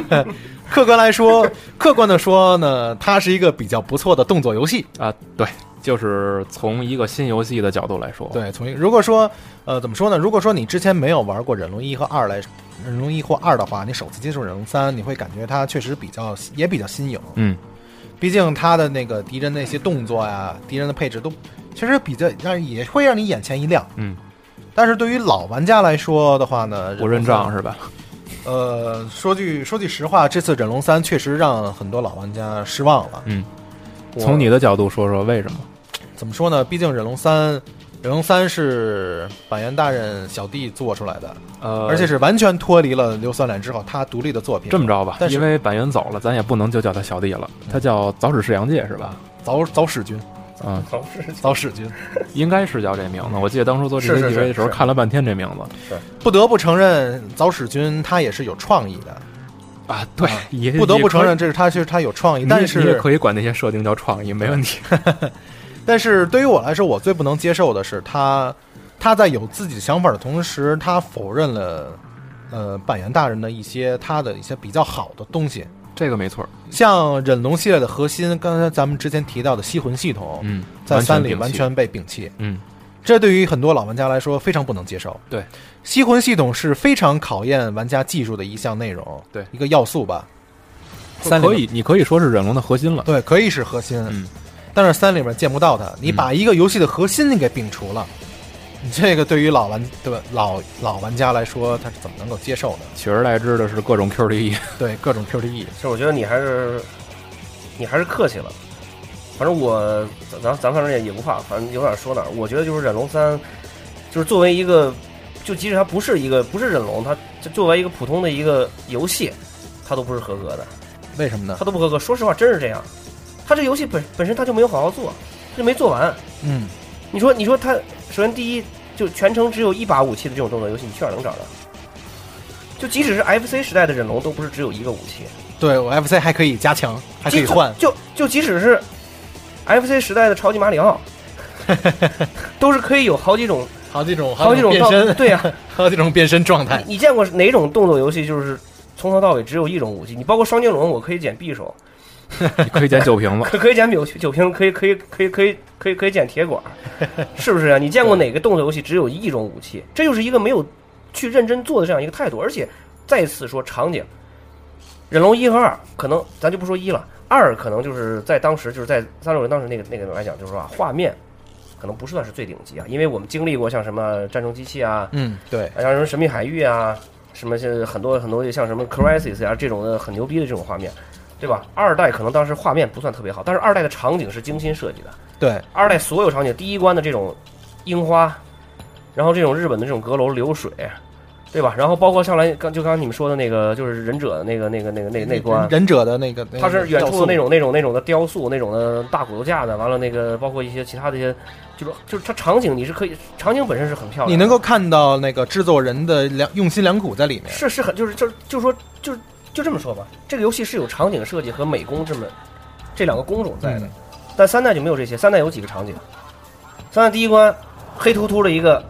[SPEAKER 4] 客观来说，客观的说呢，它是一个比较不错的动作游戏。
[SPEAKER 2] 啊，对，就是从一个新游戏的角度来说，，
[SPEAKER 4] 对，从一如果说呃怎么说呢？如果说你之前没有玩过忍龙一和二来，忍龙一或二的话，你首次接触忍龙三，你会感觉它确实比较也比较新颖。
[SPEAKER 2] 嗯，
[SPEAKER 4] 毕竟它的那个敌人那些动作呀，敌人的配置都其实比较让也会让你眼前一亮。
[SPEAKER 2] 嗯，
[SPEAKER 4] 但是对于老玩家来说的话呢，
[SPEAKER 2] 不认账是吧？
[SPEAKER 4] 呃，说句说句实话，这次忍龙三确实让很多老玩家失望了。
[SPEAKER 2] 嗯
[SPEAKER 4] 我，
[SPEAKER 2] 从你的角度说说为什么？
[SPEAKER 4] 怎么说呢？毕竟忍龙三，忍龙三是板垣大人小弟做出来的，
[SPEAKER 2] 呃
[SPEAKER 4] 而且是完全脱离了硫酸脸之后他独立的作品。
[SPEAKER 2] 这么着吧，
[SPEAKER 4] 但是
[SPEAKER 2] 因为板垣走了，咱也不能就叫他小弟了，他叫早矢士阳介是吧？
[SPEAKER 4] 早早使君，
[SPEAKER 2] 啊，
[SPEAKER 3] 好是
[SPEAKER 4] 遭弑君。
[SPEAKER 2] 应该是叫这名字。我记得当初做这
[SPEAKER 3] 是
[SPEAKER 2] 个
[SPEAKER 3] 是是
[SPEAKER 2] TV 的时候
[SPEAKER 3] 是
[SPEAKER 2] 看了半天这名字
[SPEAKER 4] 不得不承认，早史君他也是有创意的，
[SPEAKER 2] 啊，对，也
[SPEAKER 4] 不得
[SPEAKER 2] 也
[SPEAKER 4] 不承
[SPEAKER 2] 可以
[SPEAKER 4] 认这是他是他有创意，
[SPEAKER 2] 你
[SPEAKER 4] 但
[SPEAKER 2] 你也
[SPEAKER 4] 是
[SPEAKER 2] 可以管那些设定叫创意，没问题。
[SPEAKER 4] 但是对于我来说，我最不能接受的是他他在有自己想法的同时，他否认了呃板垣大人的一些他的一些比较好的东西，
[SPEAKER 2] [laughs] 这个没错，
[SPEAKER 4] 像忍龙系列的核心，刚才咱们之前提到的吸魂系统，
[SPEAKER 2] 嗯，
[SPEAKER 4] 在三里
[SPEAKER 2] 完全摒
[SPEAKER 4] 完
[SPEAKER 2] 弃
[SPEAKER 4] 全被摒弃，
[SPEAKER 2] 嗯，
[SPEAKER 4] 这对于很多老玩家来说非常不能接受。
[SPEAKER 2] 对，
[SPEAKER 4] 吸魂系统是非常考验玩家技术的一项内容，
[SPEAKER 2] 对
[SPEAKER 4] 一个要素吧。三里
[SPEAKER 2] 可
[SPEAKER 4] 面
[SPEAKER 2] 以，你可以说是忍龙的核心了。
[SPEAKER 4] 对，可以是核心，
[SPEAKER 2] 啊嗯
[SPEAKER 4] 但是三里面见不到它。你把一个游戏的核心你给摒除了，你这个对于老玩对吧老老玩家来说，他是怎么能够接受呢？
[SPEAKER 2] [laughs] 取而代之的是各种 E QTE，
[SPEAKER 4] 对，各种 QTE，
[SPEAKER 3] 其实我觉得你还是你还是客气了。反正我咱咱咱反正也也不怕，反正有点说哪儿。我觉得就是忍龙三，就是作为一个，就即使它不是一个不是忍龙，它就作为一个普通的一个游戏，它都不是合格的，
[SPEAKER 4] 为什么呢？
[SPEAKER 3] 它都不合格。说实话，真是这样。它这游戏本本身它就没有好好做，它就没做完。
[SPEAKER 4] 嗯，
[SPEAKER 3] 你说你说它，首先第一就全程只有一把武器的这种动作游戏，你去哪儿能找着？就即使是 FC 时代的忍龙，都不是只有一个武器。
[SPEAKER 4] 对我 FC 还可以加强，还可以换，
[SPEAKER 3] 就就就即使是 FC 时代的超级马里
[SPEAKER 4] [laughs]
[SPEAKER 3] 奥，都是可以有好几种
[SPEAKER 4] 好几种
[SPEAKER 3] 好几种
[SPEAKER 4] 变
[SPEAKER 3] 道
[SPEAKER 4] 身， [laughs]
[SPEAKER 3] 对呀、啊
[SPEAKER 4] 好几种变身状态。
[SPEAKER 3] 你你见过哪种动作游戏就是从头到尾只有一种武器？你包括双截龙，我可以捡匕首，
[SPEAKER 2] 你可以捡酒瓶子。
[SPEAKER 3] 可可 [laughs] 以捡酒酒瓶，可以可以可以可以可以可以捡铁管儿，是不是啊？你见过哪个动作游戏只有一种武器？这就是一个没有去认真做的这样一个态度。而且再次说场景，忍龙一和二可能咱就不说一了，二可能就是在当时就是在三六零当时那个那个来讲，就是说啊画面可能不算是最顶级啊，因为我们经历过像什么战争机器啊，
[SPEAKER 4] 嗯，对，
[SPEAKER 3] 像什么神秘海域啊，什么现在很多很多像什么 Crisis 啊这种的很牛逼的这种画面，对吧？二代可能当时画面不算特别好，但是二代的场景是精心设计的。
[SPEAKER 4] 对，
[SPEAKER 3] 二代所有场景，第一关的这种樱花，然后这种日本的这种阁楼流水，对吧？然后包括上来刚就刚刚你们说的那个就是忍者的那个那个那个那个那关，
[SPEAKER 4] 忍者的那个，那个
[SPEAKER 3] 它是远处的那
[SPEAKER 4] 要素
[SPEAKER 3] 种那种那种的雕塑，那种的大骨头架子，完了那个包括一些其他的一些，就是就是它场景你是可以，场景本身是很漂亮的，
[SPEAKER 4] 你能够看到那个制作人的良用心良苦在里面。
[SPEAKER 3] 是是很就是就是就说就是就这么说吧，这个游戏是有场景设计和美工这么这两个工种在的，
[SPEAKER 4] 嗯
[SPEAKER 3] 但三代就没有这些。三代有几个场景？三代第一关黑秃秃的一个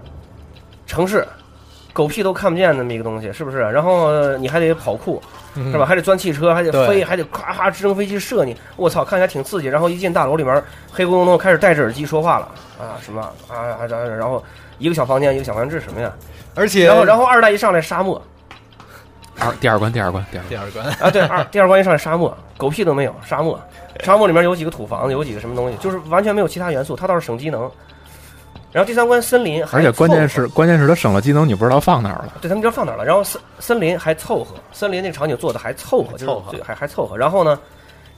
[SPEAKER 3] 城市，狗屁都看不见那么一个东西，是不是？然后呃你还得跑酷，
[SPEAKER 4] 嗯
[SPEAKER 3] 是吧？？还得钻汽车，还得
[SPEAKER 4] 对
[SPEAKER 3] 飞，还得咔咔直升飞机射你。我操，看起来挺刺激。然后一进大楼里面，黑咕隆咚开始戴着耳机说话了啊什么啊啊，啊然后一个小房间一个小房间，这是什么呀？
[SPEAKER 4] 而且，
[SPEAKER 3] 然后然后二代一上来沙漠。
[SPEAKER 2] [laughs] 二第二关，第二关，第二关。
[SPEAKER 4] 第二关，
[SPEAKER 3] 啊，对，二第二关一上来沙漠，狗屁都没有，沙漠，沙漠里面有几个土房子，有几个什么东西，就是完全没有其他元素，它倒是省机能。然后第三关森林还
[SPEAKER 2] 而
[SPEAKER 3] 凑合，
[SPEAKER 2] 且关键是，关键是它省了技能，你不知道放哪儿了。
[SPEAKER 3] 对他们知道放哪儿了。然后森森林还凑合，森林那个场景做的还凑合，就是
[SPEAKER 4] 凑合
[SPEAKER 3] 对还还凑合。然后呢，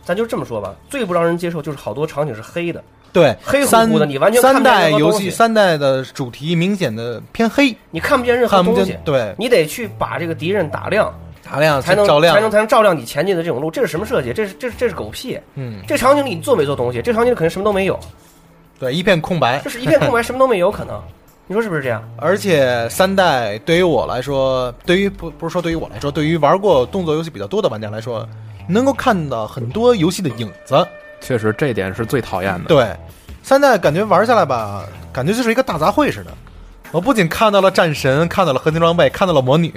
[SPEAKER 3] 咱就这么说吧，最不让人接受就是好多场景是黑的，
[SPEAKER 4] [laughs] 对
[SPEAKER 3] 黑乎
[SPEAKER 4] 三
[SPEAKER 3] 乎的你完全看
[SPEAKER 4] 三
[SPEAKER 3] 不见
[SPEAKER 4] 代
[SPEAKER 3] 任何
[SPEAKER 4] 游
[SPEAKER 3] 东
[SPEAKER 4] 戏
[SPEAKER 3] 西
[SPEAKER 4] 三代的主题明显的偏黑，
[SPEAKER 3] 你看不见任何
[SPEAKER 4] 看不
[SPEAKER 3] 东西
[SPEAKER 4] 见，对
[SPEAKER 3] 你得去把这个敌人打亮，
[SPEAKER 4] 打亮
[SPEAKER 3] 才能
[SPEAKER 4] 照亮，
[SPEAKER 3] 才能才能照亮你前进的这种路。这是什么设计？这是这是这是狗屁！
[SPEAKER 4] 嗯，
[SPEAKER 3] 这场景里你做没做东西？这场景里肯定什么都没有。
[SPEAKER 4] 对，一片空白
[SPEAKER 3] 就。是一片空白，什么都没有可能。你说是不是这样？
[SPEAKER 4] 而且三代对于我来说，对于不不是说对于我来说，对于玩过动作游戏比较多的玩家来说，能够看到很多游戏的影子。
[SPEAKER 2] 确实，这点是最讨厌的。
[SPEAKER 4] 对，三代感觉玩下来吧，感觉就是一个大杂烩似的。我不仅看到了战神，看到了合金装备，看到了魔女，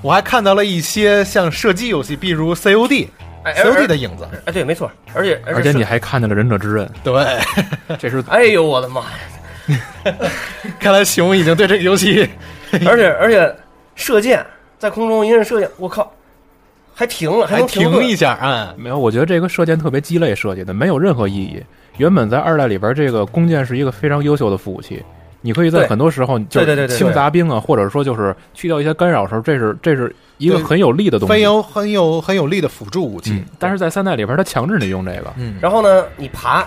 [SPEAKER 4] 我还看到了一些像射击游戏，比如 COD、
[SPEAKER 3] 哎
[SPEAKER 4] COD 的影子。
[SPEAKER 3] 哎，对，没错，而且
[SPEAKER 2] 而且
[SPEAKER 3] 且
[SPEAKER 2] 你
[SPEAKER 3] 是，
[SPEAKER 2] 还看见了忍者之刃，
[SPEAKER 3] [laughs]
[SPEAKER 4] 对，
[SPEAKER 2] 这是
[SPEAKER 3] 哎呦我
[SPEAKER 4] [laughs]
[SPEAKER 3] 的妈呀！
[SPEAKER 4] 看来熊已经对这个游戏
[SPEAKER 3] 而且而且射箭在空中一人射箭，我靠，还停了，
[SPEAKER 4] 还
[SPEAKER 3] 能
[SPEAKER 4] 停
[SPEAKER 3] 顿
[SPEAKER 4] 一下啊。
[SPEAKER 2] 没有，我觉得这个射箭特别鸡肋设计的，没有任何意义。原本在二代里边，这个弓箭是一个非常优秀的副武器，你可以在
[SPEAKER 3] 对
[SPEAKER 2] 很多时候就
[SPEAKER 3] 对对
[SPEAKER 2] 是
[SPEAKER 3] 对对
[SPEAKER 2] 轻砸兵啊，或者说就是去掉一些干扰的时候，这是这是一个
[SPEAKER 4] 对
[SPEAKER 2] 很有力的东
[SPEAKER 4] 很
[SPEAKER 2] 西。嗯
[SPEAKER 4] 有很有很有力的辅助武器
[SPEAKER 2] 嗯，但是在三代里边，它强制你用这个。
[SPEAKER 4] 嗯，
[SPEAKER 3] 然后呢，你爬，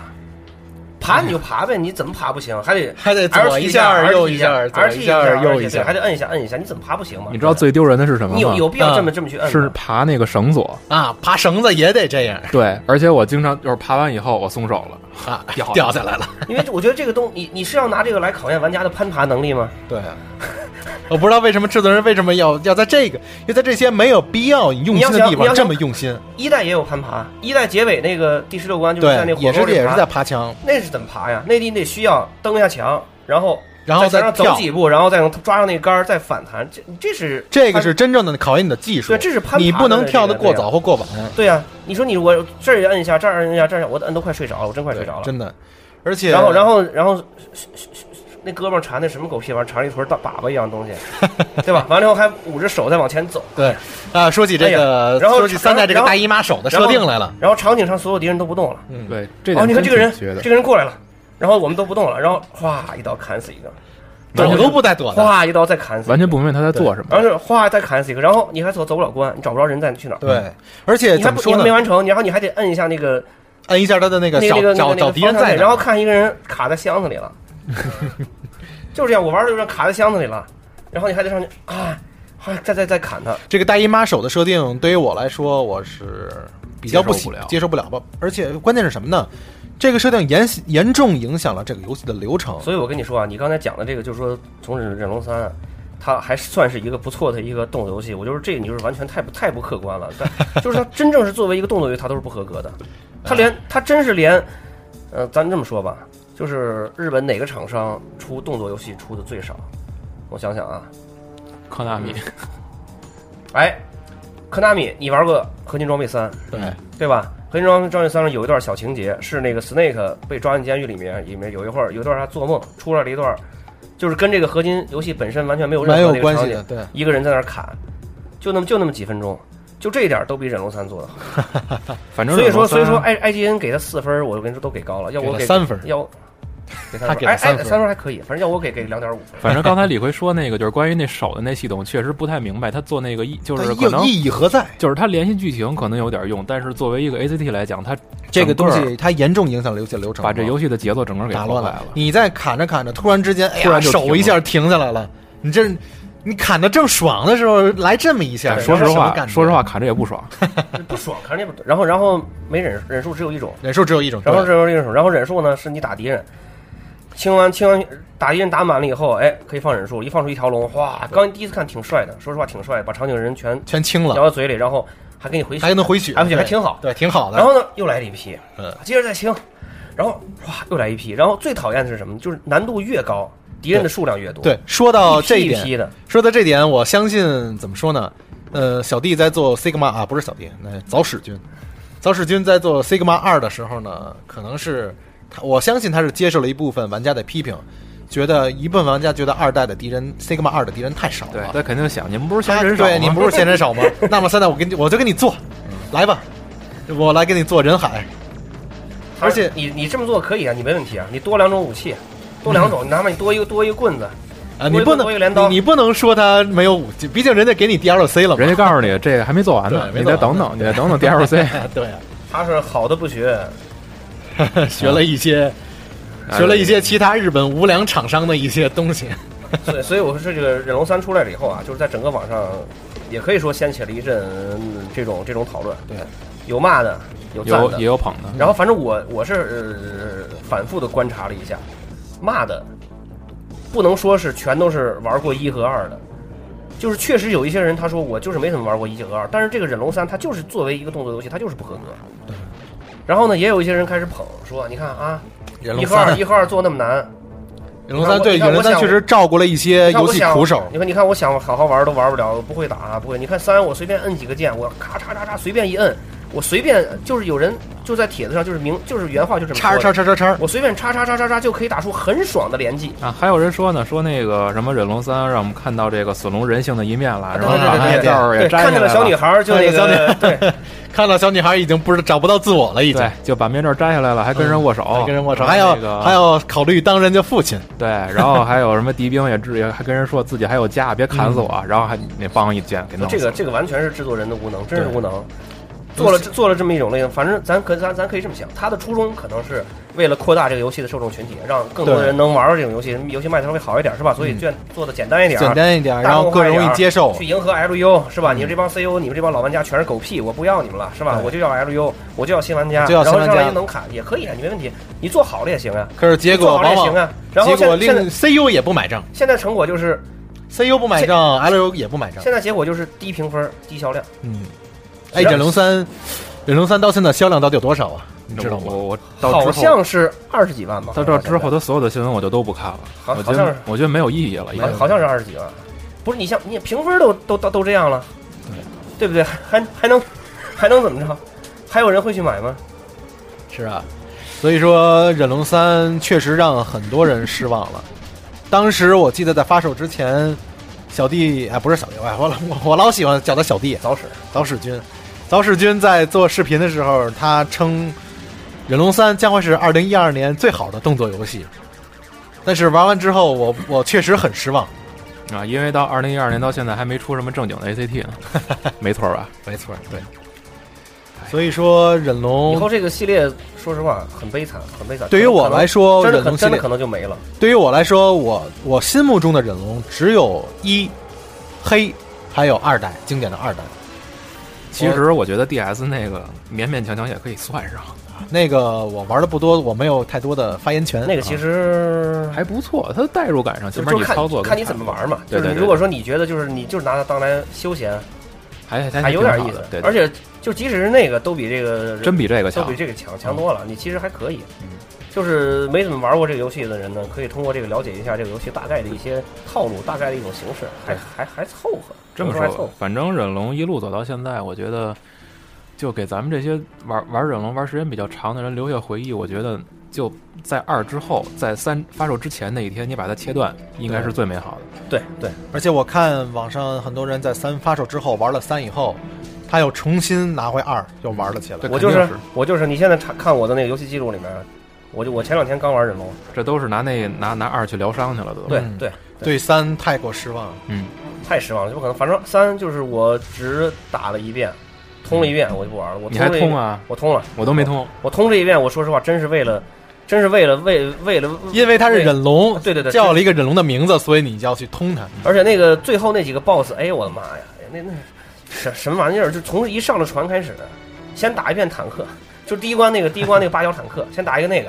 [SPEAKER 3] 爬你就爬呗，你怎么爬不行？还得
[SPEAKER 4] 还得
[SPEAKER 3] L
[SPEAKER 4] 左
[SPEAKER 3] T
[SPEAKER 4] 一
[SPEAKER 3] 下
[SPEAKER 4] 下右
[SPEAKER 3] 一
[SPEAKER 4] 一下，左
[SPEAKER 3] R T
[SPEAKER 4] 一下右
[SPEAKER 3] 一
[SPEAKER 4] 一下，
[SPEAKER 3] 还得摁一下摁一下，你怎么爬不行嘛？
[SPEAKER 2] 你知道最丢人的是什么吗？
[SPEAKER 3] 你有有必要这么
[SPEAKER 4] 嗯
[SPEAKER 3] 这么去摁吗？
[SPEAKER 2] 是爬那个绳索，
[SPEAKER 4] 啊，爬绳子也得这样
[SPEAKER 2] 对，而且我经常就是爬完以后我松手了，
[SPEAKER 4] 啊，
[SPEAKER 2] 掉
[SPEAKER 4] 掉下来了。
[SPEAKER 3] 因为我觉得这个东，你你是要拿这个来考验玩家的攀爬能力吗？
[SPEAKER 4] 对， [laughs] 我不知道为什么制作人为什么要要在这个，因为在这些没有必要用心的地
[SPEAKER 3] 你要想你要
[SPEAKER 4] 方
[SPEAKER 3] 想
[SPEAKER 4] 这么用心，
[SPEAKER 3] 一代也有攀爬，一代结尾那个第十六关就是在
[SPEAKER 4] 对，
[SPEAKER 3] 那火
[SPEAKER 4] 也是
[SPEAKER 3] 沟里
[SPEAKER 4] 也
[SPEAKER 3] 爬
[SPEAKER 4] 是在爬墙，
[SPEAKER 3] 那是怎么爬呀？那你得需要蹬一下墙，然后
[SPEAKER 4] 然后
[SPEAKER 3] 在墙上
[SPEAKER 4] 跳
[SPEAKER 3] 走。几步，然后再能抓上那杆儿再反弹，这这是
[SPEAKER 4] 这个
[SPEAKER 3] 攀
[SPEAKER 4] 是真正的考验你的技术
[SPEAKER 3] 对，，这是攀爬的
[SPEAKER 4] 你不能跳得
[SPEAKER 3] 这个
[SPEAKER 4] 过早。或过晚，
[SPEAKER 3] 对呀、你说你我这儿也摁一下，这儿摁一下，这儿我摁都快睡着了，我真快睡着了。
[SPEAKER 4] 真的。而且，
[SPEAKER 3] 然后，然后，然后，那胳膊缠那什么狗屁玩意儿，缠了一坨大粑粑一样
[SPEAKER 4] [laughs]
[SPEAKER 3] 东西，对吧？完了以后还捂着手在往前走，
[SPEAKER 4] 对啊，说起这
[SPEAKER 3] 哎呀
[SPEAKER 4] 个，
[SPEAKER 3] 然后
[SPEAKER 4] 说起三代这个
[SPEAKER 3] 然后
[SPEAKER 4] 大姨妈手的设定来了，
[SPEAKER 3] 然后场景上所有敌人都不动了。
[SPEAKER 4] 嗯，
[SPEAKER 2] 对，这
[SPEAKER 3] 哦，
[SPEAKER 2] 点
[SPEAKER 3] 你看
[SPEAKER 2] 真
[SPEAKER 3] 这个人，
[SPEAKER 2] 挺绝的
[SPEAKER 3] 这个人过来了，然后我们都不动了，然后哗一刀砍死一个，
[SPEAKER 4] 躲
[SPEAKER 2] 完全
[SPEAKER 4] 都不带躲的，
[SPEAKER 3] 哗一刀再砍死一个，
[SPEAKER 2] 完全不明白他在做什么
[SPEAKER 4] 哦
[SPEAKER 3] 然。后是哗再砍死一个，然后你还走走不了关，你找不着人在去哪儿。
[SPEAKER 4] 对，而且
[SPEAKER 3] 嗯你还
[SPEAKER 4] 怎么
[SPEAKER 3] 不你
[SPEAKER 4] 说
[SPEAKER 3] 还
[SPEAKER 4] 呢
[SPEAKER 3] 没？完成，然后你还得摁一下那个
[SPEAKER 4] 摁一下他的那个
[SPEAKER 3] 那个
[SPEAKER 4] 找找
[SPEAKER 3] 那个那个那
[SPEAKER 4] 找
[SPEAKER 3] 个
[SPEAKER 4] 敌人
[SPEAKER 3] 方向
[SPEAKER 4] 在
[SPEAKER 3] 键
[SPEAKER 4] 哪，
[SPEAKER 3] 然后看一个人卡在箱子里了，就是这样，我玩的就是卡在箱子里了，然后你还得上去啊，啊再再再砍他，
[SPEAKER 4] 这个大姨妈手的设定对于我来说，我是比较不
[SPEAKER 2] 接受
[SPEAKER 4] 喜
[SPEAKER 2] 不了
[SPEAKER 4] 接受不了吧。而且关键是什么呢？这个设定严严重影响了这个游戏的流程。
[SPEAKER 3] 所以我跟你说啊，你刚才讲的这个，就是说《从忍忍龙三》啊，它还算是一个不错的一个动作游戏。我就是这个，你就是完全太不太不客观了。但就是它真正是作为一个动作游戏，它都是不合格的。它连它真是连，呃，咱这么说吧，就是日本哪个厂商出动作游戏出的最少？我想想啊，
[SPEAKER 2] 科纳
[SPEAKER 4] 嗯
[SPEAKER 2] 米，
[SPEAKER 3] 哎，科纳米，你玩过《合金装备三》
[SPEAKER 4] 对，
[SPEAKER 3] 对吧？《合金装装备三》上有一段小情节，是那个 Snake 被抓进监狱里面，里面有一会儿有一段他做梦出来了一段，就是跟这个合金游戏本身完全没有任
[SPEAKER 4] 蛮
[SPEAKER 3] 何
[SPEAKER 4] 有
[SPEAKER 3] 那个
[SPEAKER 4] 关
[SPEAKER 3] 场
[SPEAKER 4] 系
[SPEAKER 3] 景
[SPEAKER 4] 的，，对。
[SPEAKER 3] 一个人在那儿砍，就那么就那么几分钟。就这一点都比忍龙三做的好，
[SPEAKER 2] 反正
[SPEAKER 3] 所以
[SPEAKER 2] 忍
[SPEAKER 3] 说
[SPEAKER 2] 龙
[SPEAKER 3] 所以说
[SPEAKER 4] 哎
[SPEAKER 2] 三
[SPEAKER 3] I I G N 给他四分，我就跟你说都给高了，要我
[SPEAKER 4] 给
[SPEAKER 3] 给
[SPEAKER 4] 了三分 [laughs]
[SPEAKER 3] 要我给
[SPEAKER 4] 他
[SPEAKER 3] 三
[SPEAKER 4] 给
[SPEAKER 3] 分，
[SPEAKER 4] 了
[SPEAKER 3] 哎
[SPEAKER 4] 三
[SPEAKER 3] 哎
[SPEAKER 4] 分
[SPEAKER 3] 三分还可以，反正要我给给两点五分。
[SPEAKER 2] [laughs] 反正刚才李逵说那个就是关于那手的那系统，确实不太明白他做那个一就是
[SPEAKER 4] 但
[SPEAKER 2] 可能
[SPEAKER 4] 意意义何在？
[SPEAKER 2] 就是他联系剧情可能有点用，但是作为一个 ACT 来讲，他
[SPEAKER 4] 这个东
[SPEAKER 2] 整
[SPEAKER 4] 西它严重影响了游戏流程，
[SPEAKER 2] 把这游戏的节奏整个给
[SPEAKER 4] 打
[SPEAKER 2] 破
[SPEAKER 4] 乱
[SPEAKER 2] 坏
[SPEAKER 4] 了
[SPEAKER 2] 了。。
[SPEAKER 4] 你在砍着砍着，突然之间，哎
[SPEAKER 2] 突
[SPEAKER 4] 呀，
[SPEAKER 2] 然就停
[SPEAKER 4] 手
[SPEAKER 2] 了
[SPEAKER 4] 一下停下来了。你这你砍的正爽的时候，来这么一下，
[SPEAKER 2] 说实
[SPEAKER 4] 什么
[SPEAKER 2] 话，
[SPEAKER 4] 感觉
[SPEAKER 2] 说实话，，卡着也不
[SPEAKER 4] [laughs]
[SPEAKER 2] 爽。
[SPEAKER 3] 不爽，看着那不，然后然后没忍忍术只有一种，
[SPEAKER 4] 忍术只有一种，
[SPEAKER 3] 然后
[SPEAKER 4] 对
[SPEAKER 3] 这有忍术，然后忍术呢是你打敌人，清完清完打敌人打满了以后，哎，可以放忍术，一放出一条龙，哗！刚第一次看挺帅的，说实话挺帅，把场景人全
[SPEAKER 4] 全清
[SPEAKER 3] 咬
[SPEAKER 4] 了，
[SPEAKER 3] 到嘴里，然后还给你回血，
[SPEAKER 4] 还能回血，
[SPEAKER 3] 还回血还
[SPEAKER 4] 对
[SPEAKER 3] 挺好
[SPEAKER 4] 对，挺好的。
[SPEAKER 3] 然后呢又来了一批，
[SPEAKER 4] 嗯
[SPEAKER 3] 接着再清，然后哗又来一批，然后最讨厌的是什么？就是难度越高，敌人的数量越多，
[SPEAKER 4] 对，，说到这一
[SPEAKER 3] 一批
[SPEAKER 4] 点
[SPEAKER 3] 一，批的，
[SPEAKER 4] 说到这点，我相信怎么说呢？呃，小弟在做 Sigma 啊，不是小弟，那早始君，早始君在做 Sigma 二的时候呢，可能是他，我相信他是接受了一部分玩家的批评，觉得一部分玩家觉得二代的敌人 Sigma 二的敌人太少
[SPEAKER 2] 对，
[SPEAKER 4] 了，
[SPEAKER 2] 他肯定想你们不是
[SPEAKER 4] 他
[SPEAKER 2] 嫌人少
[SPEAKER 4] 哎对，你
[SPEAKER 2] 吗？
[SPEAKER 4] 不是嫌人少吗？那么现在我给你，我就给你做，来吧，我来给你做人海，而且
[SPEAKER 3] 你你这么做可以啊，你没问题啊，你多两种武器，多
[SPEAKER 4] [laughs]
[SPEAKER 3] 两种，你哪怕你多一个多一个棍子，
[SPEAKER 4] 啊，
[SPEAKER 3] 多
[SPEAKER 4] 你
[SPEAKER 3] 一
[SPEAKER 4] 不
[SPEAKER 3] 个多一个镰
[SPEAKER 4] 能
[SPEAKER 3] 刀
[SPEAKER 4] 你你不能说他没有武器，毕竟人家给你 DLC 了嘛，
[SPEAKER 2] 人家告诉你这个还没做完呢，
[SPEAKER 4] 对没
[SPEAKER 2] 你
[SPEAKER 4] 做
[SPEAKER 2] 再
[SPEAKER 4] 完呢
[SPEAKER 2] 等等，你再等等
[SPEAKER 4] [laughs]
[SPEAKER 2] DLC。
[SPEAKER 4] 对啊。
[SPEAKER 3] 他是好的不学，
[SPEAKER 4] [laughs] 学了一些，
[SPEAKER 2] 哎
[SPEAKER 4] 学了一些其他日本无良厂商的一些东西。
[SPEAKER 3] 所以，所以我说这个忍龙三出来了以后啊，就是在整个网上，也可以说掀起了一阵嗯这种这种讨论。
[SPEAKER 4] 对，
[SPEAKER 3] 有骂的，有赞
[SPEAKER 2] 有也
[SPEAKER 3] 的。
[SPEAKER 2] 有捧的，
[SPEAKER 3] 然后，反正我我是、呃、反复的观察了一下，骂的不能说是全都是玩过一和二的，就是确实有一些人他说我就是没怎么玩过一和二，但是这个忍龙三它就是作为一个动作游戏，它就是不合格。然后呢，也有一些人开始捧说，你看啊，
[SPEAKER 4] 忍
[SPEAKER 3] 一和二一和二做那么难，
[SPEAKER 4] 忍龙三对
[SPEAKER 3] 你看
[SPEAKER 4] 忍龙
[SPEAKER 3] 我
[SPEAKER 4] 三
[SPEAKER 3] 想
[SPEAKER 4] 确实照顾了一些
[SPEAKER 3] 看
[SPEAKER 4] 游
[SPEAKER 3] 我
[SPEAKER 4] 戏
[SPEAKER 3] 想
[SPEAKER 4] 苦手。
[SPEAKER 3] 你看，你看，我想好好玩都玩不了，不会打，啊不会。你看三，我随便摁几个键，我咔嚓嚓嚓随便一摁，我随便就是有人就在帖子上就是明就是原话就这么
[SPEAKER 4] 叉
[SPEAKER 3] 说
[SPEAKER 4] 叉
[SPEAKER 3] 的，
[SPEAKER 4] 叉叉叉，
[SPEAKER 3] 我随便叉叉叉叉叉就可以打出很爽的连击。
[SPEAKER 2] 啊，还有人说呢，说那个什么忍龙三让我们看到这个隼龙人性的一面了，然后
[SPEAKER 3] 啊对对
[SPEAKER 2] 把
[SPEAKER 3] 对
[SPEAKER 2] 那
[SPEAKER 4] 对
[SPEAKER 2] 罩儿也
[SPEAKER 3] 对，
[SPEAKER 2] 摘
[SPEAKER 3] 看
[SPEAKER 2] 下
[SPEAKER 3] 见
[SPEAKER 2] 来
[SPEAKER 3] 了小女孩儿就那
[SPEAKER 4] 看见了
[SPEAKER 3] 个 [laughs]
[SPEAKER 4] [laughs]
[SPEAKER 3] 对，
[SPEAKER 4] 看到小女孩已经不是找不到自我了，已经哎
[SPEAKER 2] 对，就把面罩摘下来了，还跟人握
[SPEAKER 3] 嗯
[SPEAKER 2] 手，
[SPEAKER 4] 还跟人握手，
[SPEAKER 2] 然
[SPEAKER 4] 还
[SPEAKER 2] 后
[SPEAKER 4] 要
[SPEAKER 2] 那个
[SPEAKER 4] 还要考虑当人家父亲。
[SPEAKER 2] 对，然后还有什么敌兵也至也还跟人说自己还有家，别砍死我，啊然后还那帮一剑给弄死
[SPEAKER 3] 嗯这
[SPEAKER 2] 了
[SPEAKER 3] 个这个完全是制作人的无能，真是
[SPEAKER 4] 对
[SPEAKER 3] 无能。做了做了这么一种类型，反正咱可咱咱可以这么想，他的初衷可能是为了扩大这个游戏的受众群体，让更多的
[SPEAKER 4] 对嗯
[SPEAKER 3] 人能玩到这种游戏，游戏卖的稍微好一点，是吧？所以卷做的简单一点，
[SPEAKER 4] 简单一点，然后更容易接受嗯
[SPEAKER 3] 去。迎合 LU 是吧？你们这帮 CU，你们这帮老玩家全是狗屁，我不要你们了是吧？
[SPEAKER 4] 对
[SPEAKER 3] 我就要 LU，我就要新玩家，
[SPEAKER 4] 我就要
[SPEAKER 3] 然后
[SPEAKER 4] 新玩家
[SPEAKER 3] 上来就能砍也可以啊，你没问题，你做好了也行啊，
[SPEAKER 4] 可是结
[SPEAKER 3] 你做
[SPEAKER 4] 果
[SPEAKER 3] 好了
[SPEAKER 4] 往
[SPEAKER 3] 也行
[SPEAKER 4] 往，
[SPEAKER 3] 啊。然后
[SPEAKER 4] 结
[SPEAKER 3] 现
[SPEAKER 4] 果嗯
[SPEAKER 3] 在现
[SPEAKER 4] 令
[SPEAKER 3] 在
[SPEAKER 4] CU 也不买账
[SPEAKER 3] 现在成果就是
[SPEAKER 4] ，CU 不买账，LU 也不买账。
[SPEAKER 3] 现在结果就是低评分、低销量，
[SPEAKER 4] 嗯，哎，忍龙三，忍龙三到现在销量到底有多少啊？你知道吗？
[SPEAKER 2] 我我到之后
[SPEAKER 3] 好像是二十几万吧？
[SPEAKER 2] 到这之后，他所有的新闻我就都不看了，
[SPEAKER 3] 好
[SPEAKER 2] 我觉
[SPEAKER 3] 好像是
[SPEAKER 2] 得我觉得没有意义了，已
[SPEAKER 3] 好
[SPEAKER 2] 经
[SPEAKER 3] 好像是二十几万，不是你像你评分都都都都这样了，对不对？还还能还能怎么着？还有人会去买吗？
[SPEAKER 4] 是啊，所以说忍龙三确实让很多人失望了。当时我记得在发售之前，小弟哎不是小弟，哎我老我我老喜欢叫他小弟
[SPEAKER 3] 早使
[SPEAKER 4] 早史君。早史君在做视频的时候，他称《忍龙三》将会是二零一二年最好的动作游戏。但是玩完之后，我我确实很失望。
[SPEAKER 2] 啊，因为到二零一二年到现在还没出什么正经的 ACT
[SPEAKER 3] [laughs]
[SPEAKER 2] 呢，没错吧？
[SPEAKER 4] 没错，对。所以说，忍
[SPEAKER 3] 以后
[SPEAKER 4] 龙
[SPEAKER 3] 这个系列，说实话很悲惨，很悲惨。
[SPEAKER 4] 对于我来说，
[SPEAKER 3] 可
[SPEAKER 4] 忍
[SPEAKER 3] 能真的
[SPEAKER 4] 龙
[SPEAKER 3] 可
[SPEAKER 4] 系
[SPEAKER 3] 真的
[SPEAKER 4] 列
[SPEAKER 3] 可能就没了。
[SPEAKER 4] 对于我来说，我我心目中的忍龙只有一黑，还有二代经典的二代。
[SPEAKER 2] 其实我觉得 DS 那个勉勉强强也可以算上，
[SPEAKER 4] 那个我玩的不多，我没有太多的发言权。
[SPEAKER 3] 那个其实
[SPEAKER 2] 还不错，它的代入感上，起
[SPEAKER 3] 就
[SPEAKER 2] 码
[SPEAKER 3] 啊就
[SPEAKER 2] 你
[SPEAKER 3] 是看
[SPEAKER 2] 操作
[SPEAKER 3] 看你怎么玩嘛。
[SPEAKER 2] 对
[SPEAKER 3] 就是
[SPEAKER 2] 对
[SPEAKER 3] 你
[SPEAKER 2] 对
[SPEAKER 3] 如果说你觉得就是你就是拿它当来休闲，
[SPEAKER 2] 还还
[SPEAKER 3] 还有点意思
[SPEAKER 2] 思，对，对
[SPEAKER 3] 而且就即使是那个都比这个
[SPEAKER 2] 真比这个
[SPEAKER 3] 都
[SPEAKER 2] 强
[SPEAKER 3] 比。这个强嗯强多了。你其实还可以，就是没怎么玩过这个游戏的人呢，可以通过这个了解一下这个游戏大概的一些套路，大概的一种形式，还还还凑合。
[SPEAKER 2] 这么
[SPEAKER 3] 还
[SPEAKER 2] 说
[SPEAKER 3] 凑合
[SPEAKER 2] 吧，，反正忍龙一路走到现在，我觉得就给咱们这些玩玩忍龙玩时间比较长的人留下回忆。我觉得就在二之后，在三发售之前那一天，你把它切断，应该是最美好的。
[SPEAKER 3] 对对，
[SPEAKER 4] 而且我看网上很多人在三发售之后玩了三以后，他又重新拿回二，又玩了起来。
[SPEAKER 2] 对
[SPEAKER 3] 我就
[SPEAKER 2] 肯
[SPEAKER 3] 是
[SPEAKER 2] 定是
[SPEAKER 3] 我就是你现在查看我的那个游戏记录里面，我就我前两天刚玩忍龙，
[SPEAKER 2] 这都是拿那拿拿二去疗伤去了，都。
[SPEAKER 3] 对
[SPEAKER 4] 嗯
[SPEAKER 3] 对。
[SPEAKER 4] 对三太过失望了。
[SPEAKER 2] 嗯，
[SPEAKER 3] 太失望了，就不可能。反正三就是我只打了一遍，通了一遍，我就不玩了。我
[SPEAKER 2] 嗯你还
[SPEAKER 3] 了一遍
[SPEAKER 2] 通？啊？
[SPEAKER 3] 我通了，
[SPEAKER 2] 我都没通。
[SPEAKER 3] 我通这一遍，我说实话，真是为了，真是为了为为了，
[SPEAKER 4] 因为他是忍龙，
[SPEAKER 3] 对对对
[SPEAKER 4] 叫了一个忍龙的名字，所以你就要去通他。
[SPEAKER 3] 而且那个最后那几个 BOSS，哎呦我的妈呀，那那什什么玩意儿？就从一上了船开始，先打一遍坦克，就第一关那个第一关那个八角坦克，先打一个那个，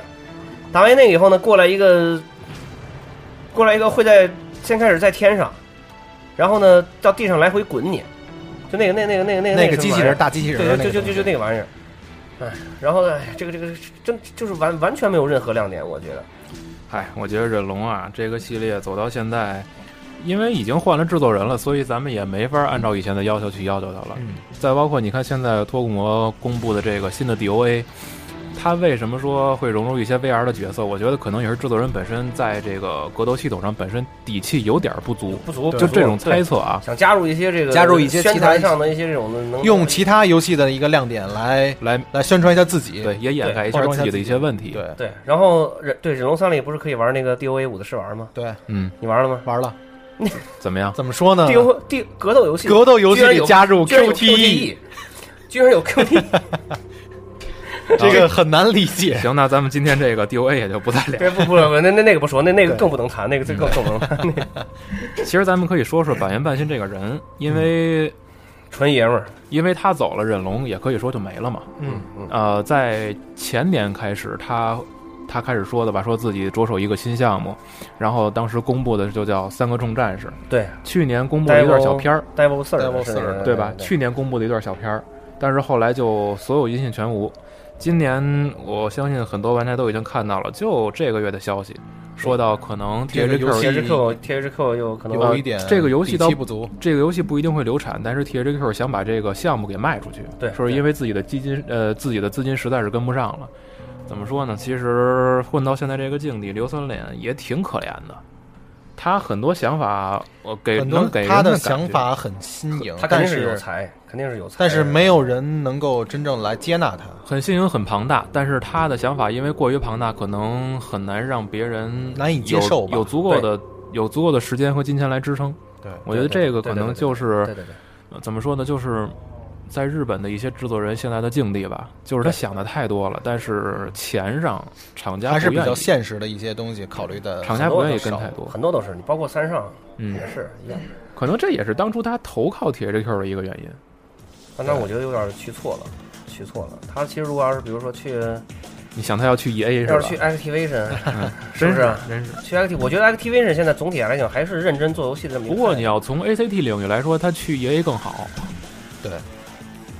[SPEAKER 3] 打完那个以后呢，过来一个，过来一个会在先开始在天上，然后呢到地上来回滚你，就那个那那个那个那个
[SPEAKER 4] 那
[SPEAKER 3] 个
[SPEAKER 4] 个
[SPEAKER 3] 什么
[SPEAKER 4] 机器
[SPEAKER 3] 玩意儿
[SPEAKER 4] 人，大机器人
[SPEAKER 3] 对，
[SPEAKER 4] 那
[SPEAKER 3] 就
[SPEAKER 4] 个
[SPEAKER 3] 就就就那个玩意儿，哎，然后呢，这个这个真就是完完全没有任何亮点，我觉得。
[SPEAKER 2] 哎，我觉得忍龙啊这个系列走到现在，因为已经换了制作人了，所以咱们也没法按照以前的要求去要求他了。
[SPEAKER 4] 嗯
[SPEAKER 2] 再包括你看现在托古摩公布的这个新的 DOA，它为什么说会融入一些 VR 的角色？我觉得可能也是制作人本身在这个格斗系统上本身底气有点不足，
[SPEAKER 3] 不足，
[SPEAKER 2] 就这种
[SPEAKER 3] 对
[SPEAKER 2] 猜测啊。
[SPEAKER 3] 想加入一些这个
[SPEAKER 4] 加入一些
[SPEAKER 3] 宣
[SPEAKER 4] 其他
[SPEAKER 3] 传上的一些这种的能
[SPEAKER 4] 用其他游戏的一个亮点来
[SPEAKER 2] 来，
[SPEAKER 4] 来宣传一下自己。
[SPEAKER 2] 对，也掩盖一
[SPEAKER 4] 包
[SPEAKER 2] 下
[SPEAKER 4] 装
[SPEAKER 2] 自
[SPEAKER 4] 一下
[SPEAKER 2] 己的一些问题。，
[SPEAKER 4] 对
[SPEAKER 3] 对，然后忍对忍龙三里不是可以玩那个 DOA 五的试玩吗？
[SPEAKER 4] 对，
[SPEAKER 2] 嗯，
[SPEAKER 3] 你玩了吗
[SPEAKER 4] 玩了。
[SPEAKER 2] 怎么样？
[SPEAKER 4] 怎么说呢？
[SPEAKER 3] ？DO D 格斗游戏，
[SPEAKER 4] 格斗游戏里加入
[SPEAKER 3] 居然有 E
[SPEAKER 4] QTE，
[SPEAKER 3] 居然有 E [laughs] QTE，
[SPEAKER 4] 这个很难理解。
[SPEAKER 2] 行，那咱们今天这个 DOA 也就不再聊了。
[SPEAKER 3] 别不不不，那那那个不说，那那个更不能谈，那个这更更不能 [laughs] 谈，那个
[SPEAKER 2] 其实咱们可以说说板垣半新这个人，因为
[SPEAKER 3] 纯爷们儿。
[SPEAKER 2] 因为他走了，忍龙也可以说就没了嘛。
[SPEAKER 4] 嗯
[SPEAKER 3] 嗯，
[SPEAKER 2] 呃，在前年开始，他他开始说的吧，说自己着手一个新项目，然后当时公布的就叫《三个重战士》。
[SPEAKER 3] 对
[SPEAKER 2] 去年公布了一段小片儿，
[SPEAKER 3] ，Devil 四
[SPEAKER 4] Devil
[SPEAKER 3] 是
[SPEAKER 4] Surge，
[SPEAKER 2] 对吧？去年公布的一段小片儿，但是后来就所有音信全无。今年我相信很多玩家都已经看到了，就这个月的消息，说到可能
[SPEAKER 4] 这个游
[SPEAKER 2] THQ
[SPEAKER 4] 戏
[SPEAKER 3] THQ THQ 又可能
[SPEAKER 4] 有一点
[SPEAKER 2] 这个游戏
[SPEAKER 4] 底
[SPEAKER 2] 到
[SPEAKER 4] 气不足，
[SPEAKER 2] 这个游戏不一定会流产，但是 THQ 想把这个项目给卖出去，
[SPEAKER 3] 对
[SPEAKER 2] 说是因为自己的基金呃自己的资金实在是跟不上了。怎么说呢？其实混到现在这个境地，刘三连也挺可怜的。他很多想法，我给
[SPEAKER 4] 很多
[SPEAKER 2] 能给人
[SPEAKER 4] 他
[SPEAKER 2] 的
[SPEAKER 4] 的
[SPEAKER 2] 感觉
[SPEAKER 4] 想，法很新颖，
[SPEAKER 3] 他肯
[SPEAKER 4] 但
[SPEAKER 3] 定有
[SPEAKER 4] 是
[SPEAKER 3] 才，肯定是有才，
[SPEAKER 4] 但是没有人能够真正来接纳他，
[SPEAKER 2] 很新颖、很庞大，但是他的想法因为过于庞大，可能很难让别人
[SPEAKER 4] 难以接受吧
[SPEAKER 2] 有有足够的有足够的时间和金钱来支撑。
[SPEAKER 4] 对
[SPEAKER 2] 我觉得这个可能就是
[SPEAKER 3] 对对对。
[SPEAKER 2] 呃怎么说呢？就是在日本的一些制作人现在的境地吧，就是他想的太多了，但是钱上厂家
[SPEAKER 4] 还是
[SPEAKER 2] 不
[SPEAKER 4] 比
[SPEAKER 2] 愿
[SPEAKER 4] 较
[SPEAKER 2] 意，
[SPEAKER 4] 现实的一些东西考虑的。
[SPEAKER 2] 厂家不愿意跟太多。
[SPEAKER 3] 很多都是你，包括三上
[SPEAKER 2] 嗯
[SPEAKER 3] 也，是一样。
[SPEAKER 2] 可能这也是当初他投靠 THQ 的一个原因。
[SPEAKER 3] 但当时我觉得有点去错了，去错了。他其实如果要是比如说去，
[SPEAKER 2] 你想他要去 EA
[SPEAKER 3] 要
[SPEAKER 2] 是
[SPEAKER 3] 是
[SPEAKER 2] 吧
[SPEAKER 3] 去？Activation，是
[SPEAKER 2] 真
[SPEAKER 3] 不是啊？
[SPEAKER 2] 真是。
[SPEAKER 3] 去 Activ，我觉得 Activation 现在总体来讲还是认真做游戏的这么一
[SPEAKER 2] 不
[SPEAKER 3] 个
[SPEAKER 2] 过
[SPEAKER 3] 态
[SPEAKER 2] 你
[SPEAKER 3] 度。
[SPEAKER 2] 要从 ACT 领域来说，他去 EA 更好。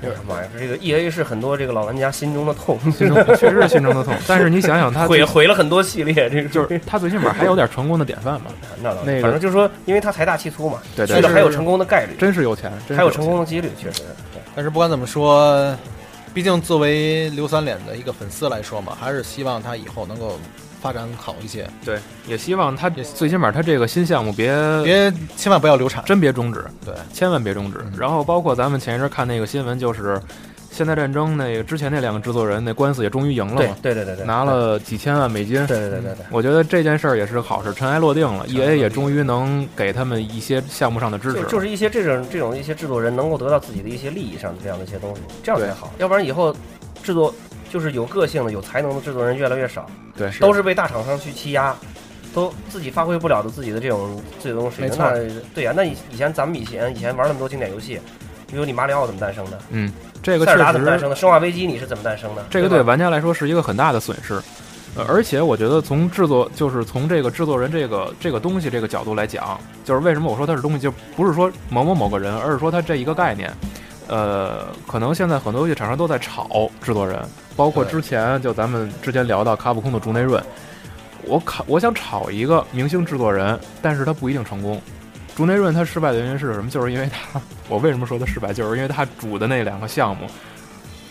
[SPEAKER 3] 就是妈呀，这个 EA 是很多这个老玩家心中的
[SPEAKER 2] [laughs]
[SPEAKER 3] 痛，
[SPEAKER 2] 心中确实是心中的痛，但是你想想他
[SPEAKER 3] 毁
[SPEAKER 2] 最，
[SPEAKER 3] 毁了很多系列。这个
[SPEAKER 2] 就是他最起码还有点成功的典范嘛。
[SPEAKER 3] 那倒是
[SPEAKER 2] 那个
[SPEAKER 3] 反正就是说，因为他财大气粗嘛，
[SPEAKER 2] 对
[SPEAKER 3] 去
[SPEAKER 2] 对
[SPEAKER 3] 了
[SPEAKER 2] 对，
[SPEAKER 3] 还有成功的概率，
[SPEAKER 2] 真是有钱，真是
[SPEAKER 3] 还有
[SPEAKER 2] 钱
[SPEAKER 3] 成功的几率，确实。
[SPEAKER 4] 但是不管怎么说，毕竟作为刘三脸的一个粉丝来说嘛，还是希望他以后能够发展好一些，
[SPEAKER 2] 对，也希望他最起码他这个新项目别
[SPEAKER 4] 别千万不要流产。
[SPEAKER 2] 真别终止，
[SPEAKER 4] 对，
[SPEAKER 2] 千万别终
[SPEAKER 3] 嗯
[SPEAKER 2] 止。然后包括咱们前一阵看那个新闻，就是《现代战争》那个之前那两个制作人那官司也终于赢了
[SPEAKER 3] 对
[SPEAKER 2] 嘛，
[SPEAKER 3] 对对对对，
[SPEAKER 2] 拿了几千万美金。
[SPEAKER 3] 对对对对对，
[SPEAKER 2] 我觉得这件事儿也是好事，尘埃落定了。E
[SPEAKER 4] 埃落
[SPEAKER 2] A
[SPEAKER 4] 定
[SPEAKER 2] 也终于能给他们一些项目上的支持
[SPEAKER 3] 就
[SPEAKER 2] 了，
[SPEAKER 3] 就是一些这种这种一些制作人能够得到自己的一些利益上的这样的一些东西，这样才好。要不然以后制作就是有个性的、有才能的制作人越来越少，
[SPEAKER 2] 对，
[SPEAKER 3] 都是被大厂商去欺压，都自己发挥不了的自己的这种自己的东西。
[SPEAKER 4] 没错
[SPEAKER 3] 那对呀、那以以前咱们以前以前玩那么多经典游戏，比如你马里奥怎么诞生的，
[SPEAKER 2] 嗯，这个
[SPEAKER 3] 塞
[SPEAKER 2] 确
[SPEAKER 3] 尔达怎么诞
[SPEAKER 2] 实
[SPEAKER 3] 生的，生化危机你是怎么诞生的？
[SPEAKER 2] 这个
[SPEAKER 3] 对
[SPEAKER 2] 对
[SPEAKER 3] 吧
[SPEAKER 2] 玩家来说是一个很大的损失。呃，而且我觉得从制作，就是从这个制作人这个这个东西这个角度来讲，就是为什么我说它是东西，就不是说某某某个人，而是说它这一个概念。呃，可能现在很多游戏厂商都在炒制作人，包括
[SPEAKER 4] 对
[SPEAKER 2] 之前就咱们之前聊到卡普空的竹内润，我考我想炒一个明星制作人，但是他不一定成功。竹内润他失败的原因是什么？就是因为他， [laughs] 我为什么说他失败，就是因为他主的那两个项目，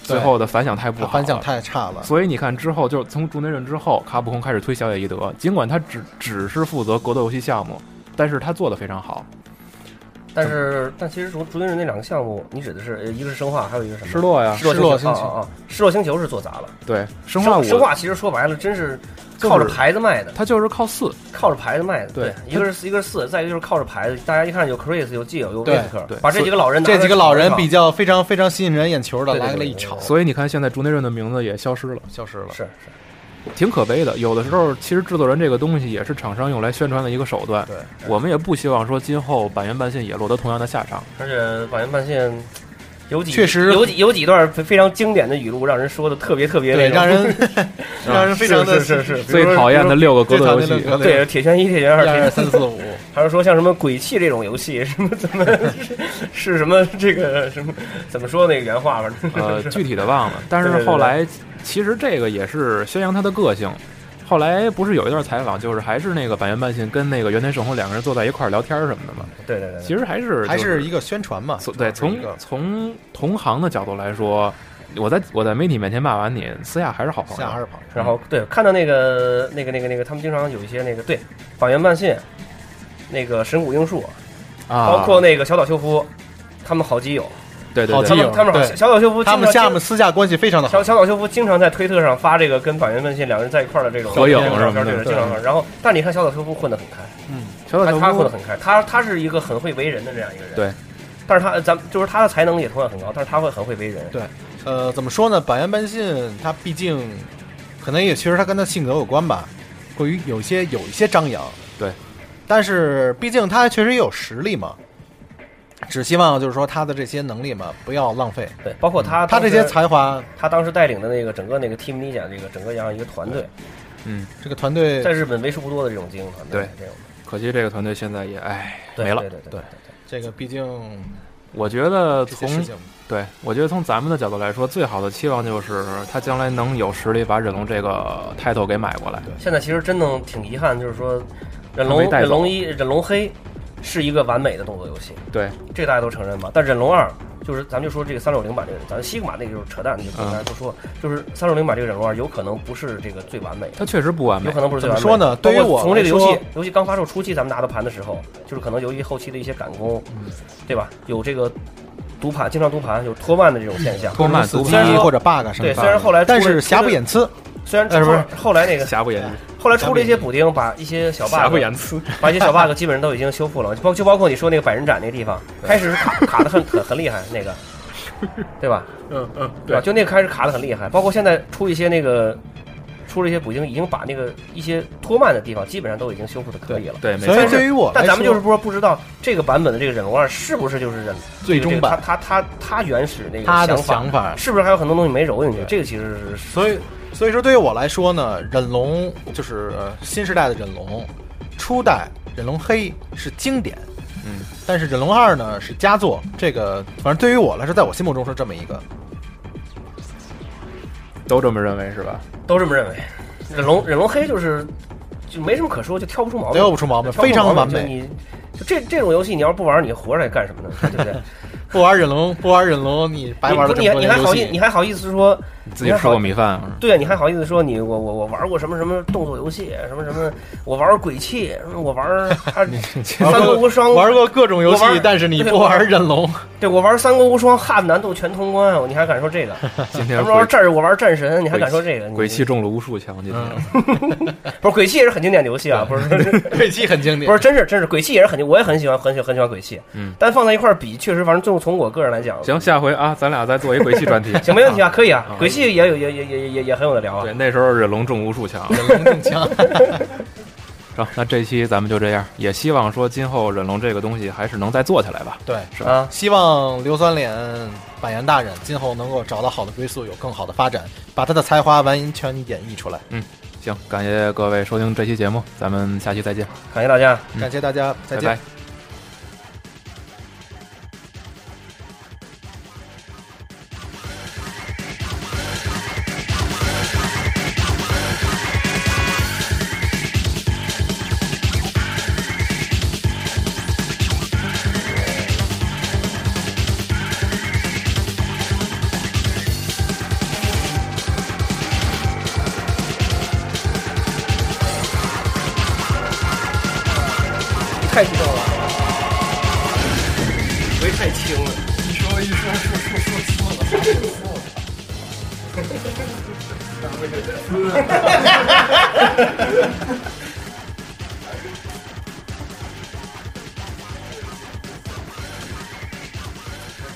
[SPEAKER 4] 对
[SPEAKER 2] 最后的反响太不好了，
[SPEAKER 4] 反响太差了，
[SPEAKER 2] 所以你看，之后就是从竹内润之后，卡普空开始推小野一德，尽管他只只是负责格斗游戏项目，但是他做的非常好。
[SPEAKER 3] 但是但其实竹竹林人那两个项目，你指的是呃一个是生化，还有一个是什么？
[SPEAKER 2] 失落呀，
[SPEAKER 3] 失
[SPEAKER 4] 失落
[SPEAKER 3] 落
[SPEAKER 4] 星
[SPEAKER 3] 星
[SPEAKER 4] 球
[SPEAKER 3] 球啊啊，啊失落星球是做砸了。
[SPEAKER 2] 对，生化五，
[SPEAKER 3] 生化其实说白了，真是靠着牌子卖的，
[SPEAKER 2] 他就是靠四，
[SPEAKER 3] 靠着牌子卖的。
[SPEAKER 2] 对
[SPEAKER 3] 一个是四一个是四，再一个就是靠着牌子。大家一看有 Chris 有 Jill 有
[SPEAKER 4] 对
[SPEAKER 3] Whisker，
[SPEAKER 2] 对
[SPEAKER 3] 把这几个老人拿出
[SPEAKER 4] 这
[SPEAKER 3] 来
[SPEAKER 4] 几个老人
[SPEAKER 3] 炒一
[SPEAKER 4] 比较非常非常吸引人眼球的
[SPEAKER 3] 对对
[SPEAKER 4] 来了
[SPEAKER 3] 对
[SPEAKER 4] 一
[SPEAKER 3] 对
[SPEAKER 4] 炒，
[SPEAKER 2] 所以你看现在竹内润的名字也消失了，
[SPEAKER 4] 消失了
[SPEAKER 3] 炒。是是，
[SPEAKER 2] 挺可悲的。有的时候，其实制作人这个东西也是厂商用来宣传的一个手段。
[SPEAKER 3] 对。
[SPEAKER 2] 我们也不希望说今后板垣半信也落得同样的下场。
[SPEAKER 3] 而且板垣半线有几
[SPEAKER 4] 确实
[SPEAKER 3] 有几有几段非非常经典的语录，让人说的特别特别
[SPEAKER 4] 对，
[SPEAKER 3] 那种啊
[SPEAKER 4] 让
[SPEAKER 3] [laughs]
[SPEAKER 4] 人啊让人非常的
[SPEAKER 3] 是是是是比如
[SPEAKER 2] 最
[SPEAKER 3] 说
[SPEAKER 2] 讨厌的六个格
[SPEAKER 4] 最
[SPEAKER 2] 斗
[SPEAKER 4] 讨
[SPEAKER 2] 游
[SPEAKER 4] 厌的
[SPEAKER 2] 戏，
[SPEAKER 4] 格斗游
[SPEAKER 3] 对
[SPEAKER 4] 戏
[SPEAKER 3] 铁拳一、铁拳二、
[SPEAKER 4] 一
[SPEAKER 3] 铁
[SPEAKER 4] 二
[SPEAKER 3] 拳
[SPEAKER 4] 三四五，
[SPEAKER 3] 还是说像什么鬼泣这种游戏，什么怎
[SPEAKER 4] [laughs]
[SPEAKER 3] 么是是什么这个什么怎么说那个原话，反正
[SPEAKER 2] 呃，具体的忘了。但是后来，其实这个也是宣扬他的个性。后来不是有一段采访，就是还是那个板垣半信跟那个原田圣宏两个人坐在一块儿聊天什么的嘛。
[SPEAKER 3] 对对对，
[SPEAKER 2] 其实还是
[SPEAKER 4] 还
[SPEAKER 2] 就是
[SPEAKER 4] 一个宣传嘛
[SPEAKER 2] 从。对
[SPEAKER 4] 主要是
[SPEAKER 2] 从
[SPEAKER 4] 一个
[SPEAKER 2] 从同行的角度来说，我在我在媒体面前骂完你，私下还是好朋
[SPEAKER 4] 下还
[SPEAKER 2] 友。
[SPEAKER 4] 是跑车，
[SPEAKER 3] 然后对，看到那个那个那个那个，他们经常有一些那个对，板垣半信，那个神谷英树，
[SPEAKER 2] 啊，
[SPEAKER 3] 包括那个小岛秀夫，他们好基友，
[SPEAKER 2] 对对
[SPEAKER 4] 好
[SPEAKER 3] 他
[SPEAKER 2] 对
[SPEAKER 4] 基友
[SPEAKER 3] 们他们好
[SPEAKER 4] 对
[SPEAKER 3] 小小岛秀夫经
[SPEAKER 4] 他
[SPEAKER 3] 常，
[SPEAKER 4] 们下面私下关系非常的好
[SPEAKER 3] 小。小岛秀夫经常在推特上发这个跟板垣半信两人在一块儿的这种
[SPEAKER 2] 合影
[SPEAKER 3] 这种
[SPEAKER 2] 什
[SPEAKER 3] 照
[SPEAKER 2] 么的
[SPEAKER 3] 片，对，
[SPEAKER 2] 对
[SPEAKER 3] 经常发。然后，但你看小岛秀夫混得很开，
[SPEAKER 2] 小岛
[SPEAKER 3] 他
[SPEAKER 2] 秀
[SPEAKER 3] 他混得
[SPEAKER 2] 夫，
[SPEAKER 3] 很开，他他是一个很会为人的这样一个人，
[SPEAKER 2] 对。
[SPEAKER 3] 但是他咱们就是他的才能也同样很高，但是他会很会为人，
[SPEAKER 4] 对呃，怎么说呢？板垣半信他毕竟，可能也确实他跟他性格有关吧，过于有些有一些张扬。
[SPEAKER 2] 对，
[SPEAKER 4] 但是毕竟他确实也有实力嘛。只希望就是说他的这些能力嘛，不要浪费。
[SPEAKER 3] 对，包括他
[SPEAKER 4] 他这些
[SPEAKER 3] 当时
[SPEAKER 4] 才华，
[SPEAKER 3] 他当时带领的那个整个那个 Team Ninja 这个整个这样一个团队，
[SPEAKER 4] 这个团队
[SPEAKER 3] 在日本为数不多的这种精英团队
[SPEAKER 2] 对，
[SPEAKER 3] 这种
[SPEAKER 2] 可惜这个团队现在也唉
[SPEAKER 3] 对
[SPEAKER 2] 没了
[SPEAKER 3] 对。对对
[SPEAKER 4] 对这个毕竟
[SPEAKER 2] 我觉得
[SPEAKER 4] 这些
[SPEAKER 2] 从
[SPEAKER 4] 事情，
[SPEAKER 2] 对，我觉得从咱们的角度来说，最好的期望就是他将来能有实力把忍龙这个 title 给买过来。
[SPEAKER 3] 现在其实真的挺遗憾，就是说，忍
[SPEAKER 2] 还
[SPEAKER 3] 龙
[SPEAKER 2] 没带走
[SPEAKER 3] 忍龙一忍龙黑是一个完美的动作游戏，
[SPEAKER 2] 对，
[SPEAKER 3] 这大家都承认吧？但忍龙二就是咱们就说这个三六零版这个，咱西格玛那个就是扯淡，就不
[SPEAKER 2] 嗯
[SPEAKER 3] 咱不说，就是三六零版这个忍龙二有可能不是这个最完美的。
[SPEAKER 2] 它确实不完
[SPEAKER 3] 有
[SPEAKER 2] 美
[SPEAKER 3] 可。能不是最完美的。
[SPEAKER 4] 怎么说呢
[SPEAKER 3] 包括
[SPEAKER 4] 对于我
[SPEAKER 3] 从这个游
[SPEAKER 4] 来
[SPEAKER 3] 戏
[SPEAKER 4] 说
[SPEAKER 3] 游戏刚发售初期，咱们拿到盘的时候，就是可能由于后期的一些赶工，
[SPEAKER 2] 嗯
[SPEAKER 3] 对吧？有这个读盘，经常读盘，有拖慢的这种现象。
[SPEAKER 2] 拖慢
[SPEAKER 4] 死
[SPEAKER 2] 毒
[SPEAKER 4] 机
[SPEAKER 3] 虽然说
[SPEAKER 4] 或者 bug 什么
[SPEAKER 3] 对，
[SPEAKER 4] 的。
[SPEAKER 3] 虽然后来出
[SPEAKER 4] 但
[SPEAKER 3] 了
[SPEAKER 4] 是瑕不掩呲，
[SPEAKER 3] 虽然
[SPEAKER 4] 呃不是
[SPEAKER 3] 后后来那个
[SPEAKER 2] 瑕不掩
[SPEAKER 3] 后来出了一些补丁，把一些小 bug [laughs]
[SPEAKER 2] 呲。
[SPEAKER 3] 把一些小 bug 基本
[SPEAKER 4] [laughs]
[SPEAKER 3] 上都已经修复了，包就包括你说那个百人斩那个地方，开始是卡卡的很很很厉害，那个对吧？
[SPEAKER 2] 嗯嗯，
[SPEAKER 3] 对吧？就那个开始卡的很厉害，包括现在出一些那个出了一些补丁，已经把那个一些拖慢的地方基本上都已经修复的可以了。
[SPEAKER 2] 对，没
[SPEAKER 4] 所以
[SPEAKER 2] 错，
[SPEAKER 4] 对于我来说，
[SPEAKER 3] 但咱们就是说不知道这个版本的这个忍龙二是不是就是忍
[SPEAKER 4] 最终版，
[SPEAKER 3] 他他他他原始那个
[SPEAKER 4] 他的
[SPEAKER 3] 法
[SPEAKER 4] 想法。
[SPEAKER 3] 是不是还有很多东西没揉进去？这个其实是
[SPEAKER 4] 所以，所以说对于我来说呢，忍龙就是呃新时代的忍龙，初代忍龙黑是经典，
[SPEAKER 2] 嗯，
[SPEAKER 4] 但是忍龙二呢是佳作。这个反正对于我来说，在我心目中是这么一个。
[SPEAKER 2] 都这么认为是吧？
[SPEAKER 3] 都这么认为。忍龙忍龙黑就是就没什么可说，就挑不出毛病，
[SPEAKER 4] 挑不出毛病
[SPEAKER 3] 挑不
[SPEAKER 4] 非
[SPEAKER 3] 出
[SPEAKER 4] 常完
[SPEAKER 3] 毛病
[SPEAKER 4] 美
[SPEAKER 3] 就你就这这种游戏，你要是不玩，你活着还干什么呢？对不对？
[SPEAKER 4] 不玩忍龙，不玩忍龙，你 [laughs] 白玩了
[SPEAKER 3] 你
[SPEAKER 4] 这
[SPEAKER 3] 你
[SPEAKER 4] 么
[SPEAKER 3] 还
[SPEAKER 4] 多年游
[SPEAKER 3] 你还好意你
[SPEAKER 4] 戏。
[SPEAKER 3] 还好意思说
[SPEAKER 2] 你自己吃过米饭，
[SPEAKER 3] 对啊，你还好意思说你我我我玩过什么什么动作游戏，什么什么，我玩过鬼泣，我玩儿
[SPEAKER 4] [laughs]
[SPEAKER 3] 二三国无双，
[SPEAKER 4] 玩过各种游戏
[SPEAKER 3] 我玩，
[SPEAKER 4] 但是你
[SPEAKER 3] 对
[SPEAKER 4] 不
[SPEAKER 3] 我
[SPEAKER 4] 玩忍
[SPEAKER 3] [laughs]
[SPEAKER 4] 龙，
[SPEAKER 3] 对我玩三国无双 hard 难度全通关，啊你还敢
[SPEAKER 4] [laughs]
[SPEAKER 3] 说这个？
[SPEAKER 2] 今
[SPEAKER 3] 什
[SPEAKER 2] 天
[SPEAKER 3] 么玩
[SPEAKER 2] 鬼
[SPEAKER 3] 战我玩战神，你还敢说这个？你嗯
[SPEAKER 2] 鬼泣中了无数枪，今天
[SPEAKER 3] 不是鬼泣也是很经典的游戏啊，不是
[SPEAKER 4] 这期很经典。
[SPEAKER 3] 不是真是真是鬼泣也是很经，我也很喜欢很喜很喜欢鬼泣，
[SPEAKER 2] 嗯，
[SPEAKER 3] 但放在一块儿比，确实反正最后从我个人来讲，
[SPEAKER 2] 行，下回啊，咱俩再做一鬼泣专题，
[SPEAKER 3] [laughs] 行没问题啊，可以啊
[SPEAKER 2] 啊，
[SPEAKER 3] 鬼泣也有也也也也也很有的聊啊
[SPEAKER 2] 对，，那时候忍龙中无数枪。
[SPEAKER 4] 忍龙更
[SPEAKER 3] [laughs]
[SPEAKER 4] 强，
[SPEAKER 2] 行，那这期咱们就这样，也希望说今后忍龙这个东西还是能再做起来吧。
[SPEAKER 4] 对。
[SPEAKER 2] 是
[SPEAKER 3] 啊，
[SPEAKER 4] 希望硫酸脸板岩大人今后能够找到好的归宿，有更好的发展，把他的才华完全演绎出来。
[SPEAKER 2] 行，感谢各位收听这期节目，咱们下期再见，
[SPEAKER 3] 感谢大家。
[SPEAKER 2] 嗯
[SPEAKER 4] 感谢大家，再见
[SPEAKER 2] 拜拜。。
[SPEAKER 3] 太激动了，回太轻了。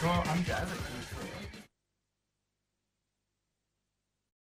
[SPEAKER 4] 说 MGS